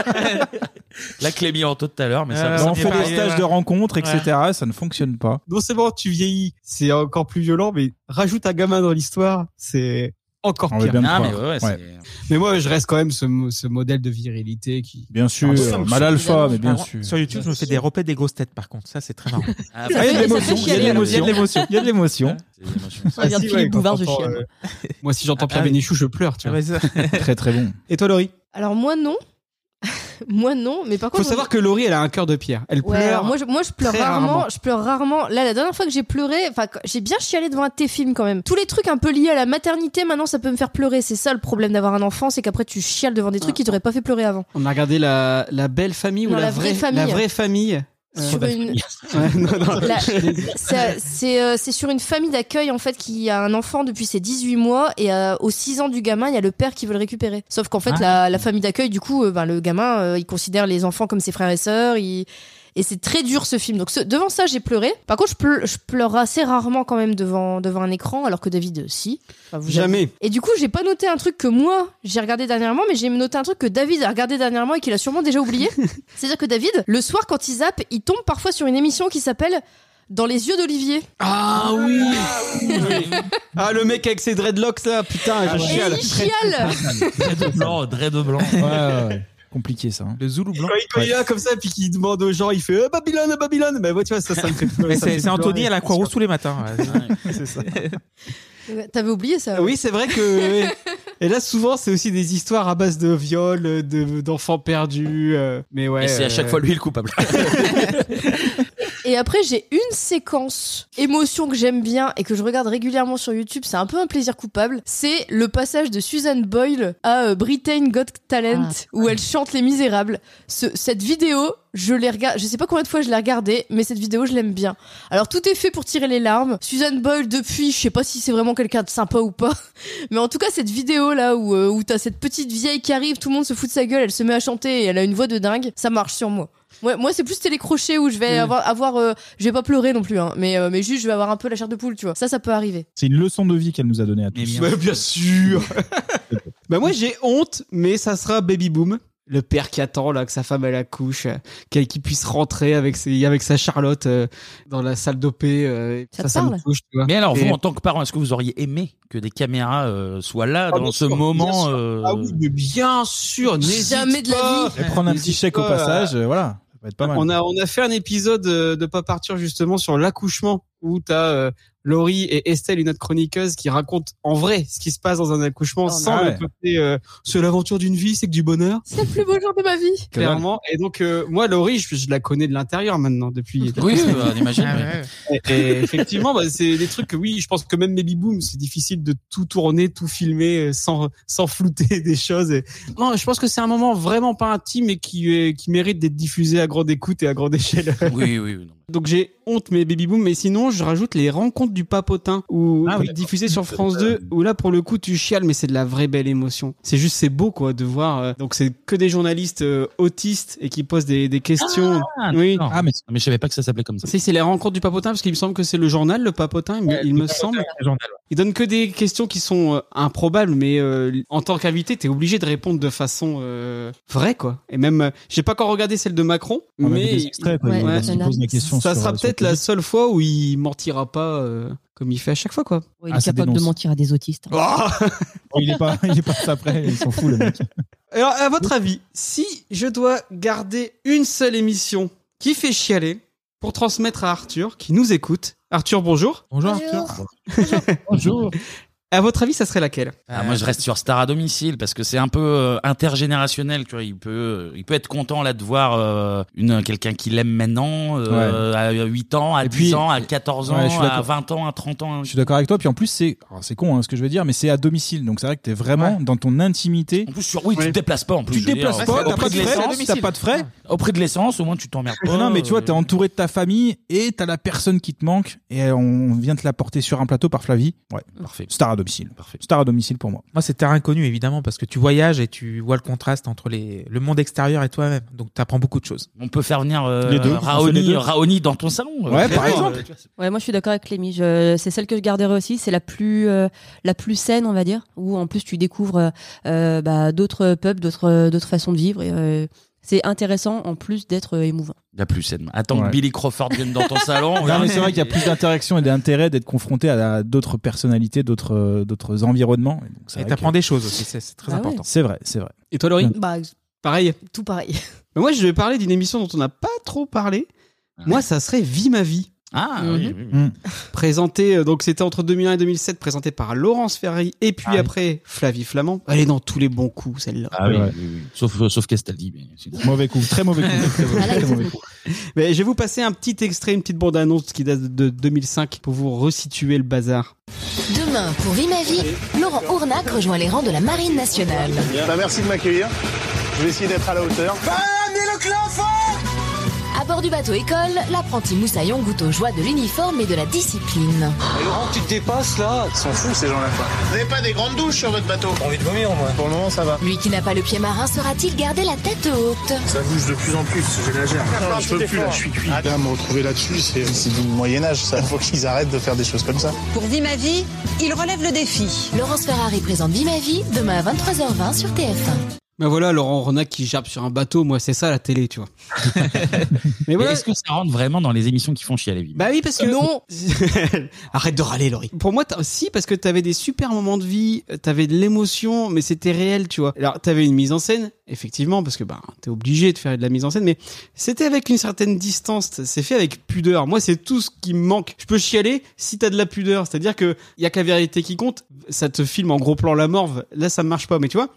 C: la clé mis en taux tout à l'heure, mais ça.
D: Euh,
C: ça
E: on
D: m'est
E: fait
D: pas
E: des
D: arrivé,
E: stages
D: ouais.
E: de rencontres, etc. Ça ne fonctionne pas.
B: Non seulement tu vieillis, c'est encore plus violent, mais rajoute un gamin dans l'histoire, c'est encore
E: On veut
B: pire.
E: bien me
C: non, Ah, mais
E: croire.
C: ouais, ouais,
E: Ouais.
C: c'est-
B: Mais moi, je reste quand même ce, mo- ce modèle de virilité qui...
E: Bien sûr, euh,
B: Ah,
E: mal alpha, mais bien
D: Alors,
E: sûr.
D: Sur YouTube, je me fais des repas des grosses têtes par contre. Ça, c'est très marrant.
C: Ah,
E: Ah, il y a de l'émotion, il y a de l'émotion, il y a de l'émotion, il y a de l'émotion.
C: c'est des émotions.
F: On regarde Philippe
B: Ah, quand
F: Bouvard, je
B: t'entends,
F: chiale.
B: euh, moi, si j'entends
D: Ah,
B: Pierre
D: oui.
B: Bénichou, je pleure, tu vois.
E: Très très bon.
B: Et toi, Laurie
A: Alors, moi, non. moi, non. Mais par
B: Faut
A: contre.
B: savoir que Laurie, elle a un cœur de pierre. Elle
A: Ouais,
B: pleure.
A: alors moi je, moi je pleure
B: très
A: rarement,
B: rarement.
A: je pleure rarement. Là la dernière fois que j'ai pleuré, enfin quand- j'ai bien chialé devant un de tes films quand même. Tous les trucs un peu liés à la maternité maintenant ça peut me faire pleurer, c'est ça le problème d'avoir un enfant, c'est qu'après tu chiales devant des trucs qui t'auraient pas fait pleurer avant.
B: On a regardé la, la belle famille ou
A: Non,
B: la,
A: la vraie famille.
B: La vraie famille. Euh,
A: Sur une-
B: Ouais, non, non.
A: La- ça- C'est euh, c'est sur une famille d'accueil en fait qui a un enfant depuis ses 18 mois et euh, aux 6 ans du gamin il y a le père qui veut le récupérer. Sauf qu'en fait la, la famille d'accueil du coup euh, ben, le gamin euh, il considère les enfants comme ses frères et sœurs, il, Et c'est très dur ce film. Donc ce- devant ça, j'ai pleuré. Par contre, je, pleu- je pleure assez rarement quand même devant, devant un écran, alors que David, euh, si. Enfin, vous
B: Jamais.
A: avez- Et du coup, j'ai pas noté un truc que moi, j'ai regardé dernièrement, mais j'ai noté un truc que David a regardé dernièrement et qu'il a sûrement déjà oublié. C'est-à-dire que David, le soir quand il zappe, il tombe parfois sur une émission qui s'appelle Dans les yeux d'Olivier.
B: Ah oui Ah, le mec avec ses dreadlocks là, putain, je chiale.
A: Ah, Et il chiale
C: Dray de blanc, dray de blanc.
E: Ouais, ouais. Compliqué ça. hein.
D: Le Zoulou blanc.
B: Quand il, quand il est là comme ça, puis qu'il demande aux gens, il fait eh, Babylone, eh, Babylone. Mais ouais, tu vois, ça, ça me fait
D: Mais
B: pleurer. ça me
D: c'est
B: fait
D: c'est Anthony
B: pleurer.
D: à la Croix-Rouge tous les matins. ouais.
B: C'est ça.
A: Ouais, T'avais oublié ça
B: Oui, c'est vrai que. Et là, souvent, c'est aussi des histoires à base de viols, de- d'enfants perdus. euh, Mais ouais.
C: Et c'est à
B: euh,
C: chaque fois lui le coupable.
A: Et après, j'ai une séquence émotion que j'aime bien et que je regarde régulièrement sur YouTube. C'est un peu un plaisir coupable. C'est le passage de Suzanne Boyle à euh, Britain Got Talent où elle chante Les Misérables. Ce- cette vidéo, je l'ai regarde. Je sais pas combien de fois je l'ai regardée, mais cette vidéo, je l'aime bien. Alors tout est fait pour tirer les larmes. Suzanne Boyle depuis, je sais pas si c'est vraiment quelqu'un de sympa ou pas, mais en tout cas cette vidéo là où euh, où t'as cette petite vieille qui arrive, tout le monde se fout de sa gueule, elle se met à chanter et elle a une voix de dingue. Ça marche sur moi. Ouais, moi, c'est plus télécrochet où je vais
B: Mm.
A: avoir, avoir euh, je vais pas pleurer non plus, hein, mais, euh, mais juste je vais avoir un peu la chair de poule, tu vois. Ça, ça peut arriver.
E: C'est une leçon de vie qu'elle nous a donnée à tous.
B: Ouais, bien sûr Bah, moi, j'ai honte, mais ça sera Baby Boom. Le père qui attend là que sa femme elle accouche, euh, qu'elle qui puisse rentrer avec ses, avec sa Charlotte euh, dans la salle d'OP. euh,
A: Ça
B: ça,
A: te
B: ça me
A: parle
B: touche, tu vois.
C: Mais alors, vous,
B: Et-
C: en tant que parent, est-ce que vous auriez aimé que des caméras euh, soient là
B: Ah,
C: dans
B: bien
C: ce
B: sûr, bien
C: moment
B: sûr.
C: euh,
B: Ah oui, mais bien sûr, n'hésite
A: Jamais de la
B: pas.
A: vie.
E: Et prendre un petit chèque au passage, euh, voilà. Ça va être pas mal.
B: On a, on a fait un épisode euh, de Pas Partir justement sur l'accouchement où t'as euh, Laurie et Estelle, une autre chroniqueuse, qui raconte en vrai ce qui se passe dans un accouchement sans
E: ah
B: le
E: ouais.
B: côté euh, c'est l'aventure d'une vie, c'est que du bonheur.
A: C'est le plus beau jour de ma vie.
E: Que dalle.
B: Clairement. Et donc, euh, moi, Laurie, je, je la connais de l'intérieur maintenant depuis.
C: Oui, oui, bah, on imagine.
D: Ah,
C: oui.
D: ouais.
B: Et, et effectivement, bah, c'est des trucs que oui, je pense que même Baby Boom, c'est difficile de tout tourner, tout filmer euh, sans, sans flouter des choses. Et- Non, je pense que c'est un moment vraiment pas intime et qui, est- qui mérite d'être diffusé à grande écoute et à grande échelle.
C: Oui, oui, oui, non.
B: Donc j'ai honte mais Baby Boom mais sinon je rajoute les rencontres du papotin ou
E: Ah oui,
B: diffusé sur France 2 où là pour le coup tu chiales mais c'est de la vraie belle émotion. C'est juste c'est beau quoi de voir euh, donc c'est que des journalistes euh, autistes et qui posent des, des questions. oui.
C: d'accord.
E: Ah, mais
C: Ah, mais je savais pas que ça s'appelait comme ça.
B: Si c'est les rencontres du papotin parce qu'il me semble que c'est le journal le papotin il me- il me semble.
D: Le journal, ouais.
B: Il donne que des questions qui sont euh, improbables, mais euh, en tant qu'invité, t'es obligé de répondre de façon euh, vraie, quoi. Et même, euh, j'ai pas encore regardé celle de Macron,
E: On a mis
B: mais
E: des extraits, quoi,
A: Ouais,
E: il-
A: ouais,
E: il se
A: là.
E: pose la question sur-
B: ça
E: euh,
B: sera
E: sur
B: peut-être
E: le
B: la
E: public.
B: seule fois où il mentira pas euh, comme il fait à chaque fois, quoi.
F: Ouais, il
E: Ah,
F: est
E: ça
F: capable
E: dénonce.
F: de mentir à des autistes. hein.
B: Ah.
E: Il est pas, il est pas après, il s'en fout le mec.
B: Alors, à votre avis, si je dois garder une seule émission qui fait chialer pour transmettre à Arthur, qui nous écoute, Arthur, bonjour.
D: Bonjour Arthur.
E: Bonjour.
B: À votre avis, ça serait laquelle
C: Ah, moi, je reste sur Star à domicile parce que c'est un peu euh, intergénérationnel. Tu vois, il peut, euh, il peut être content là de voir euh, une quelqu'un qui l'aime maintenant euh, à 8 ans, à
E: Et
C: 10
E: puis-
C: ans, à 14 ans,
E: Ouais, je suis
C: à
E: d'accord.
C: 20 ans, à 30 ans. hein.
E: Je suis d'accord avec toi. Puis en plus, c'est, alors, c'est con hein, ce que je veux dire, mais c'est à domicile. Donc c'est vrai que t'es vraiment dans ton intimité.
C: En plus, sur, oui, tu te déplaces pas. En plus,
E: Tu
C: je
E: te
C: veux dire,
E: déplaces pas,
C: au
E: t'as
C: prix
E: pas de
C: de
E: frais.
C: l'essence,
E: T'as pas de frais.
C: Au prix de l'essence, au moins, tu t'emmerdes pas.
E: non, mais tu vois,
C: euh,
D: Oh.
E: t'es entouré de ta famille et t'as la personne qui te manque et on vient te la porter sur un plateau par Flavie. Ouais.
C: Parfait.
E: Star à domicile.
C: Parfait.
E: Star à domicile pour moi.
D: Moi, c'est terrain inconnu, évidemment, parce que tu voyages et tu vois le contraste entre les, le monde extérieur et toi-même. Donc, tu apprends beaucoup de choses.
C: On peut faire venir euh,
E: Les deux, on fait les
C: Raoni,
E: deux.
C: Raoni dans ton salon. euh,
E: Ouais,
D: bah,
C: vraiment,
E: par exemple.
C: euh, tu vois, c'est-
F: Ouais, moi je suis d'accord avec Clémy. Je- C'est celle que je garderai aussi. C'est la plus euh, la plus saine, on va dire. Où en plus tu découvres euh, euh, bah, d'autres peuples, d'autres d'autres façons de vivre. Et, euh, c'est intéressant en plus d'être euh, émouvant.
C: La plus saine. Attends que
E: Ouais.
C: Billy Crawford vienne dans ton
D: Oh,
C: salon.
E: Non, mais c'est vrai qu'il y a plus d'interactions et d'intérêt d'être confronté à la- d'autres personnalités, d'autres, euh, d'autres environnements. Et donc, c'est
D: Et
E: vrai
D: tu apprends
E: que-
D: des choses aussi. C'est c'est très
F: Ah ouais.
D: important.
E: C'est vrai, c'est vrai.
B: Et toi, Laurie
A: Bah,
B: Pareil.
A: tout pareil.
B: Mais moi, je vais parler d'une émission dont on n'a pas trop parlé. Moi, ça serait Vie ma vie. Mhm.
C: Ah, oui, oui, oui.
B: présenté euh, donc c'était entre 2001 et 2007 présenté par Laurence Ferry et puis après Flavie Flamand elle est dans tous les bons coups celle-là
C: Ah oui,
E: Ouais.
C: oui, oui. Sauf, euh, sauf Castaldi. mais c'est-
E: Mauvais coup, très mauvais coup. Très mauvais coup, très mauvais coup.
B: mais je vais vous passer un petit extrait une petite bande annonce qui date de 2005 pour vous resituer le bazar
L: Demain, pour Vie ma vie, Laurent Ournac rejoint les rangs de la Marine nationale.
Q: Bah, merci de m'accueillir. Je vais essayer d'être à la hauteur.
L: À
Q: À bord du bateau école, l'apprenti moussaillon goûte aux joies de l'uniforme et de la discipline.
R: Et Laurent, tu te dépasses là Ils sont fous ces gens-là. Vous n'avez pas des grandes douches sur votre bateau Envie de vomir moi. Pour le moment, ça va.
Q: Lui qui n'a pas le pied marin saura-t-il garder la tête haute
R: Ça bouge de plus en plus, j'ai la gère.
S: Non,
R: je peux plus là, je suis cuit. Là, me retrouver là-dessus, c'est du Moyen-Âge ça. Faut qu'ils arrêtent de faire des choses comme ça.
Q: Pour Vie ma vie, il relève le défi. Laurence Ferrari présente Vie ma vie demain à 23h20 sur TF1.
B: Ben voilà, Laurent Renac qui jappe sur un bateau, moi c'est ça la télé, tu vois.
C: Mais est-ce que ça rentre vraiment dans les émissions qui font chier les vies
B: Bah oui, parce que non Arrête de râler, Laurie. Pour moi, t'as- si, parce que t'avais des super moments de vie, euh, t'avais de l'émotion, mais c'était réel, tu vois. Alors, t'avais une mise en scène, effectivement, parce que bah, t'es obligé de faire de la mise en scène, mais c'était avec une certaine distance, c'est fait avec pudeur. Moi, c'est tout ce qui me manque. Je peux chialer si t'as de la pudeur, c'est-à-dire que y a que la vérité qui compte, ça te filme en gros plan la morve, là ça marche pas, mais tu vois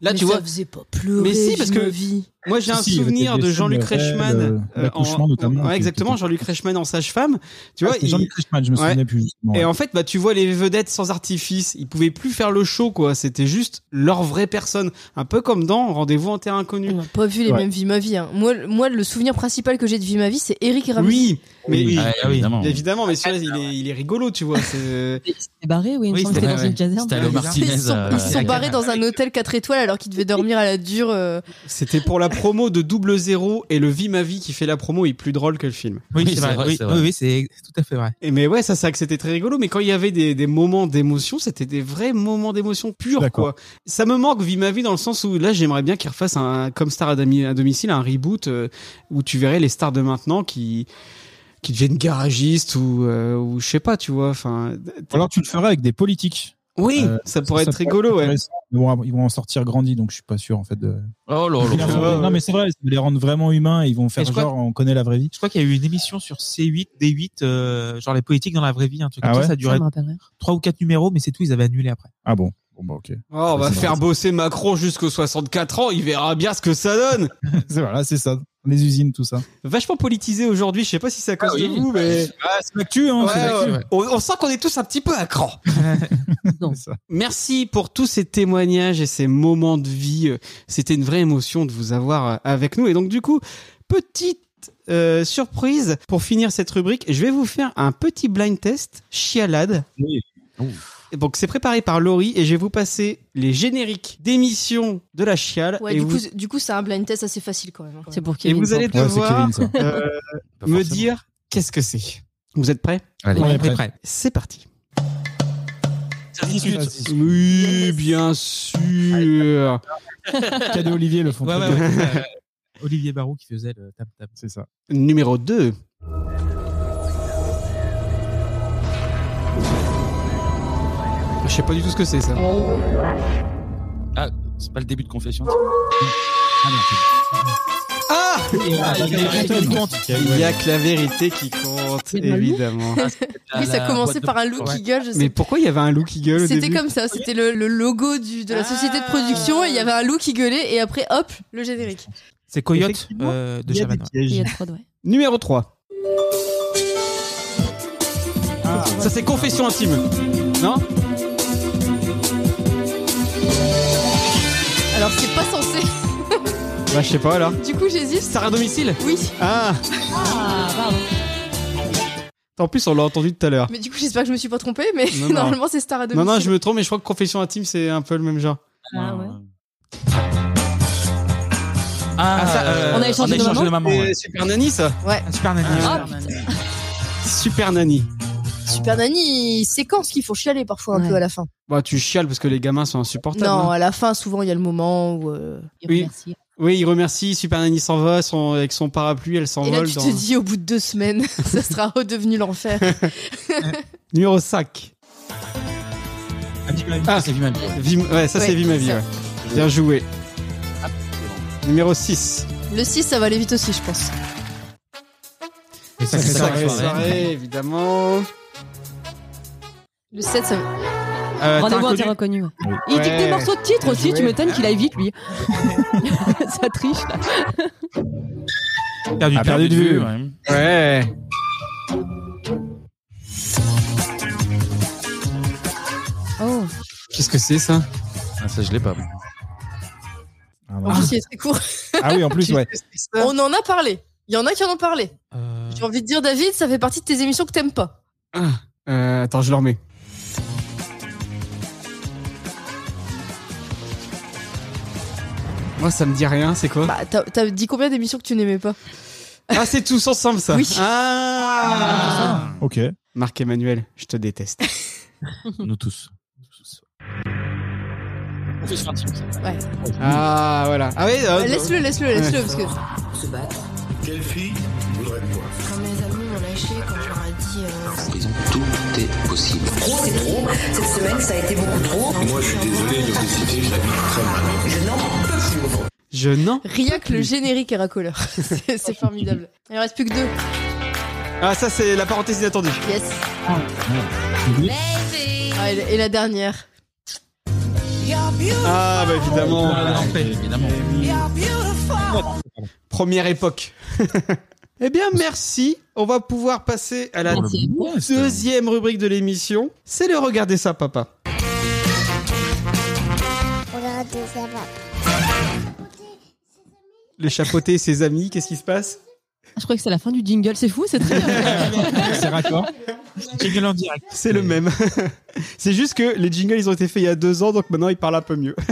B: Là,
A: Mais
B: tu
A: ça
B: vois,
A: faisait pas pleurer,
B: Mais si, parce
A: Vie ma
B: que
A: vie.
B: moi j'ai
A: Si,
B: un
A: si, il y avait
B: souvenir
A: des
B: de
A: scènes
B: Jean-Luc
A: réelles,
B: Reichmann,
A: euh,
B: euh,
A: l'accouchement notamment,
B: ouais,
A: qui-
B: exactement, Jean-Luc Reichmann en sage-femme. Tu
E: Ah,
B: vois,
E: c'est Jean-Luc Reichmann, je me souvenais plus, justement,
B: Et
E: ouais.
B: en fait, bah tu vois les vedettes sans artifice, ils pouvaient plus faire le show quoi. C'était juste leur vraie personne, un peu comme dans Rendez-vous en terre inconnue. On n'a
A: pas vu les mêmes vies ma vie. hein. Moi, moi, le souvenir principal que j'ai de vie ma vie, c'est Eric Ramis.
B: Oui, mais
D: Ah,
C: Oui, ouais, évidemment.
B: évidemment, mais celui-là, il est, il est rigolo, tu vois. C'est
F: barré, oui,
B: il me Oui, semble que c'était c'était- dans ouais, une caserne. c'était Léo Martinez,
A: Ils sont,
B: euh,
A: ils sont
B: la
A: barrés
B: caserne.
A: dans un hôtel 4 étoiles alors qu'ils devaient dormir à la dure. euh.
B: C'était pour la promo de Double Zéro et le Vie ma vie qui fait la promo est plus drôle que le film.
D: Oui, c'est vrai. Oui, oui, oui, c'est tout à fait vrai.
B: Et mais ouais, ça, ça, que c'était très rigolo. Mais quand il y avait des, des moments d'émotion, c'était des vrais moments d'émotion pure, quoi. Ça me manque, vie ma vie, dans le sens où là, j'aimerais bien qu'ils refassent un, comme Star à, domi- à domicile, un reboot euh, où tu verrais les stars de maintenant qui, qui deviennent garagistes ou, euh, ou je sais pas, tu vois. Enfin,
E: Alors tu le ferais avec des politiques.
B: Oui,
E: Euh,
B: ça pourrait être rigolo, ouais.
E: intéressant. Ils vont, ils vont en sortir grandis, donc je suis pas sûr en fait de.
C: Oh là là.
E: non mais c'est vrai, ils les rendre vraiment humains, ils vont faire
D: Et je crois-
E: genre on connaît la vraie vie.
D: Je crois qu'il y a eu une émission sur C8, D8, euh, genre les politiques dans la vraie vie, un truc
E: Ah
D: comme
E: ouais
D: ça. Ça durait
E: Ça me
D: trois ou quatre numéros, mais c'est tout, ils avaient annulé après.
E: Ah bon. Bon bah ok.
B: Oh, on va faire bosser Macron jusqu'aux 64 ans, il verra bien ce que ça donne.
E: c'est voilà, c'est ça. Les usines, tout ça.
B: Vachement politisé aujourd'hui, je sais pas si c'est à cause
E: Ah oui.
B: de vous, mais.
E: c'est l'actu, hein,
B: Ouais,
E: c'est l'actu,
B: ouais.
E: ouais.
B: On, on sent qu'on est tous un petit peu à cran.
E: C'est ça.
B: Merci pour tous ces témoignages et ces moments de vie. Euh, C'était une vraie émotion de vous avoir euh, avec nous. Et donc, du coup, petite euh, surprise pour finir cette rubrique, je vais vous faire un petit blind test chialade. Et Donc, c'est préparé par Laurie et je vais vous passer les génériques d'émissions de la chiale.
A: Ouais,
B: et
A: du,
B: vous...
A: coup, c'est- du coup, c'est un blind test assez facile quand même. C'est pour
B: Et vous allez devoir euh,
A: Pas
B: me
A: forcément.
B: dire qu'est-ce que c'est. Vous êtes prêts
C: Allez. On est prêts.
B: C'est parti. Oui, bien sûr.
E: Cadet Olivier le font.
D: Ouais,
E: très
D: ouais,
E: bien.
D: ouais. Euh, Olivier Barou qui faisait le tap tap.
E: C'est ça.
B: Numéro 2. Je sais pas du tout ce que c'est ça.
C: Ah, c'est pas le début de confession.
B: Ah
C: Ah, il y a la vérité qui compte.
B: Il y a que la vérité qui compte,
A: Il y a de la loupe
B: évidemment.
A: Oui, ça commençait par un loup qui gueule, je
B: Mais
A: sais.
B: pourquoi il y avait un loup qui gueule au
A: C'était
B: début
A: comme ça, c'était le, le logo du, de la société de production et il y avait un loup qui gueulait et après hop, le générique.
D: C'est Coyote
B: Effectivement,
D: euh, de
B: il y a des
D: Chavannes.
B: pièges.
A: Il y a trop de- ouais.
B: Numéro 3. Ça c'est confession intime. Non
A: Alors c'est pas censé.
B: Bah je sais pas là.
A: Du coup j'hésite.
B: Sarah à domicile
A: Oui.
B: Ah
A: Ah, pardon.
B: En plus on l'a entendu tout à l'heure.
A: Mais du coup j'espère que je me suis pas trompée, mais
B: Non, non.
A: normalement c'est Star à
B: Non
A: domicile.
B: non je me trompe mais je crois que confession intime c'est un peu le même genre.
A: Ah, ouais.
C: Ah,
B: ça, euh,
C: On a échangé on a de échangé maman. de maman,
B: C'est
C: ouais.
B: Super Nanny ça
A: Ouais.
D: Super Nanny.
A: Ah,
B: Super Nanny.
A: Super Nanny, séquence qu'il faut chialer parfois un peu à la fin.
B: Bah tu chiales parce que les gamins sont insupportables.
A: Non,
B: hein.
A: à la fin souvent il y a le moment où. euh,
B: Oui. Oui, il remercie. Super Nanny s'en va son- avec son parapluie, elle
A: Et là
B: s'envole.
A: tu
B: dans-
A: te dis au bout de deux semaines, ça sera redevenu l'enfer.
B: Numéro 5. Ah, c'est
C: Vima
B: Ouais, ça c'est
A: Ouais,
B: Vie ma vie.
A: ça.
B: ouais. Bien joué. Numéro 6.
A: Le 6 ça va aller vite aussi je pense.
B: Et
D: Sacrée Soirée.
B: évidemment.
A: Le 7 ça va.
B: Euh,
F: Rendez-vous
B: t'as
F: en terre
B: inconnu
F: inconnue. ouais.
B: Oui.
F: Il dit que
B: Ouais.
F: des morceaux de titre
B: Bien
F: aussi,
B: joué.
F: tu m'étonnes qu'il aille vite lui. ça triche là. Ah,
D: Perdu,
B: Ah,
D: perdu de vue.
B: Ouais.
A: Oh.
B: Qu'est-ce que c'est ça
C: Ah, ça je l'ai pas. Ah,
A: En plus il est très court.
E: Ah oui, en plus, ouais.
A: On en a parlé. Il y en a qui en ont parlé. J'ai envie de dire, David, ça fait partie de tes émissions que t'aimes pas.
B: Euh, attends, je le remets. Moi, ça me dit rien, c'est quoi
A: Bah, t'as- T'as dit combien d'émissions que tu n'aimais pas
B: Ah, c'est tous ensemble, ça
A: Oui.
B: Ah
E: Ok.
B: Marc-Emmanuel, je te déteste.
C: Nous tous.
A: Ouais.
B: Ah, voilà. Ah oui, euh,
A: Laisse-le, laisse-le, laisse-le, parce que.
L: Se battre.
M: Quelle fille voudrait toi
L: Quand mes amis m'ont lâché, quand je leur ai dit.
M: Tout est possible.
L: Trop, c'est trop. Cette semaine, ça a été beaucoup trop.
M: Moi, je suis désolé, l'obésité, je la vis très mal. Je n'en peux plus.
B: Je n'en.
A: Rien que le générique est racoleur. C'est c'est formidable. Il en reste plus que deux.
B: Ah, ça, c'est la parenthèse inattendue.
A: Yes. Ah, et la- et la dernière.
B: Ah, bah évidemment. Première époque. eh bien, merci. On va pouvoir passer à la
C: Merci.
B: deuxième rubrique de l'émission. C'est le Regardez ça, papa.
S: Regardez ça, papa.
B: Le chapeauté et ses amis, qu'est-ce qui se passe
F: Je crois que c'est la fin du jingle, c'est fou, c'est très bien.
B: C'est raccord. Jingle en direct. C'est le même. c'est juste que les jingles, ils ont été faits il y a deux ans, donc maintenant ils parlent un peu mieux.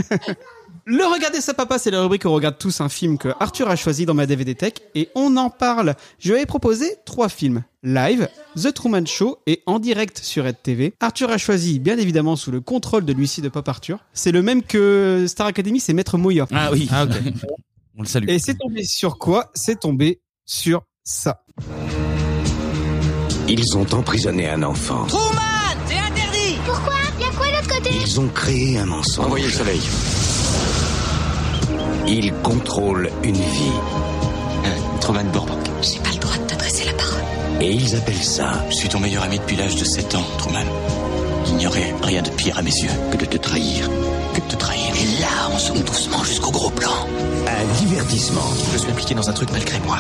B: Le Regardez ça papa, c'est la rubrique où on regarde tous un film que Arthur a choisi dans ma DVD Tech et on en parle. Je vais proposer trois films. Live, The Truman Show et en direct sur Red TV. Arthur a choisi, bien évidemment, sous le contrôle de l'huissier de Pop Arthur. C'est le même que Star Academy, c'est Maître Mouya.
C: Ah oui.
B: Ah,
C: On le salue.
B: Et c'est tombé sur quoi C'est tombé sur ça.
M: Ils ont emprisonné un enfant.
S: Truman, c'est interdit Pourquoi Y'a quoi de l'autre côté
M: Ils ont créé un mensonge. Envoyez le soleil. Ils contrôlent une vie. Truman Borbank.
S: J'ai pas le droit de t'adresser la parole.
M: Et ils appellent ça.
T: Je suis ton meilleur ami depuis l'âge de 7 ans, Truman. Il n'y aurait rien de pire à mes yeux que de te trahir. Que de te trahir. Et là, on se monte doucement jusqu'au gros plan. Un divertissement. Je suis impliqué dans un truc malgré moi.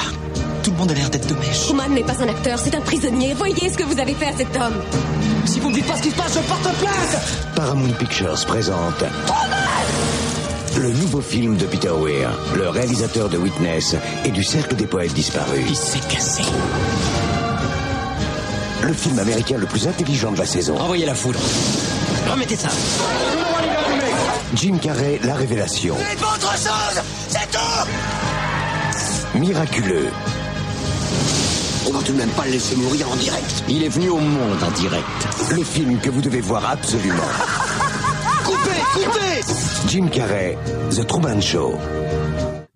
T: Tout le monde a l'air d'être de mèche.
L: Truman n'est pas un acteur, c'est un prisonnier. Voyez ce que vous avez fait à cet homme. Si vous me dites pas ce qui se passe, je porte plainte
M: Paramount Pictures présente. Le nouveau film de Peter Weir, le réalisateur de Witness et du Cercle des Poètes Disparus. Il s'est cassé. Le film américain le plus intelligent de la saison. Envoyez la foudre.
T: Remettez ça.
M: Jim Carrey, la révélation.
T: C'est pas autre chose C'est tout
M: Miraculeux. On va tout de même pas le laisser mourir en direct. Il est venu au monde en direct. Le film que vous devez voir absolument.
S: Coupez, coupez
M: Jim Carrey, The Truman Show.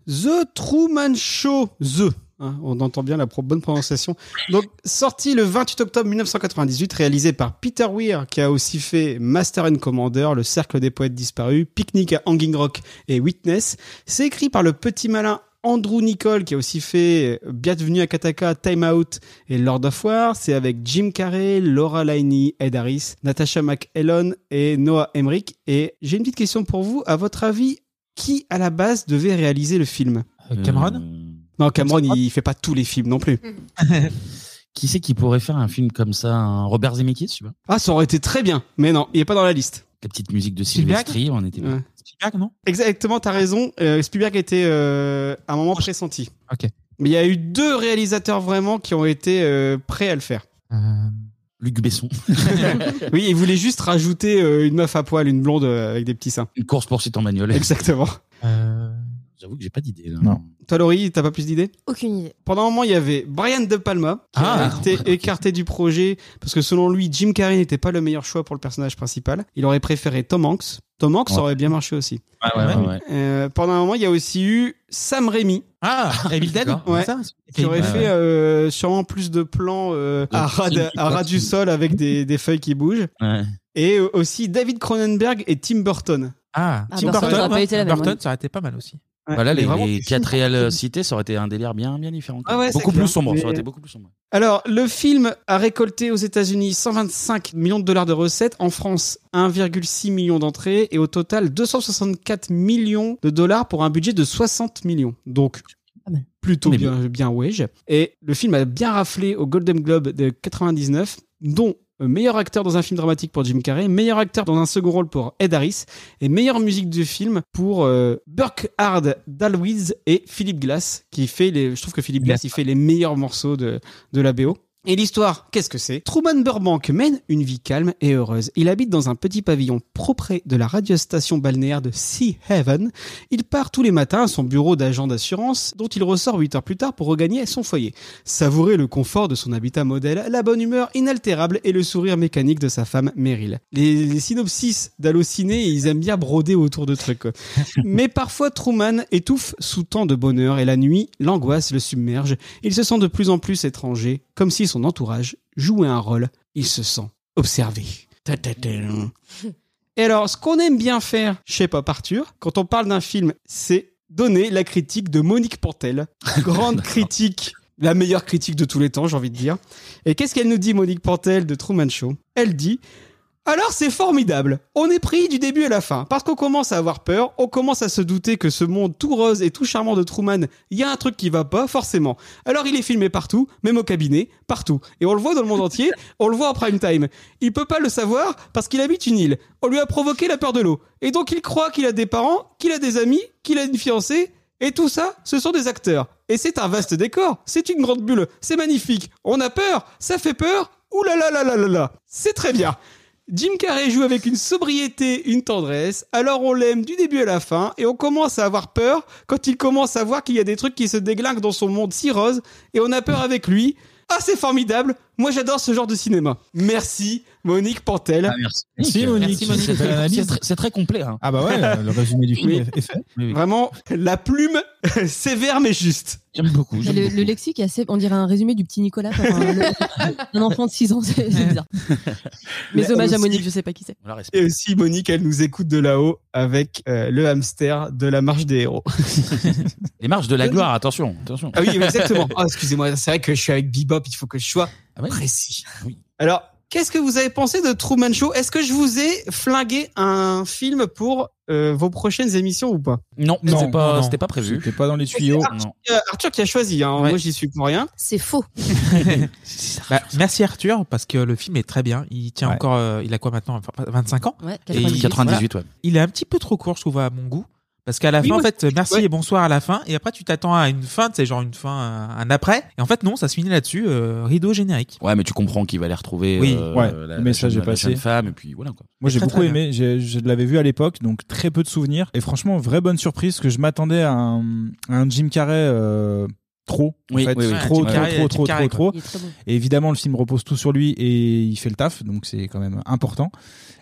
B: The Truman Show. The. hein, on entend bien la pro- bonne prononciation. Donc, sorti le 28 octobre 1998, réalisé par Peter Weir, qui a aussi fait Master and Commander, Le Cercle des Poètes Disparus, Picnic à Hanging Rock et Witness. C'est écrit par le petit malin Andrew Nicole, qui a aussi fait Bienvenue à Kataka, Time Out et Lord of War. C'est avec Jim Carrey, Laura Linney, Ed Harris, Natasha McElhon et Noah Emmerich. Et j'ai une petite question pour vous. À votre avis, qui à la base devait réaliser le film
C: Euh,
D: Cameron
B: Non, Cameron, il fait pas tous les films non plus.
C: Mm-hmm. Qui c'est qui pourrait faire un film comme ça un Robert Zemeckis, tu vois
B: Ah, ça aurait été très bien, mais non, il est pas dans la liste.
C: La petite musique de
B: Spielberg
C: Sylvestri, on était.
B: Ouais.
D: Spielberg, non
B: Exactement, t'as raison. euh, Spielberg était euh, à un moment pressenti.
D: Ok.
B: Mais il y a eu deux réalisateurs vraiment qui ont été euh, prêts à le faire.
C: Luc Besson.
B: oui, il voulait juste rajouter euh, une meuf à poil, une blonde euh, avec des petits seins.
C: Une course poursuite en bagnole.
B: Exactement.
C: J'avoue que j'ai pas d'idée. là.
B: Toi, Laurie, t'as pas plus d'idées
A: Aucune idée.
B: Pendant un moment, il y avait Brian De Palma qui
C: Ah.
B: a été écarté du projet parce que selon lui, Jim Carrey n'était pas le meilleur choix pour le personnage principal. Il aurait préféré Tom Hanks. Tom Hanks
C: Ouais.
B: aurait bien marché aussi.
C: Ah Ouais, ouais, ouais, ouais.
B: Euh, pendant un moment, il y a aussi eu Sam Raimi.
D: Ah, Evil Dead
B: Ouais.
D: c'est ça
B: Qui aurait
D: Ouais,
B: fait
D: ouais.
B: euh, sûrement plus de plans euh, à ras, de- à ras du sol avec des, des feuilles qui bougent.
C: Ouais.
B: Et euh, aussi David Cronenberg et Tim Burton.
D: Ah,
B: Tim Burton,
D: ouais.
B: ça aurait pas été la même,
D: Burton,
B: ouais.
D: ça aurait été pas mal aussi.
C: Voilà,
D: Mais
C: Bah les,
D: vraiment,
C: les quatre réels cités, ça aurait été un délire bien, bien différent. quoi.
B: Ah ouais, c'est
C: beaucoup
B: clair.
C: plus sombre. Ça aurait
B: Mais-
C: été beaucoup plus sombre.
B: Alors, le film a récolté aux États-Unis 125 millions de dollars de recettes, en France 1,6 million d'entrées et au total 264 millions de dollars pour un budget de 60 millions. Donc plutôt bien, bien wage. Et le film a bien raflé au Golden Globe de 99, dont Euh, meilleur acteur dans un film dramatique pour Jim Carrey, meilleur acteur dans un second rôle pour Ed Harris et meilleure musique du film pour euh, Burkhard Dalwiz et Philippe Glass qui fait les je trouve que Philippe Glass il fait les meilleurs morceaux de de la BO. Et l'histoire, qu'est-ce que c'est Truman Burbank mène une vie calme et heureuse. Il habite dans un petit pavillon propre de la radiostation balnéaire de Sea Haven. Il part tous les matins à son bureau d'agent d'assurance, dont il ressort 8 heures plus tard pour regagner son foyer. Savourer le confort de son habitat modèle, la bonne humeur inaltérable et le sourire mécanique de sa femme Meryl. Les, les synopsis d'Hallociné, ils aiment bien broder autour de trucs. quoi. Mais parfois, Truman étouffe sous tant de bonheur et la nuit, l'angoisse le submerge. Il se sent de plus en plus étranger, comme si son entourage jouait un rôle. Il se sent observé. Ta-ta-ta. Et alors, ce qu'on aime bien faire chez Pop Arthur, quand on parle d'un film, c'est donner la critique de Monique Pantel. Grande critique, la meilleure critique de tous les temps, j'ai envie de dire. Et qu'est-ce qu'elle nous dit, Monique Pantel, de Truman Show Elle dit alors c'est formidable. On est pris du début à la fin parce qu'on commence à avoir peur, on commence à se douter que ce monde tout rose et tout charmant de Truman, il y a un truc qui va pas forcément. Alors il est filmé partout, même au cabinet, partout. Et on le voit dans le monde entier, on le voit en prime time. Il peut pas le savoir parce qu'il habite une île. On lui a provoqué la peur de l'eau. Et donc il croit qu'il a des parents, qu'il a des amis, qu'il a une fiancée et tout ça, ce sont des acteurs. Et c'est un vaste décor, c'est une grande bulle, c'est magnifique. On a peur, ça fait peur. Ouh là là là là là là. C'est très bien. Jim Carrey joue avec une sobriété, une tendresse, alors on l'aime du début à la fin, et on commence à avoir peur quand il commence à voir qu'il y a des trucs qui se déglinguent dans son monde si rose, et on a peur avec lui. Ah, c'est formidable! Moi, j'adore ce genre de cinéma. Merci, Monique Pantel.
E: Merci, Monique. Merci, Monique. C'est très- c'est très-
C: complet.
E: Ah bah ouais, le résumé du film
B: Oui.
E: est- est fait.
B: Vraiment, la plume sévère mais juste.
C: J'aime beaucoup.
F: Et Le, le lexique est assez, on dirait un résumé du petit Nicolas, par un, le- un enfant de 6 ans, c'est c'est bizarre. Mes
B: Mais
F: hommages à
B: aussi-
F: Monique, je sais pas qui c'est.
B: Et aussi, Monique, elle nous écoute de là-haut avec euh, le hamster de la marche des héros.
C: Les marches de la gloire, attention, attention.
B: Ah oui, oui, exactement. Ah, excusez-moi, c'est vrai que je suis avec Bebop, il faut que je sois
C: Ah
B: précis. Alors, qu'est-ce que vous avez pensé de Truman Show Est-ce que je vous ai flingué un film pour euh, vos prochaines émissions ou pas
C: Non,
B: Non,
C: c'était pas,
B: non.
C: c'était pas prévu.
E: C'était pas dans les
B: tuyaux. Euh, Arthur qui a choisi, hein. moi j'y suis pour rien.
A: C'est faux.
D: Bah, merci Arthur parce que le film est très bien. Il tient encore, euh, il a quoi maintenant Enfin, 25 ans
A: Ouais,
D: Et il-
C: 98,
D: voilà.
C: ouais.
D: Il est un petit peu trop court, je trouve, à mon goût. Parce qu'à la
C: Oui,
D: fin, en
C: moi,
D: fait, merci et bonsoir à la fin. Et après, tu t'attends à une fin, tu sais, genre une fin, un un après. Et en fait, non, ça se finit là-dessus, euh, rideau générique.
C: Ouais, mais tu comprends qu'il va les retrouver. euh,
D: Oui.
E: Ouais,
C: la-
E: le message
C: la
E: est
C: jeune- la
E: passé.
C: jeune femme, et puis voilà quoi.
E: Moi j'ai
C: Très,
E: beaucoup
C: très
E: aimé, j'ai- je l'avais vu à l'époque, donc très peu de souvenirs. Et franchement, vraie bonne surprise, parce que je m'attendais à un, à un Jim Carrey euh, trop.
C: Oui,
E: en fait.
C: oui, oui.
E: trop,
C: Jim
E: trop,
C: Carrey,
E: trop,
C: Jim
E: trop,
C: Carrey,
E: trop,
C: quoi. Il
E: trop.
C: est très bon.
E: Et évidemment, le film repose tout sur lui et il fait le taf, donc c'est quand même important.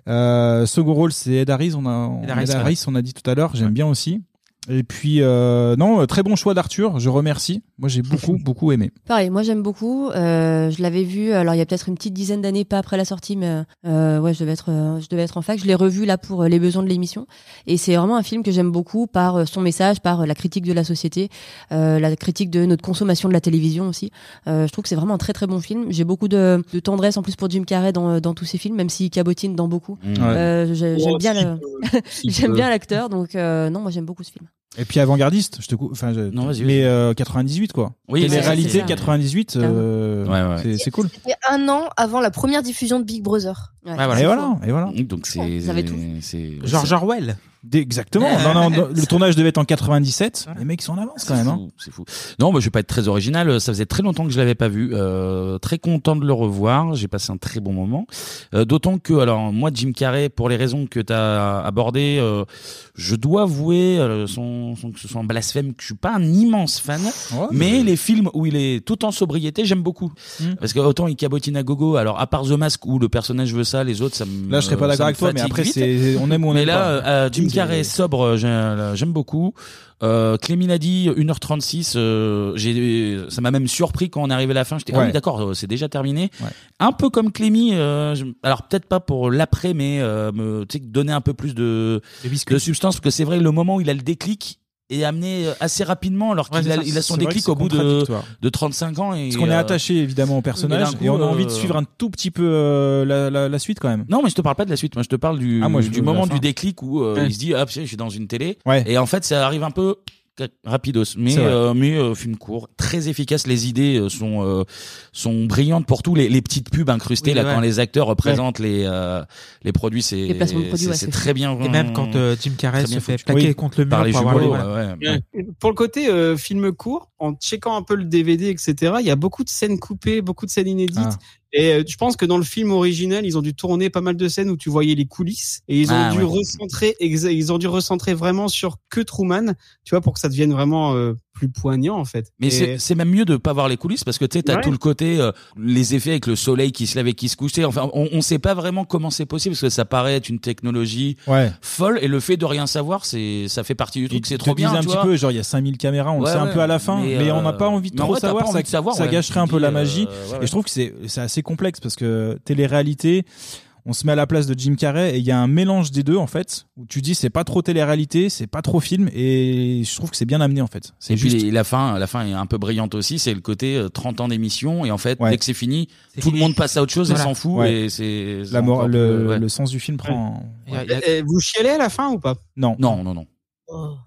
E: Euh, second rôle, c'est Ed Harris, on a,
D: Ed Harris,
E: Ed Harris,
D: ouais.
E: on a dit tout à l'heure, j'aime bien aussi. Et puis, euh, non, euh, très bon choix d'Arthur, je remercie. Moi j'ai beaucoup, beaucoup aimé.
F: Pareil, moi j'aime beaucoup. Euh, je l'avais vu, alors il y a peut-être une petite dizaine d'années, pas après la sortie, mais euh, ouais, je devais être, euh, je devais être en fac. Je l'ai revu là pour euh, les besoins de l'émission, et c'est vraiment un film que j'aime beaucoup par euh, son message, par euh, la critique de la société, euh, la critique de notre consommation de la télévision aussi. Euh, je trouve que c'est vraiment un très très bon film. J'ai beaucoup de, de tendresse en plus pour Jim Carrey dans, euh, dans tous ses films, même s'il cabotine dans beaucoup.
E: Mmh. Ouais.
F: Euh, j'ai- j'aime
E: Oh,
F: bien,
E: si
F: le-
E: peu, si
F: j'aime
E: peu.
F: bien l'acteur, donc euh, non, moi j'aime beaucoup ce film.
E: Et puis avant-gardiste, je te coupe. Enfin, je- mais euh, 98 quoi.
C: Oui,
E: les
C: ouais, c'est
E: réalités
C: ça.
E: 98, euh, c'est- c'est cool.
A: C'était un an avant la première diffusion de Big Brother.
E: Et Ah, voilà, et voilà.
C: Donc c'est.
A: Ils avaient tout.
C: c'est-
E: George
C: c'est-
D: Orwell.
E: Exactement. Non, non, non, le tournage devait être en 97. Les mecs sont en avance quand même. hein.
C: C'est fou. Non, moi je vais pas être très original. Ça faisait très longtemps que je l'avais pas vu. Euh, très content de le revoir. J'ai passé un très bon moment. Euh, D'autant que, alors moi, Jim Carrey, pour les raisons que tu as abordées, euh, je dois avouer, euh, sans, sans que ce soit un blasphème, que je suis pas un immense fan. mais les films où il est tout en sobriété, j'aime beaucoup.
E: Hmm.
C: Parce que autant il cabotine à gogo. Alors à part The Mask où le personnage veut ça, les autres ça me. euh,
E: Là, je serais pas
C: ça me
E: d'accord avec toi, mais
C: fatigue
E: après,
C: vite.
E: c'est- on aime ou on
C: Mais
E: aime
C: là,
E: pas.
C: euh, euh, Jim Carrey sobre, euh, j'ai- euh, j'aime beaucoup. Euh, Clémy l'a dit, 1h36, euh, j'ai, ça m'a même surpris quand on est arrivé à la fin. J'étais, ah
E: Ouais.
C: oui, d'accord, euh, c'est déjà terminé. Un peu comme Clémy, euh, je- alors peut-être pas pour l'après, mais euh, me, tu sais, donner un peu plus de, de substance, parce que c'est vrai, le moment où il a le déclic est amené euh, assez rapidement, alors qu'il
E: Ouais, c'est
C: a,
E: ça,
C: il a son
E: c'est vrai
C: déclic
E: que
C: au
E: c'est
C: bout de,
E: contradictoire.
C: de 35 ans. Et,
E: Parce qu'on est
C: euh,
E: attaché évidemment au personnage
C: d'un coup,
E: et on a envie de
C: euh,
E: suivre un tout petit peu euh, la, la- la suite quand même.
C: Non, mais je te parle pas de la suite. Moi, je te parle du,
E: Ah, moi, je
C: du
E: veux la
C: moment
E: fin.
C: du déclic où euh,
E: Ouais.
C: il se dit, ah, putain, je suis dans une télé.
E: Ouais.
C: Et en fait, ça arrive un peu Clac, Rapidos, mais
E: C'est vrai.
C: euh, mais euh, film court, très efficace. Les idées euh, sont euh, sont brillantes pour tout. Les, les petites pubs incrustées
D: Oui,
C: là
D: ouais.
C: quand les acteurs représentent les euh, les produits, c'est
D: Les placements de produits,
C: c'est-
D: ouais,
C: c'est
D: c'est-
C: très bien.
D: Et même quand, euh, Jim Carrey
C: très bien
D: se fait
C: foutu.
D: plaquer contre le mur
C: par les
D: pour avoir
C: jumeaux,
D: les-
C: ouais, ouais.
B: Euh, Pour le côté euh, film court, en checkant un peu le DVD, etc., il y a beaucoup de scènes coupées, beaucoup de scènes inédites.
C: Ah.
B: Et euh, je pense que dans le film original, ils ont dû tourner pas mal de scènes où tu voyais les coulisses et ils ont
C: Ah,
B: dû
C: ouais.
B: recentrer, exa- ils ont dû recentrer vraiment sur que Truman, tu vois, pour que ça devienne vraiment euh, plus poignant en fait.
C: Mais
B: Et-
C: c'est- c'est même mieux de pas voir les coulisses parce que tu sais, t'as
B: Ouais.
C: tout le côté euh, les effets avec le soleil qui se lève et qui se couche. Tu sais, Enfin, on, on sait pas vraiment comment c'est possible parce que ça paraît être une technologie
E: Ouais.
C: folle et le fait de rien savoir, c'est ça fait partie du truc. C'est
E: te
C: trop bien.
E: disent un
C: tu
E: petit
C: vois.
E: peu genre il y a 5000 caméras on
C: Ouais,
E: le sait un
C: ouais,
E: peu à la fin
C: mais,
E: mais,
C: euh,
E: on n'a pas envie de
C: mais en
E: trop
C: vrai, t'as
E: savoir,
C: pas
E: ça,
C: envie de savoir,
E: ça
C: ouais.
E: gâcherait
C: Tu
E: un
C: te
E: peu la
C: dis, euh,
E: magie
C: ouais, ouais.
E: et je trouve que c'est c'est assez complexe parce que télé-réalité on se met à la place de Jim Carrey et il y a un mélange des deux en fait où tu dis c'est pas trop télé-réalité c'est pas trop film et je trouve que c'est bien amené en fait
C: Et
E: c'est
C: puis
E: juste
C: les- la fin, la fin est un peu brillante aussi. C'est le côté euh, 30 ans d'émission et en fait dès que c'est fini, tout le monde passe à autre chose
E: Voilà.
C: et s'en fout
E: Ouais.
C: et c'est
E: La
C: c'est
E: mor-
C: encore
E: le,
C: plus, ouais.
E: le sens du film prend
B: Eh, Vous chialez à la fin ou pas Oh.
E: non
C: non non non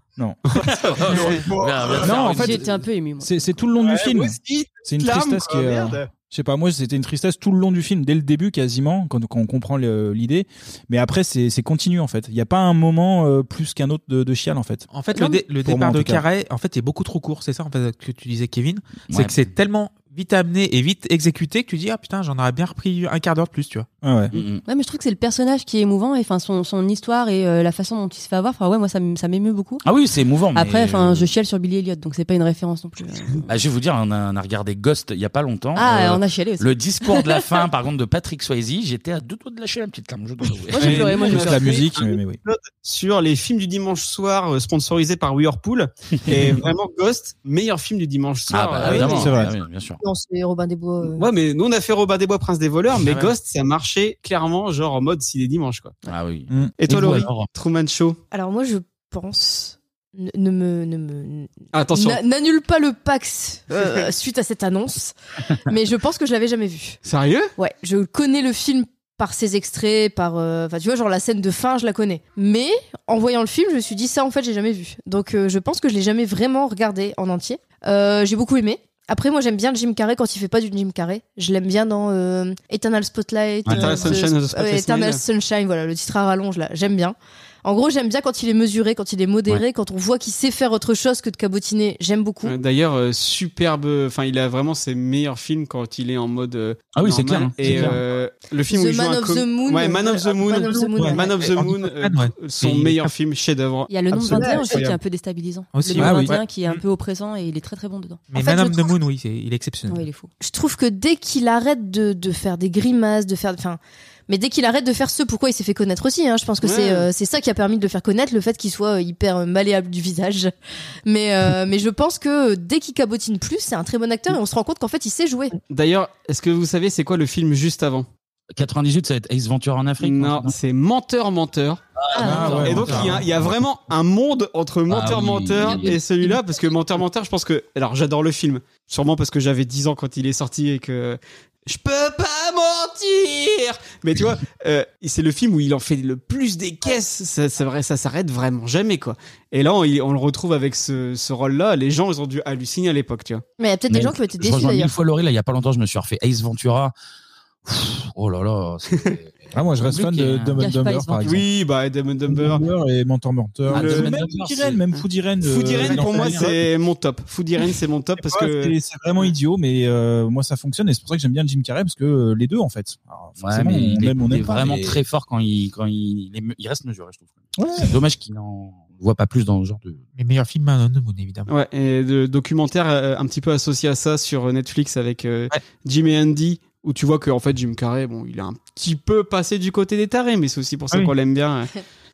E: non Ah,
C: non
E: en fait,
F: j'étais un peu ému. Moi.
E: C'est c'est tout le long du film.
F: moi aussi,
E: C'est une
F: petite larme,
E: tristesse
F: quoi,
E: qui est. euh,
F: merde.
E: Je sais pas, moi c'était une tristesse tout le long du film, dès le début quasiment, quand, quand on comprend le- l'idée. Mais après, c'est c'est continu en fait. Il n'y a pas un moment euh, plus qu'un autre de, de chial en fait.
D: En fait,
E: Pour
D: le, dé-
E: moi,
D: le
E: en tout
D: départ de
E: cas.
D: Carré, en fait, est beaucoup trop court. C'est ça, en fait, que tu disais, Kevin.
E: Ouais.
D: C'est que c'est tellement vite amené et vite exécuté que tu dis, ah putain, j'en aurais bien repris un quart d'heure de plus, tu vois.
E: Ah ouais.
C: Mm,
F: Ouais, mais je trouve que c'est le personnage qui est émouvant et enfin son, son histoire et euh, la façon dont il se fait avoir. Enfin ouais, moi ça m- ça m'émeut beaucoup.
C: Ah oui, c'est émouvant. mais-
F: Après,
E: euh,
F: enfin, je chiale sur Billy Elliot, donc c'est pas une référence non plus. hein.
C: Ah, je vais vous dire, on a, on a regardé Ghost il y a pas longtemps. Euh,
F: Ah, on a chialé aussi.
C: Le discours de la fin, par contre, de Patrick Swayze, j'étais à deux doigts de lâcher la petite larme. Je dois l'avouer.
B: Moi, j'ai pleuré, moi, j'ai
E: Juste la
B: pleuré.
E: musique, mais, mais oui.
B: épisode sur les films du dimanche soir euh, sponsorisés par Whirlpool. et vraiment, Ghost, meilleur film du dimanche soir.
C: bah,
B: Euh,
C: évidemment,
B: c'est
C: ah oui, bien sûr.
A: Non, c'est Robin des Bois. euh.
B: Ouais, mais nous, on a fait Robin des Bois, Prince des voleurs, mais
A: Ah ouais.
B: Ghost, ça marchait clairement, genre en mode s'il est dimanche, quoi.
C: Ah oui.
B: Et
A: Mm. Et vous,
B: toi, Laurie,
A: alors
B: Truman Show.
A: Alors moi, je pense. Ne ne me. Ne me
B: Ah, attention.
A: n'a- N'annule pas le Pax euh, suite à cette annonce, mais je pense que je l'avais jamais vu.
B: Sérieux
A: Ouais, je connais le film par ses extraits, par. euh, Enfin, tu vois, genre la scène de fin, je la connais. Mais en voyant le film, je me suis dit, ça, en fait, j'ai jamais vu. Donc, euh, je pense que je l'ai jamais vraiment regardé en entier. Euh, j'ai beaucoup aimé. Après, moi, j'aime bien Jim Carrey quand il fait pas du Jim Carrey. Je l'aime bien dans euh, Eternal Spotlight.
B: Eternal Sunshine of the Spotless
A: ouais, Eternal
B: Mind.
A: Sunshine, voilà, le titre à rallonge, là. J'aime bien. En gros, j'aime bien quand il est mesuré, quand il est modéré, quand on voit qu'il sait faire autre chose que de cabotiner. J'aime beaucoup.
B: Euh, D'ailleurs, euh, superbe. Enfin, il a vraiment ses meilleurs films quand il est en mode. euh,
C: Ah oui, c'est
B: normal.
C: clair, c'est
B: Et
C: clair.
B: euh, le film
A: The
B: où il joue
A: Man
B: un
A: of
B: com-
A: the Moon.
B: Ouais, Man of the
A: Euh,
B: Moon.
A: Man of the Moon, ouais.
B: Man of the
A: Ouais.
B: Moon, euh,
D: ouais.
B: son
D: Et-
B: meilleur film, chef-d'œuvre.
F: Il y a le nombre
B: Absolument.
F: 21 aussi qui est un
B: Incroyable.
F: peu déstabilisant.
B: Aussi,
F: le
B: ouais,
F: nombre
B: oui.
F: 21 qui est un peu oppressant et il est très très bon dedans.
D: Mm. Mais
A: En fait,
D: Madame
A: je
D: de Moon, oui, c'est- il est exceptionnel.
F: Ouais, il est fou.
A: je trouve que dès qu'il arrête de, de faire des grimaces, de faire, enfin, mais dès qu'il arrête de faire ce pourquoi il s'est fait connaître aussi, hein, je pense que
F: Ouais.
A: c'est euh, c'est ça qui a permis de le faire connaître, le fait qu'il soit euh, hyper euh, malléable du visage. Mais euh, mais je pense que dès qu'il cabotine plus, c'est un très bon acteur et on se rend compte qu'en fait il sait jouer.
B: D'ailleurs, est-ce que vous savez c'est quoi le film juste avant
C: 98, ça va être Ace Ventura en Afrique
B: Non, c'est Menteur Menteur.
C: Ah, ouais,
B: Ah, et donc
C: Menteur,
B: il y, a-
C: ouais.
B: il y a vraiment un monde entre Menteur
C: Ah oui.
B: Menteur et celui-là parce que Menteur Menteur, je pense que alors j'adore le film, sûrement parce que j'avais 10 ans quand il est sorti et que je peux pas mentir. Mais tu vois, euh, c'est le film où il en fait le plus des caisses. Ça, c'est vrai, ça s'arrête vraiment jamais quoi. Et là, on, il- on le retrouve avec ce, ce rôle-là. Les gens, ils ont dû halluciner à l'époque, tu vois.
A: Mais il y a peut-être des gens qui ont été
C: je
A: déçus
C: rejoins mille
A: d'ailleurs.
C: fois Laurie, là, il y a pas longtemps, je me suis refait Ace Ventura. Pff, oh là là. c'est- hein.
E: Ah, moi je reste fan de Dumb and Dumber par exemple.
B: Oui, bah Dumb and Dumber.
E: et Mentor Mentor.
B: Ah, Dumb and
E: même
B: Dumber,
E: Food
B: c'est-
E: Irene, même Food Irene, euh,
B: Food Irene,
E: dans
B: pour moi,
E: Food
B: c'est mon top. Food Irene, c'est mon top parce que.
E: C'est- C'est vraiment idiot, mais euh, moi ça fonctionne et c'est pour ça que j'aime bien Jim Carrey parce que euh, les deux en fait. Alors,
C: Ouais,
E: forcément,
C: mais il
E: on
C: est,
E: aime, on
C: il est
E: aime pas,
C: vraiment
E: mais-
C: très fort quand il, quand il, il est- il reste mesuré, je trouve. C'est dommage qu'il n'en voit pas plus dans le genre de.
D: Mais meilleur film, Man on the Moon, évidemment.
B: Ouais, et de documentaire euh, un petit peu associé à ça sur Netflix avec euh, Jim et Andy, où tu vois que en fait Jim Carrey, bon, il a un petit peu passé du côté des tarés, mais c'est aussi pour ça
D: Ah oui.
B: qu'on l'aime bien. hein.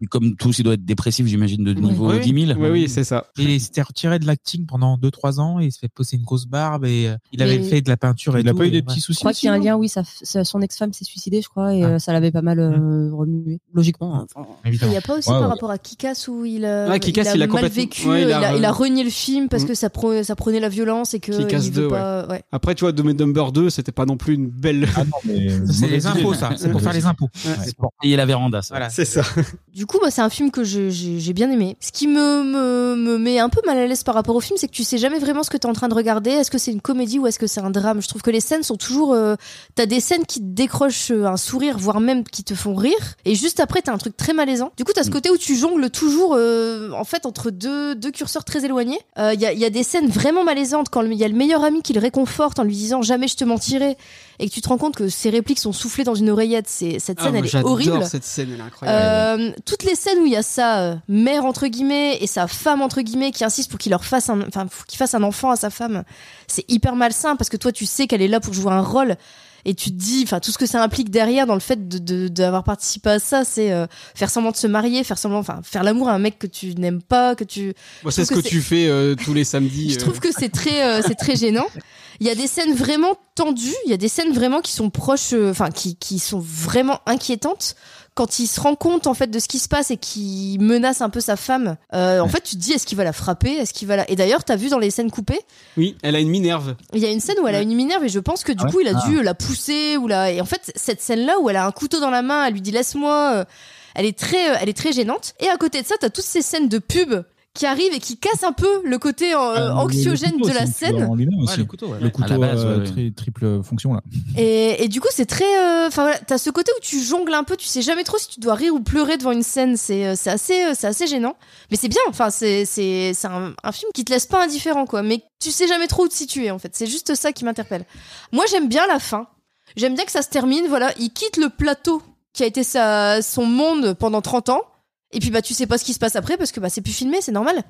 C: Comme tous, il doit être dépressif, j'imagine, de niveau
B: Oui.
C: 10 000.
B: Oui, oui, c'est ça.
D: Et il s'était retiré de l'acting pendant 2-3 ans et il s'est fait poser une grosse barbe et euh, il avait
F: Mais-
D: fait de la peinture et
E: Il a
D: tout,
E: pas eu
D: et bah,
E: des
D: ouais.
E: petits
F: Je crois qu'il y a un lien, oui, sa- sa- son ex-femme s'est suicidée, je crois,
D: Ah.
F: et euh, ça l'avait pas mal euh,
D: Mm.
F: remué, logiquement. hein. Enfin,
A: Il n'y a pas aussi par rapport à Kikas où il, euh,
F: Ouais,
A: il
F: Kick-Ass,
A: a,
F: il a
A: mal
F: complètement-
A: vécu,
B: ouais,
A: il,
B: il
A: a,
B: a-
A: il a renié le film parce que ça, pre- ça prenait la violence et que
B: Qui casse
A: il veut
B: deux,
A: pas. ouais.
B: Après, tu vois, Dumb and Dumber 2, c'était pas non plus une belle.
E: Ah non, mais
D: C'est les impôts, ça. C'est pour faire les impôts.
C: C'est pour payer la véranda, ça.
B: C'est ça.
A: Du coup, moi, c'est un film que je- j'ai j'ai bien aimé. Ce qui me, me, me met un peu mal à l'aise par rapport au film, c'est que tu sais jamais vraiment ce que t'es en train de regarder. Est-ce que c'est une comédie ou est-ce que c'est un drame Je trouve que les scènes sont toujours. euh, t'as des scènes qui te décrochent euh, un sourire, voire même qui te font rire. Et juste après, t'as un truc très malaisant. Du coup, t'as ce
B: Mm.
A: côté où tu jongles toujours, euh, en fait, entre deux, deux curseurs très éloignés. Il y, a, y a des scènes vraiment malaisantes quand il y a le meilleur ami qui le réconforte en lui disant jamais je te mentirai. Et que tu te rends compte que ses répliques sont soufflées dans une oreillette. C'est, cette
B: Ah,
A: scène,
B: moi,
A: elle est
B: j'adore
A: horrible.
B: cette scène, elle est incroyable.
A: Euh, toutes les scènes où il y a sa euh, mère entre guillemets et sa femme entre guillemets qui insiste pour qu'il leur fasse un, enfin, pour qu'il fasse un enfant à sa femme, c'est hyper malsain parce que toi tu sais qu'elle est là pour jouer un rôle et tu te dis, enfin tout ce que ça implique derrière dans le fait de de- d'avoir participé à ça, c'est euh, faire semblant de se marier, faire semblant, enfin faire l'amour à un mec que tu n'aimes pas, que tu.
B: Bon,
A: Je
B: c'est
A: trouve
B: ce que,
A: c'est-
B: tu fais euh, tous les samedis.
A: je trouve que c'est très, euh, c'est très gênant. Il y a des scènes vraiment tendues, il y a des scènes vraiment qui sont proches, euh, enfin qui, qui sont vraiment inquiétantes. Quand il se rend compte en fait de ce qui se passe et qu'il menace un peu sa femme, euh, en fait tu te dis est-ce qu'il va la frapper, est-ce qu'il va la. Et d'ailleurs t'as vu dans les scènes coupées,
B: Oui, elle a une minerve.
A: il y a une scène où elle a une minerve et je pense que du
B: Ah ouais
A: coup il a
B: Ah.
A: dû la pousser ou la. Et en fait cette scène là où elle a un couteau dans la main, elle lui dit laisse-moi, euh, elle est très, euh, elle est très gênante. Et à côté de ça t'as toutes ces scènes de pub qui arrivent et qui cassent un peu le côté euh,
B: Ah,
A: anxiogène de la scène.
E: le couteau, le
D: ouais. À la
E: couteau
D: base,
E: euh,
D: ouais, ouais.
E: tri- triple fonction là.
A: Et, et du coup, c'est très. euh, Enfin, voilà, t'as ce côté où tu jongles un peu, tu sais jamais trop si tu dois rire ou pleurer devant une scène. C'est euh, c'est assez, euh, c'est assez gênant. Mais c'est bien, enfin, c'est c'est- c'est un, un film qui te laisse pas indifférent, quoi. Mais tu sais jamais trop où te situer, en fait. C'est juste ça qui m'interpelle. Moi, j'aime bien la fin. J'aime bien que ça se termine. Voilà, il quitte le plateau qui a été sa, son monde pendant 30 ans. Et puis, bah, tu sais pas ce qui se passe après parce que bah, c'est plus filmé, c'est normal.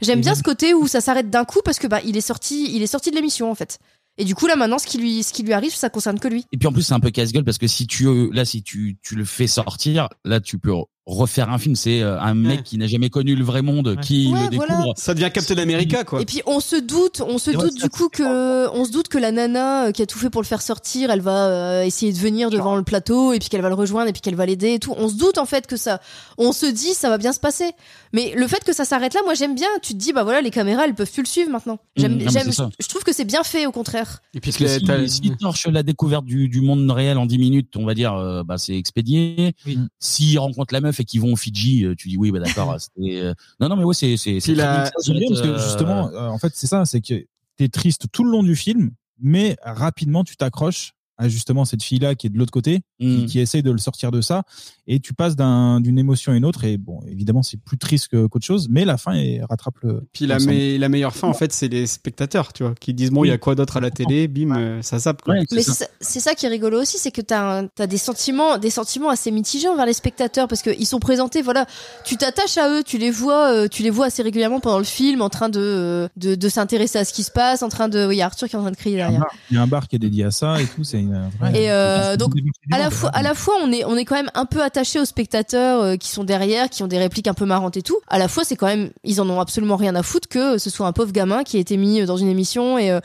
A: J'aime bien ce côté où ça s'arrête d'un coup parce que bah il est sorti, il est sorti de l'émission en fait. Et du coup là maintenant ce qui lui ce qui lui arrive ça concerne que lui.
C: Et puis en plus, c'est un peu casse-gueule parce que si tu euh, là, si tu tu le fais sortir, là, tu peux re- refaire un film. C'est euh, un mec qui n'a jamais connu le vrai monde, qui
A: Ouais,
C: le découvre.
A: voilà.
B: Ça devient Captain America, quoi.
A: Et puis on se doute, on se
C: Et ouais,
A: doute
C: ça,
A: du coup que on se doute que la nana euh, qui a tout fait pour le faire sortir, elle va euh, essayer de venir devant le plateau et puis qu'elle va le rejoindre et puis qu'elle va l'aider et tout. On se doute en fait que ça on se dit ça va bien se passer. Mais le fait que ça s'arrête là, moi j'aime bien, tu te dis bah voilà les caméras elles peuvent plus le suivre maintenant. J'aime
C: Mmh, non, mais
A: j'aime
C: c'est ça.
A: je trouve que c'est bien fait au contraire.
B: Et
C: puis si, si torche la découverte du, du monde réel en 10 minutes, on va dire, euh, bah, c'est expédié. S'ils rencontrent la meuf et qu'ils vont au Fidji, euh, tu dis oui, bah d'accord. c'était, euh, Non, non, mais ouais, c'est c'est c'est
E: Puis
C: très bien
E: la-
C: que ça
E: j'aime bien
C: soit,
E: parce que
C: euh,
E: justement, euh, en fait, c'est ça, c'est que t'es triste tout le long du film, mais rapidement tu t'accroches à justement cette fille-là qui est de l'autre côté,
C: Mm.
E: qui, qui essaye de le sortir de ça, et tu passes d'un- d'une émotion à une autre. Et bon, évidemment, c'est plus triste que- qu'autre chose, mais la fin elle rattrape le.
B: Puis la,
E: l'ensemble.
B: me- la meilleure fin, en fait, c'est les spectateurs, tu vois, qui disent bon, il y a quoi d'autre à la télé Bim, euh, ça zappe. Quoi.
A: Mais c'est ça- c'est ça qui est rigolo aussi, c'est que t'as un- t'as des sentiments, des sentiments assez mitigés envers les spectateurs parce qu'ils sont présentés, voilà, tu t'attaches à eux, tu les vois, euh, tu les vois assez régulièrement pendant le film, en train de euh, de, de s'intéresser à ce qui se passe, en train de, oui, il y a Arthur qui est en train de crier derrière.
E: Il y a un bar qui est dédié à ça et tout. C'est une.
A: Et euh, donc à la fois,
E: hein.
A: à la fois, on est on est quand même un peu attaché aux spectateurs euh, qui sont derrière, qui ont des répliques un peu marrantes et tout. À la fois, c'est quand même, ils en ont absolument rien à foutre que euh, ce soit un pauvre gamin qui a été mis euh, dans une émission et euh,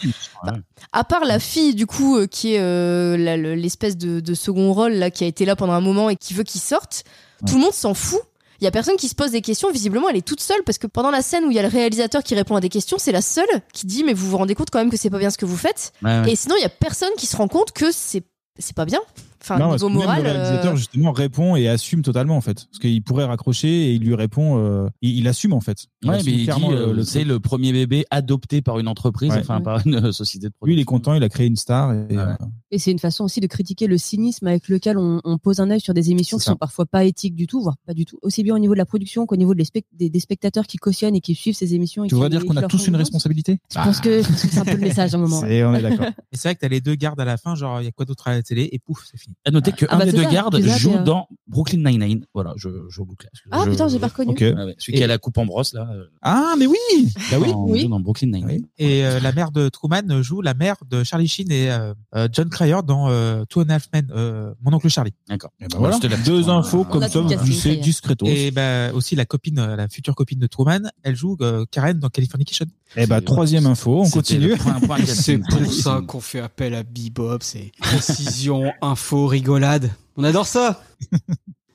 A: bah, à part la fille du coup euh, qui est euh, la- le- l'espèce de, de second rôle là qui a été là pendant un moment et qui veut qu'il sorte, tout le monde s'en fout. Il y a personne qui se pose des questions. Visiblement, elle est toute seule parce que pendant la scène où il y a le réalisateur qui répond à des questions, c'est la seule qui dit mais vous vous rendez compte quand même que c'est pas bien ce que vous faites.
E: Ouais, ouais.
A: Et sinon, il y a personne qui se rend compte que c'est c'est pas bien. Enfin,
E: Non, parce
A: niveau
E: que même
A: moral.
E: Le réalisateur,
A: euh,
E: justement, répond et assume totalement, en fait. Parce qu'il pourrait raccrocher et il lui répond. euh, il, il assume, en fait. Il
C: Ouais,
E: assume
C: mais il dit,
E: clairement
C: euh, c'est le premier bébé adopté par une entreprise,
E: Ouais.
C: enfin par une euh, société de production.
E: Lui, il est content, il a créé une star. Et, euh,
F: Et c'est une façon aussi de critiquer le cynisme avec lequel on, on pose un œil sur des émissions qui sont parfois pas éthiques du tout, voire pas du tout, aussi bien au niveau de la production qu'au niveau de les spec- des, des spectateurs qui cautionnent et qui suivent ces émissions. et
E: Tu
F: qui-
E: voudrais dire
F: qui
E: qu'on a
F: leur
E: tous
F: font
E: une
F: confiance.
E: responsabilité
F: Je pense que, je pense que c'est un peu le message à un moment.
E: C'est- on est d'accord.
D: Et c'est vrai que t'as les deux gardes à la fin, genre, il y a quoi d'autre à la télé Et pouf, c'est fini.
C: À noter que
D: Ah
C: un
D: bah
C: des
D: c'est
C: deux
D: ça,
C: gardes
D: tu l'as,
C: joue
D: mais, euh,
C: dans Brooklyn Nine-Nine. Voilà, je, je boucle.
F: Ah,
C: Je-
F: putain, j'ai pas reconnu.
D: Ok.
C: Ouais, ouais, celui qui a la coupe en brosse, là. euh.
E: Ah, mais oui
D: Bah oui.
C: On
D: Oui.
C: joue dans Brooklyn Nine-Nine.
D: Et euh, la mère de Truman joue la mère de Charlie Sheen et euh, euh, John Cryer dans euh, Two and a Half Men, euh, Mon oncle Charlie.
C: D'accord.
E: ben voilà. Deux
C: euh,
E: infos comme ça, vous glissez discretos.
D: Et bah, aussi la copine, euh, la future copine de Truman, elle joue euh, Karen dans Californication.
E: Eh bah, troisième info, on continue.
B: C'est pour ça qu'on fait appel à Bebop, c'est précision, info, rigolade. On adore ça.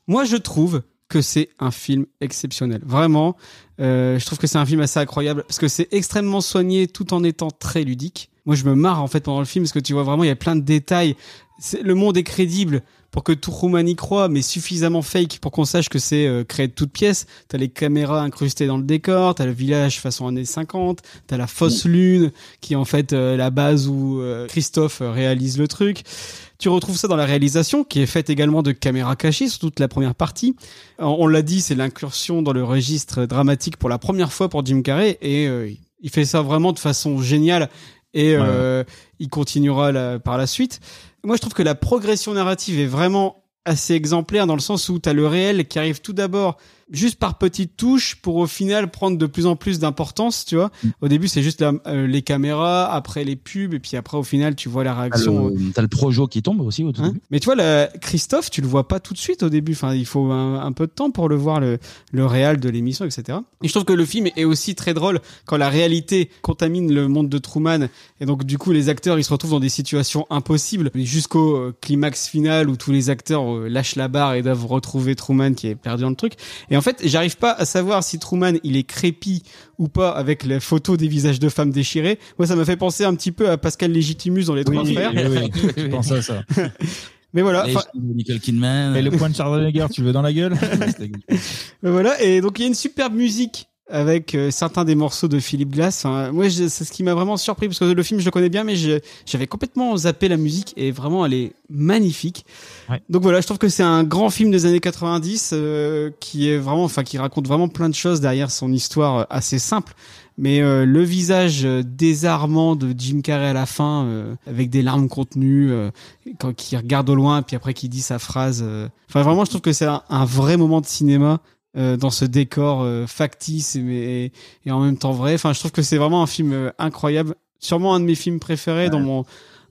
B: Moi, je trouve que c'est un film exceptionnel. Vraiment, euh, je trouve que c'est un film assez incroyable parce que c'est extrêmement soigné tout en étant très ludique. Moi, je me marre en fait pendant le film parce que tu vois vraiment, il y a plein de détails. c'est- le monde est crédible pour que Truman y croit, mais suffisamment fake pour qu'on sache que c'est euh, créé de toutes pièces. T'as les caméras incrustées dans le décor, t'as le village façon années 50, t'as la fausse lune qui est en fait euh, la base où euh, Christophe euh, réalise le truc. Tu retrouves ça dans la réalisation, qui est faite également de caméras cachées sur toute la première partie. On on l'a dit, c'est l'incursion dans le registre dramatique pour la première fois pour Jim Carrey, et euh, il fait ça vraiment de façon géniale, et euh, il continuera la- par la suite. Moi, je trouve que la progression narrative est vraiment assez exemplaire dans le sens où tu as le réel qui arrive tout d'abord juste par petites touches pour au final prendre de plus en plus d'importance, tu vois. Au début, c'est juste la- euh, les caméras, après les pubs, et puis après, au final, tu vois la
C: T'as
B: réaction. euh,
C: le, t'as le projo qui tombe aussi au tout début.
B: Mais tu vois, là, Christophe, tu le vois pas tout de suite au début. Enfin, il faut un, un peu de temps pour le voir, le, le réal de l'émission, etc. Et je trouve que le film est aussi très drôle quand la réalité contamine le monde de Truman. Et donc, du coup, les acteurs, ils se retrouvent dans des situations impossibles Mais jusqu'au euh, climax final où tous les acteurs euh, lâchent la barre et doivent retrouver Truman qui est perdu dans le truc. Et en fait, j'arrive pas à savoir si Truman, il est crépi ou pas avec les photos des visages de femmes déchirées. Moi, ça m'a fait penser un petit peu à Pascal Légitimus dans Les Trois Frères.
E: je pense à ça.
B: Mais voilà. enfin-
C: Nicole Kidman.
E: Et le point de Schwarzenegger, tu le veux dans la gueule
B: Ben voilà, et donc il y a une superbe musique avec euh, certains des morceaux de Philippe Glass. Enfin, moi, je- c'est ce qui m'a vraiment surpris parce que le film, je le connais bien, mais je- j'avais complètement zappé la musique et vraiment, elle est magnifique. Donc voilà, je trouve que c'est un grand film des années 90 euh, qui est vraiment, enfin, qui raconte vraiment plein de choses derrière son histoire euh, assez simple. Mais euh, le visage euh, désarmant de Jim Carrey à la fin, euh, avec des larmes contenues, euh, quand qui regarde au loin, puis après qui dit sa phrase. euh. Enfin, vraiment, je trouve que c'est un, un vrai moment de cinéma euh, dans ce décor euh, factice et, et, et en même temps vrai. Enfin, je trouve que c'est vraiment un film euh, incroyable. Sûrement un de mes films préférés dans mon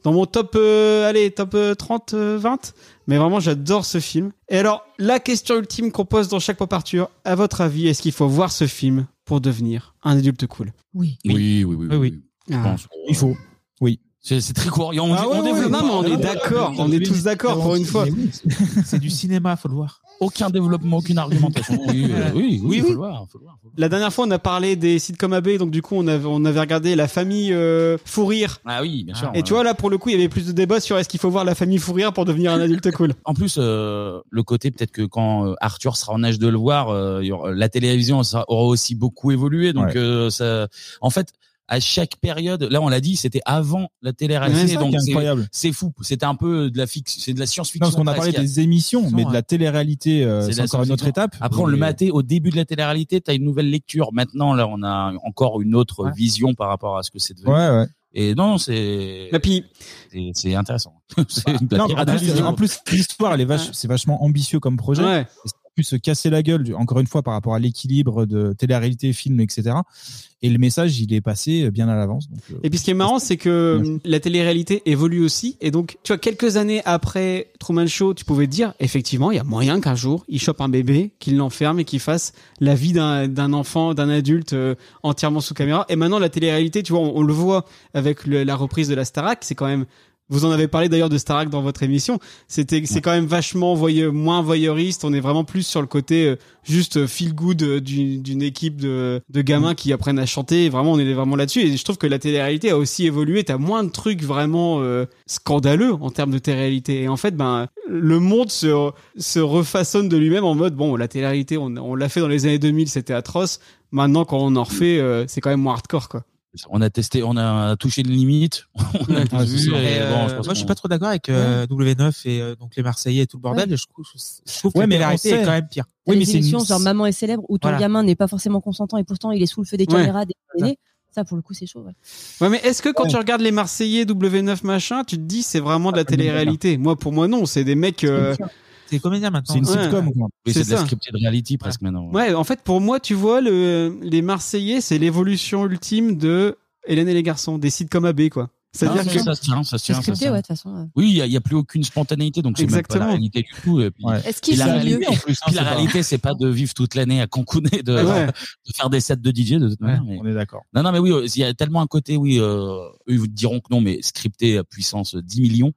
B: dans mon top euh, allez top euh, 30 euh, 20 mais vraiment j'adore ce film et alors la question ultime qu'on pose dans chaque pop Arthur à votre avis est-ce qu'il faut voir ce film pour devenir un adulte cool
C: Oui. Oui, oui, oui. oui,
B: Ah.
C: Je pense. euh,
E: Il faut. Oui.
C: C'est c'est très court. Et On,
B: Ah ouais,
C: on
B: ouais,
C: développe
B: non,
C: pas,
B: mais on est
C: développe
B: d'accord,
C: pas.
B: on est tous d'accord pour une fois.
D: C'est du cinéma, faut le voir.
C: Aucun développement, aucune argumentation. Oui, euh, oui, oui, faut le voir. faut le voir.
B: La dernière fois, on a parlé des sitcoms AB, donc du coup, on avait, on avait regardé La Famille euh, Fou Rire.
C: Ah oui, bien sûr.
B: Et
C: ouais.
B: tu vois, là, pour le coup, il y avait plus de débats sur est-ce qu'il faut voir La Famille Fou Rire pour devenir un adulte cool.
C: En plus, euh, le côté peut-être que quand euh, Arthur sera en âge de le voir, euh, il y aura- la télévision sera- aura aussi beaucoup évolué. Donc,
E: Ouais.
C: euh, ça, en fait, à chaque période, là on l'a dit, c'était avant la
E: Ouais,
C: télé-réalité.
E: c'est ça
C: donc
E: qui est
C: c'est-
E: incroyable.
C: C'est fou. C'était un peu de la fiction, c'est de la science-fiction.
E: Non, parce qu'on a parlé
C: presque.
E: des émissions, mais de la télé-réalité, euh,
C: C'est
E: c'est
C: la
E: encore une autre
C: science-fiction.
E: étape.
C: Après, on
E: Et-
C: le matait au début de la télé-réalité, t'as une nouvelle lecture. Maintenant, là, on a encore une autre vision par rapport à ce que c'est devenu.
E: Ouais, ouais.
C: Et non, c'est.
B: puis.
C: C'est intéressant. C'est une pire
E: Non, en plus,
C: analyse.
E: en plus, l'histoire, elle est vache- c'est vachement ambitieux comme projet.
C: Ouais.
E: Et ça a pu se casser la gueule, encore une fois, par rapport à l'équilibre de télé-réalité, film, etc. Et le message, il est passé bien à l'avance. donc, euh,
B: Et puis ce qui est marrant, c'est que euh, la télé-réalité évolue aussi. Et donc, tu vois, quelques années après Truman Show, tu pouvais te dire, effectivement, il y a moyen qu'un jour, il chope un bébé, qu'il l'enferme et qu'il fasse la vie d'un d'un enfant, d'un adulte euh, entièrement sous caméra. Et maintenant, la télé-réalité, tu vois, on, on le voit avec le- la reprise de la Starac, c'est quand même... Vous en avez parlé d'ailleurs de Starac dans votre émission. C'était, c'est quand même vachement voyeur, moins voyeuriste. On est vraiment plus sur le côté euh, juste euh, feel good euh, d'une d'une équipe de, de gamins qui apprennent à chanter. Vraiment, on est vraiment là-dessus. Et je trouve que la télé-réalité a aussi évolué. T'as moins de trucs vraiment euh, scandaleux en termes de télé-réalité. Et en fait, ben, le monde se, se refaçonne de lui-même en mode, bon, la télé-réalité, on, on l'a fait dans les années 2000, c'était atroce. Maintenant, quand on en refait, euh, c'est quand même moins hardcore, quoi.
C: On a testé, on a touché une limite. On a
D: Ah,
C: tout
D: c'est
C: vu,
D: sûr.
C: et
D: Et,
C: bon,
D: euh,
C: je pense
D: moi, je suis
C: qu'on-
D: pas trop d'accord avec euh, W9 et euh, donc les Marseillais et tout le bordel.
F: Ouais.
D: Je trouve, je trouve
F: Ouais,
D: que
F: mais
D: la
F: on
D: réalité
F: sait.
D: est quand même pire.
F: Oui, mais c'est une genre maman est célèbre où ton
D: Voilà.
F: gamin n'est pas forcément consentant et pourtant il est sous le feu des
B: Ouais.
F: caméras, des télés. Ça pour le coup c'est chaud. ouais.
B: Ouais, mais est-ce que quand tu regardes les Marseillais W9 machin, tu te dis c'est vraiment de la télé-réalité Moi, pour moi, non. C'est des mecs. euh,
D: C'est comédien maintenant.
B: C'est une Ouais. sitcom, quoi.
C: Oui,
B: C'est
C: c'est de la
B: ça.
C: scripted reality presque maintenant.
B: Ouais, en fait, pour moi, tu vois, le, les Marseillais, c'est l'évolution ultime de Hélène et les garçons, des sites comme AB, quoi. C'est-à-dire
C: Ah,
B: que.
C: ça se tient, ça se
F: C'est
C: tient. ça se
F: scripté
C: tient.
F: ouais de toute façon. euh. ouais.
C: Oui, il y a- il y a, plus aucune spontanéité, donc c'est même pas la
B: Exactement.
C: réalité du tout. Et puis,
F: Est-ce
C: et
F: qu'il
C: la
F: fait
C: réalité,
F: mieux
C: en plus,
F: Non,
C: puis la
F: Ah, c'est pas-
C: réalité, c'est pas de vivre toute l'année à Cancun et de,
E: Ouais.
C: de faire des sets de DJ de toute manière. mais-
E: on est d'accord.
C: Non, non, mais oui, euh, il y a tellement un côté, oui, euh, eux, ils vous diront que non, mais scripté à puissance 10 millions,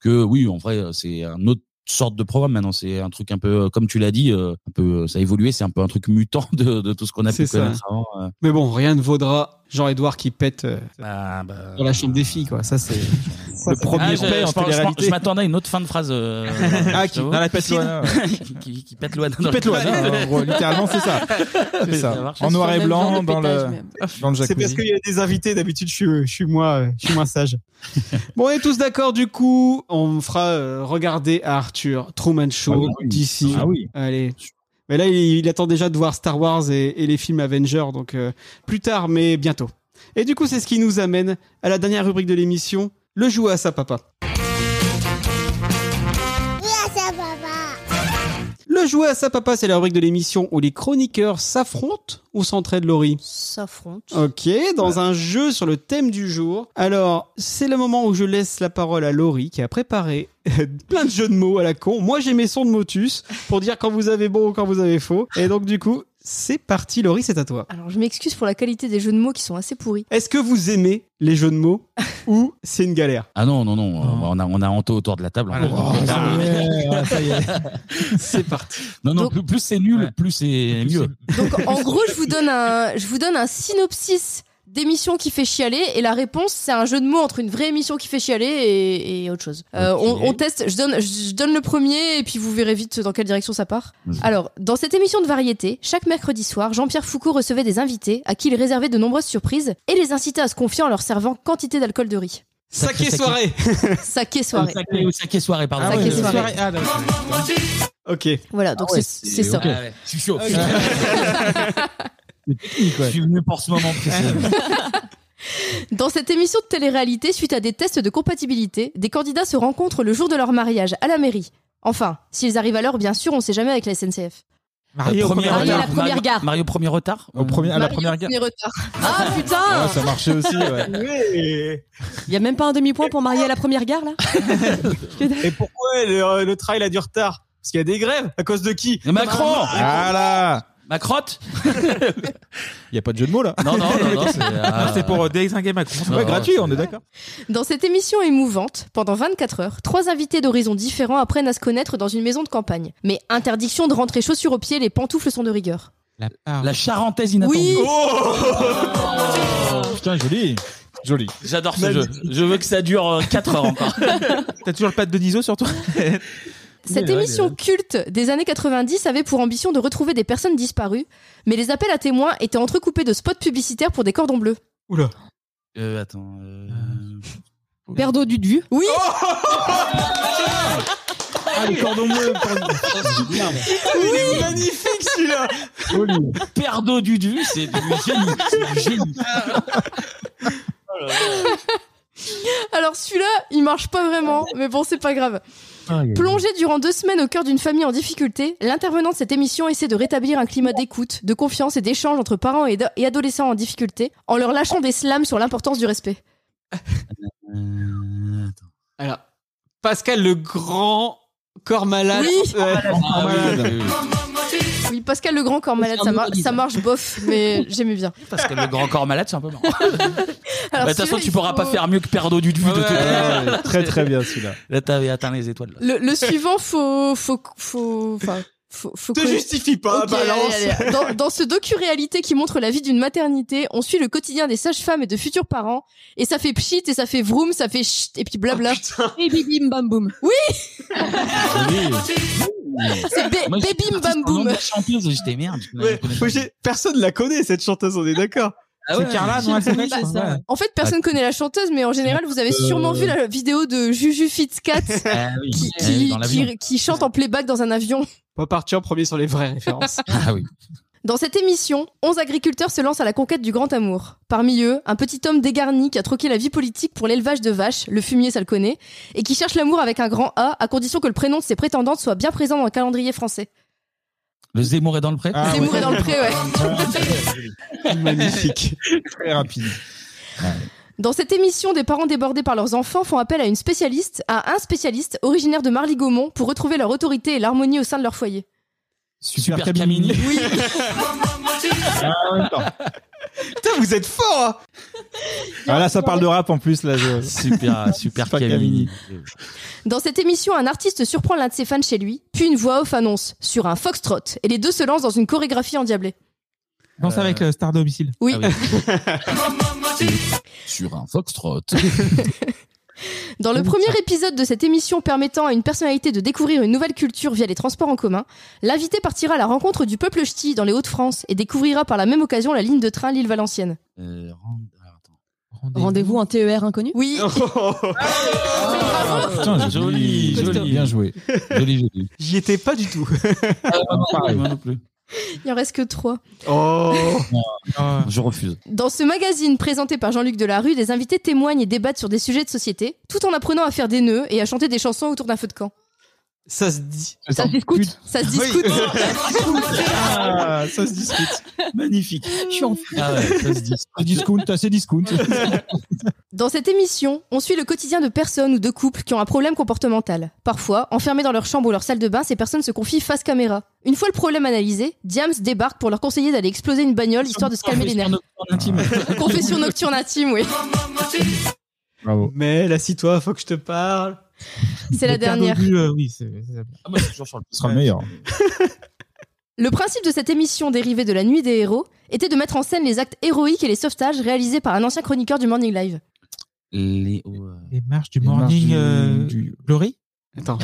C: que oui, en vrai, euh, c'est un autre sorte de programme maintenant c'est un truc un peu euh, comme tu l'as dit euh, un peu euh, ça a évolué c'est un peu un truc mutant de, de tout ce qu'on a pu
B: C'est ça.
C: connaître avant euh.
B: Mais bon, rien ne vaudra Jean-Edouard qui pète euh,
C: dans
B: la chambre des filles, quoi. Ça, c'est.
E: Le premier
C: bah. Ah, je-
E: prêt
C: je
E: en
C: pense-
E: télé-réalité.
C: Je m'attendais à une autre fin de phrase. euh,
E: Ah,
C: je
E: qui-
C: t'avoue.
E: dans la piscine.
C: qui, qui pète l'oie.
E: Qui pète l'oie, hein, en gros, littéralement, c'est ça. C'est ça. En noir et blanc, dans le, dans le
B: C'est
E: jacuzzi.
B: parce qu'il y a des invités, d'habitude je suis, je suis moins, je suis moins sage. bon, on est tous d'accord du coup, on fera euh, regarder à Arthur Truman Show
E: Ah oui.
B: d'ici.
E: Ah oui.
B: Allez. Mais là, il, il attend déjà de voir Star Wars et, et les films Avengers, donc euh, plus tard, mais bientôt. Et du coup, c'est ce qui nous amène à la dernière rubrique de l'émission, le jouet à sa papa. Le jouet à sa papa, c'est la rubrique de l'émission où les chroniqueurs s'affrontent ou s'entraident, Laurie
A: S'affrontent.
B: Ok, dans un jeu sur le thème du jour. Alors, c'est le moment où je laisse la parole à Laurie qui a préparé plein de jeux de mots à la con. Moi, j'ai mes sons de motus pour dire quand vous avez bon ou quand vous avez faux. Et donc, du coup, c'est parti, Laurie, c'est à toi.
A: Alors, je m'excuse pour la qualité des jeux de mots qui sont assez pourris.
B: Est-ce que vous aimez les jeux de mots ou c'est une galère
C: Ah non, non, non. euh, On, a, on a Anto autour de la table.
E: Ah,
C: Oh, putain.
B: C'est parti.
C: Non, non, plus, plus c'est nul, plus c'est mieux.
A: Donc, en gros, je vous donne un, je vous donne un synopsis d'émission qui fait chialer et la réponse c'est un jeu de mots entre une vraie émission qui fait chialer et, et autre chose. Euh, on, on teste, je donne, je je donne le premier et puis vous verrez vite dans quelle direction ça part.
C: Vas-y.
A: Alors, dans cette émission de variété, chaque mercredi soir, Jean-Pierre Foucault recevait des invités à qui il réservait de nombreuses surprises et les incitait à se confier en leur servant quantité d'alcool de riz.
B: Saké soirée
A: Saké soirée.
C: Ou saké soirée,
E: Ah
B: Ah
C: pardon.
A: Saké soirée.
B: Ok.
A: Voilà, donc
C: Ah ouais,
A: c'est c'est ça.
C: ok. Ah ouais, Je suis chaud.
B: Ah,
E: Je
C: suis venu pour ce moment précis.
A: Dans cette émission de télé-réalité, suite à des tests de compatibilité, des candidats se rencontrent le jour de leur mariage à la mairie. Enfin, s'ils arrivent à l'heure, bien sûr, on sait jamais avec la SNCF.
C: Mario,
A: premier
C: première
A: retard.
C: retard.
A: Mario, la première gare.
C: Mario, premier retard.
E: Au premier, à la première guerre.
A: Premier retard. Ah putain
E: Ouais, ça marchait aussi, ouais.
F: Il y a même pas un demi-point pour marier à la première gare là
B: Et pourquoi le, le trail a du retard Parce qu'il y a des grèves. À cause de qui
C: Macron
E: Voilà
C: Ma crotte
E: Il n'y a pas de jeu de mots là
C: Non, non, non, non, c'est- ah.
D: C'est pour euh, désinguer Macron.
E: Ouais, gratuit,
C: euh,
E: on est d'accord.
A: Dans cette émission émouvante, pendant 24 heures, trois invités d'horizons différents apprennent à se connaître dans une maison de campagne. Mais interdiction de rentrer chaussures aux pieds, les pantoufles sont de rigueur.
E: Ah.
C: La charentaise inattendue. Oh
A: Oui.
B: Oh.
E: Putain, joli. Joli.
C: J'adore ce jeu. Je veux que ça dure 4 heures encore.
D: T'as toujours le pâte de Niso sur toi
A: Cette émission culte des années 90 avait pour ambition de retrouver des personnes disparues, mais les appels à témoins étaient entrecoupés de spots publicitaires pour des cordons bleus.
B: Oula.
C: Euh, attends. euh,
A: Perdre d'eau de vue Oui
B: Oh.
E: Ah, le cordon bleu pour le. Merde.
B: Il est magnifique celui-là
C: Perdo du du, c'est du génie. C'est du génie.
A: Alors celui-là, il marche pas vraiment, mais bon, c'est pas grave.
C: Ah,
A: Plongé durant deux semaines au cœur d'une famille en difficulté, l'intervenant de cette émission essaie de rétablir un climat d'écoute, de confiance et d'échange entre parents et, et adolescents en difficulté, en leur lâchant des slams sur l'importance du respect.
B: Alors, Pascal le grand corps malade. Euh,
A: Oui.
B: Ouais.
C: Ah,
E: Corps malade.
A: Oui, Pascal le Grand corps malade, ça, mar- ça marche bof, mais j'aimais bien.
C: Parce que le grand corps malade, c'est un peu marrant. Bah, De
A: Alors,
C: toute façon,
A: celui-là,
C: tu
A: il
C: pourras
A: faut-
C: pas faire mieux que Perdo du du. de toute façon.
E: Très très bien celui-là.
C: Là, t'avais atteint les étoiles. là.
A: Le, le suivant, faut, faut, faut, enfin, faut, faut
B: Te
A: que-
B: justifie pas,
A: Ok,
B: balance.
A: allez, allez. Dans, dans ce docu-réalité qui montre la vie d'une maternité, on suit le quotidien des sages-femmes et de futurs parents, et ça fait pchit, et ça fait vroom, ça fait chut, et
B: Ah,
A: puis blabla.
F: Baby bim bam boum.
A: oui,
C: C'est
A: ba-
C: Moi,
A: Baby
C: j'étais parti
A: Bam
C: sur le nom
A: Boom.
C: de la chanteuse, j'étais merde. je connais-
B: Ouais,
C: je connais
B: faut
C: pas.
B: que j'ai- Personne la connaît cette chanteuse, on est d'accord.
C: Ah ouais, je-
D: s'appelle,
C: c'est
D: je crois,
C: ça, ouais.
A: En fait, personne connaît la chanteuse, mais en général, vous avez sûrement vu la vidéo de Juju Fitzcat
C: Euh. Ah oui,
A: qui,
C: ah oui,
A: qui-
C: dans l'avion.
A: qui, qui chante en playback dans un avion.
B: On va partir en premier sur les vraies références.
C: Ah oui.
A: Dans cette émission, 11 agriculteurs se lancent à la conquête du grand amour. Parmi eux, un petit homme dégarni qui a troqué la vie politique pour l'élevage de vaches, le fumier ça le connaît, et qui cherche l'amour avec un grand A à condition que le prénom de ses prétendantes soit bien présent dans le calendrier français.
C: Le Zemmour est dans le pré.
E: Ah,
A: C'est Zemmour est dans le pré, ouais.
B: Magnifique.
E: Très rapide.
A: Dans cette émission, des parents débordés par leurs enfants font appel à une spécialiste, à un spécialiste originaire de Marly-Gaumont pour retrouver leur autorité et l'harmonie au sein de leur foyer.
E: Super,
C: Camini.
A: Oui.
B: Putain, vous êtes fort hein.
E: Ah là, ça parle de rap en plus là. je-
C: Super, super
E: Super
C: Camini.
A: Dans cette émission, un artiste surprend l'un de ses fans chez lui, puis une voix off annonce sur un foxtrot et les deux se lancent dans une chorégraphie endiablée.
D: Danse avec le Star Domicile.
C: Ah
A: Oui.
C: Sur un foxtrot.
A: Dans le premier épisode de cette émission permettant à une personnalité de découvrir une nouvelle culture via les transports en commun, l'invité partira à la rencontre du peuple ch'ti dans les Hauts-de-France et découvrira par la même occasion la ligne de train Lille-Valenciennes.
F: Rendez-vous en TER inconnu
A: Oui.
C: Ah, Putain, joli, joli. Bien joué. Joli, joli. Ah,
B: J'y étais pas du tout.
C: Pareil, moi non plus.
A: Il en reste que trois.
B: Oh
C: Je refuse.
A: Dans ce magazine présenté par Jean-Luc Delarue, des invités témoignent et débattent sur des sujets de société, tout en apprenant à faire des nœuds et à chanter des chansons autour d'un feu de camp.
B: Ça se dit.
A: Ça se discute. Ça se discute.
B: Ah, ça se discute. Magnifique.
A: Je suis en
C: Ah ouais, ça se dit.
E: discount, assez discount.
A: Dans cette émission, on suit le quotidien de personnes ou de couples qui ont un problème comportemental. Parfois, enfermés dans leur chambre ou leur salle de bain, ces personnes se confient face caméra. Une fois le problème analysé, Diams débarque pour leur conseiller d'aller exploser une bagnole histoire de se calmer les nerfs. Confession nocturne intime, oui.
E: Bravo.
B: Mais assis-toi, faut que je te parle.
A: C'est la dernière.
B: euh,
D: oui, c'est c'est ça.
C: Ah, moi, c'est toujours sur le
E: Ce sera le meilleur.
A: Le principe de cette émission dérivée de la nuit des héros était de mettre en scène les actes héroïques et les sauvetages réalisés par un ancien chroniqueur du Morning Live.
C: Les,
D: Les marches du
C: Les marches
D: morning
C: du-
D: euh,
C: du-
D: glory
B: Attends.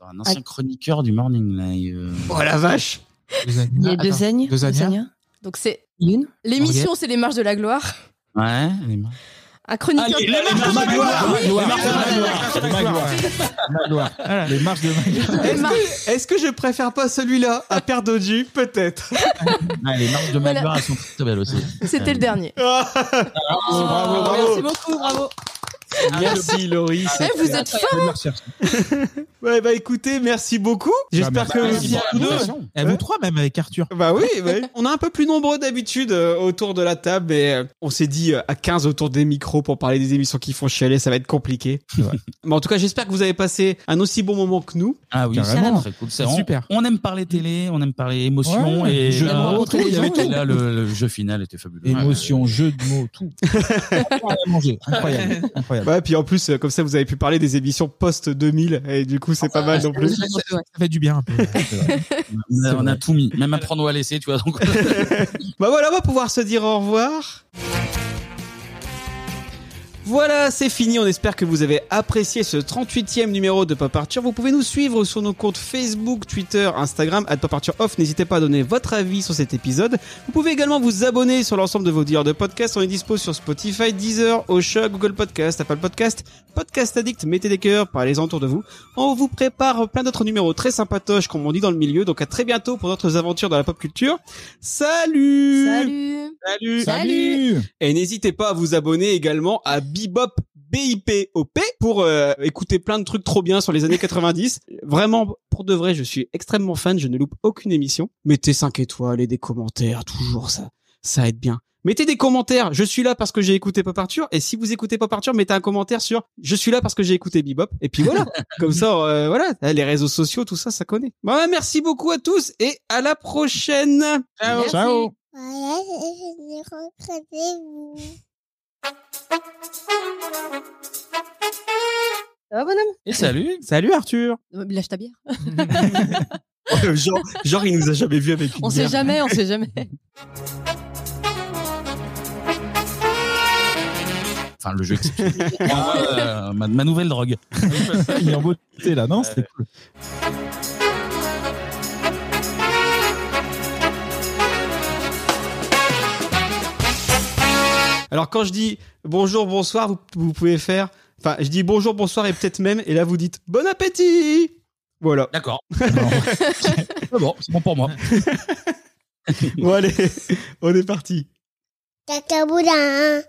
E: Ah
C: un ancien chroniqueur du Morning euh. Live.
B: Oh la vache
F: Il y a deux aignes.
C: Deux Agnas.
A: Donc c'est
F: une.
A: L'émission,
C: Ok.
A: c'est les marches de la gloire.
C: Ouais. les
A: Un chroniqueur.
C: Allez, les marches de la gloire
A: Ah Oui,
C: Les marches
A: les marches de la gloire.
E: Les marches de
B: Est-ce que, est-ce que je préfère pas celui-là à Père Dodu Peut-être.
C: Ah, les marches de
A: Voilà.
C: Magloire, elles sont très belles aussi. Ah,
A: C'était le dernier.
B: Ah,
A: Oh,
B: Bravo, bravo, bravo.
A: Merci beaucoup, bravo.
B: Merci Laurie.
A: Eh, vous êtes forts. hein.
B: Ouais, bah écoutez, merci beaucoup. J'espère
D: bah,
B: que
D: merci
B: vous
D: pour
B: vous
D: l'invitation. Eh, vous trois même avec Arthur.
B: Bah oui, oui. on est un peu plus nombreux d'habitude euh, autour de la table et euh, on s'est dit euh, à 15 autour des micros pour parler des émissions qui font chialer, ça va être compliqué. Mais en tout cas, j'espère que vous avez passé un aussi bon moment que nous.
C: Ah oui, c'est
B: Carrément.
C: très cool. C'est
B: C'est
C: super.
B: super.
C: On aime parler télé, on aime parler émotion
E: Ouais,
C: et
E: jeu de
C: là,
E: mots, tout, il y avait
C: et
E: tout.
C: là, le, le jeu final était fabuleux.
E: Émotion, jeu de mots, tout. Manger, incroyable, incroyable.
B: Ouais, puis en plus, euh, comme ça, vous avez pu parler des émissions post-2000 et du coup, c'est pas mal non plus.
D: Ça, ça fait du bien un peu.
C: On a- on a tout mis, même apprendre à laisser, tu vois. Donc...
B: Bah voilà, on va pouvoir se dire au revoir. Voilà, c'est fini. On espère que vous avez apprécié ce 38e numéro de Pop Arthur. Vous pouvez nous suivre sur nos comptes Facebook, Twitter, Instagram, at Pop Arthur Off. N'hésitez pas à donner votre avis sur cet épisode. Vous pouvez également vous abonner sur l'ensemble de vos dealers de podcasts. On est dispo sur Spotify, Deezer, Osha, Google Podcast, Apple Podcast, Podcast Addict. Mettez des cœurs, parlez-en autour de vous. On vous prépare plein d'autres numéros très sympatoches, comme on dit dans le milieu. Donc à très bientôt pour d'autres aventures dans la pop culture. Salut!
A: Salut.
B: Salut.
A: Salut.
B: Et n'hésitez pas à vous abonner également à Bebop BIPOP pour euh, écouter plein de trucs trop bien sur les années 90. Vraiment, pour de vrai, je suis extrêmement fan, je ne loupe aucune émission. Mettez 5 étoiles et des commentaires, toujours ça. Ça aide bien. Mettez des commentaires, je suis là parce que j'ai écouté Pop Arthur. Et si vous écoutez Pop Arthur, mettez un commentaire sur je suis là parce que j'ai écouté Bebop. Et puis voilà, comme ça, euh, voilà, les réseaux sociaux, tout ça, ça connaît. Bah, merci beaucoup à tous et à la prochaine.
E: Ciao.
S: Voilà, je rentrez vous.
A: Ça va, bonhomme
C: Et salut.
B: Salut Arthur.
F: Lâche ta bière.
B: genre, genre, il nous a jamais vu avec une
F: On sait
B: bière.
F: jamais, on sait jamais.
C: Enfin, le jeu exceptionnel. Moi, euh, ma, ma nouvelle drogue. Euh,
E: Il est en beauté là, non C'était cool.
B: Alors quand je dis bonjour, bonsoir, vous, vous pouvez faire. Enfin, je dis bonjour, bonsoir et peut-être même. Et là, vous dites bon appétit. Voilà.
C: D'accord. C'est bon, c'est bon pour moi.
B: bon allez, on est parti.
S: Caca boudin.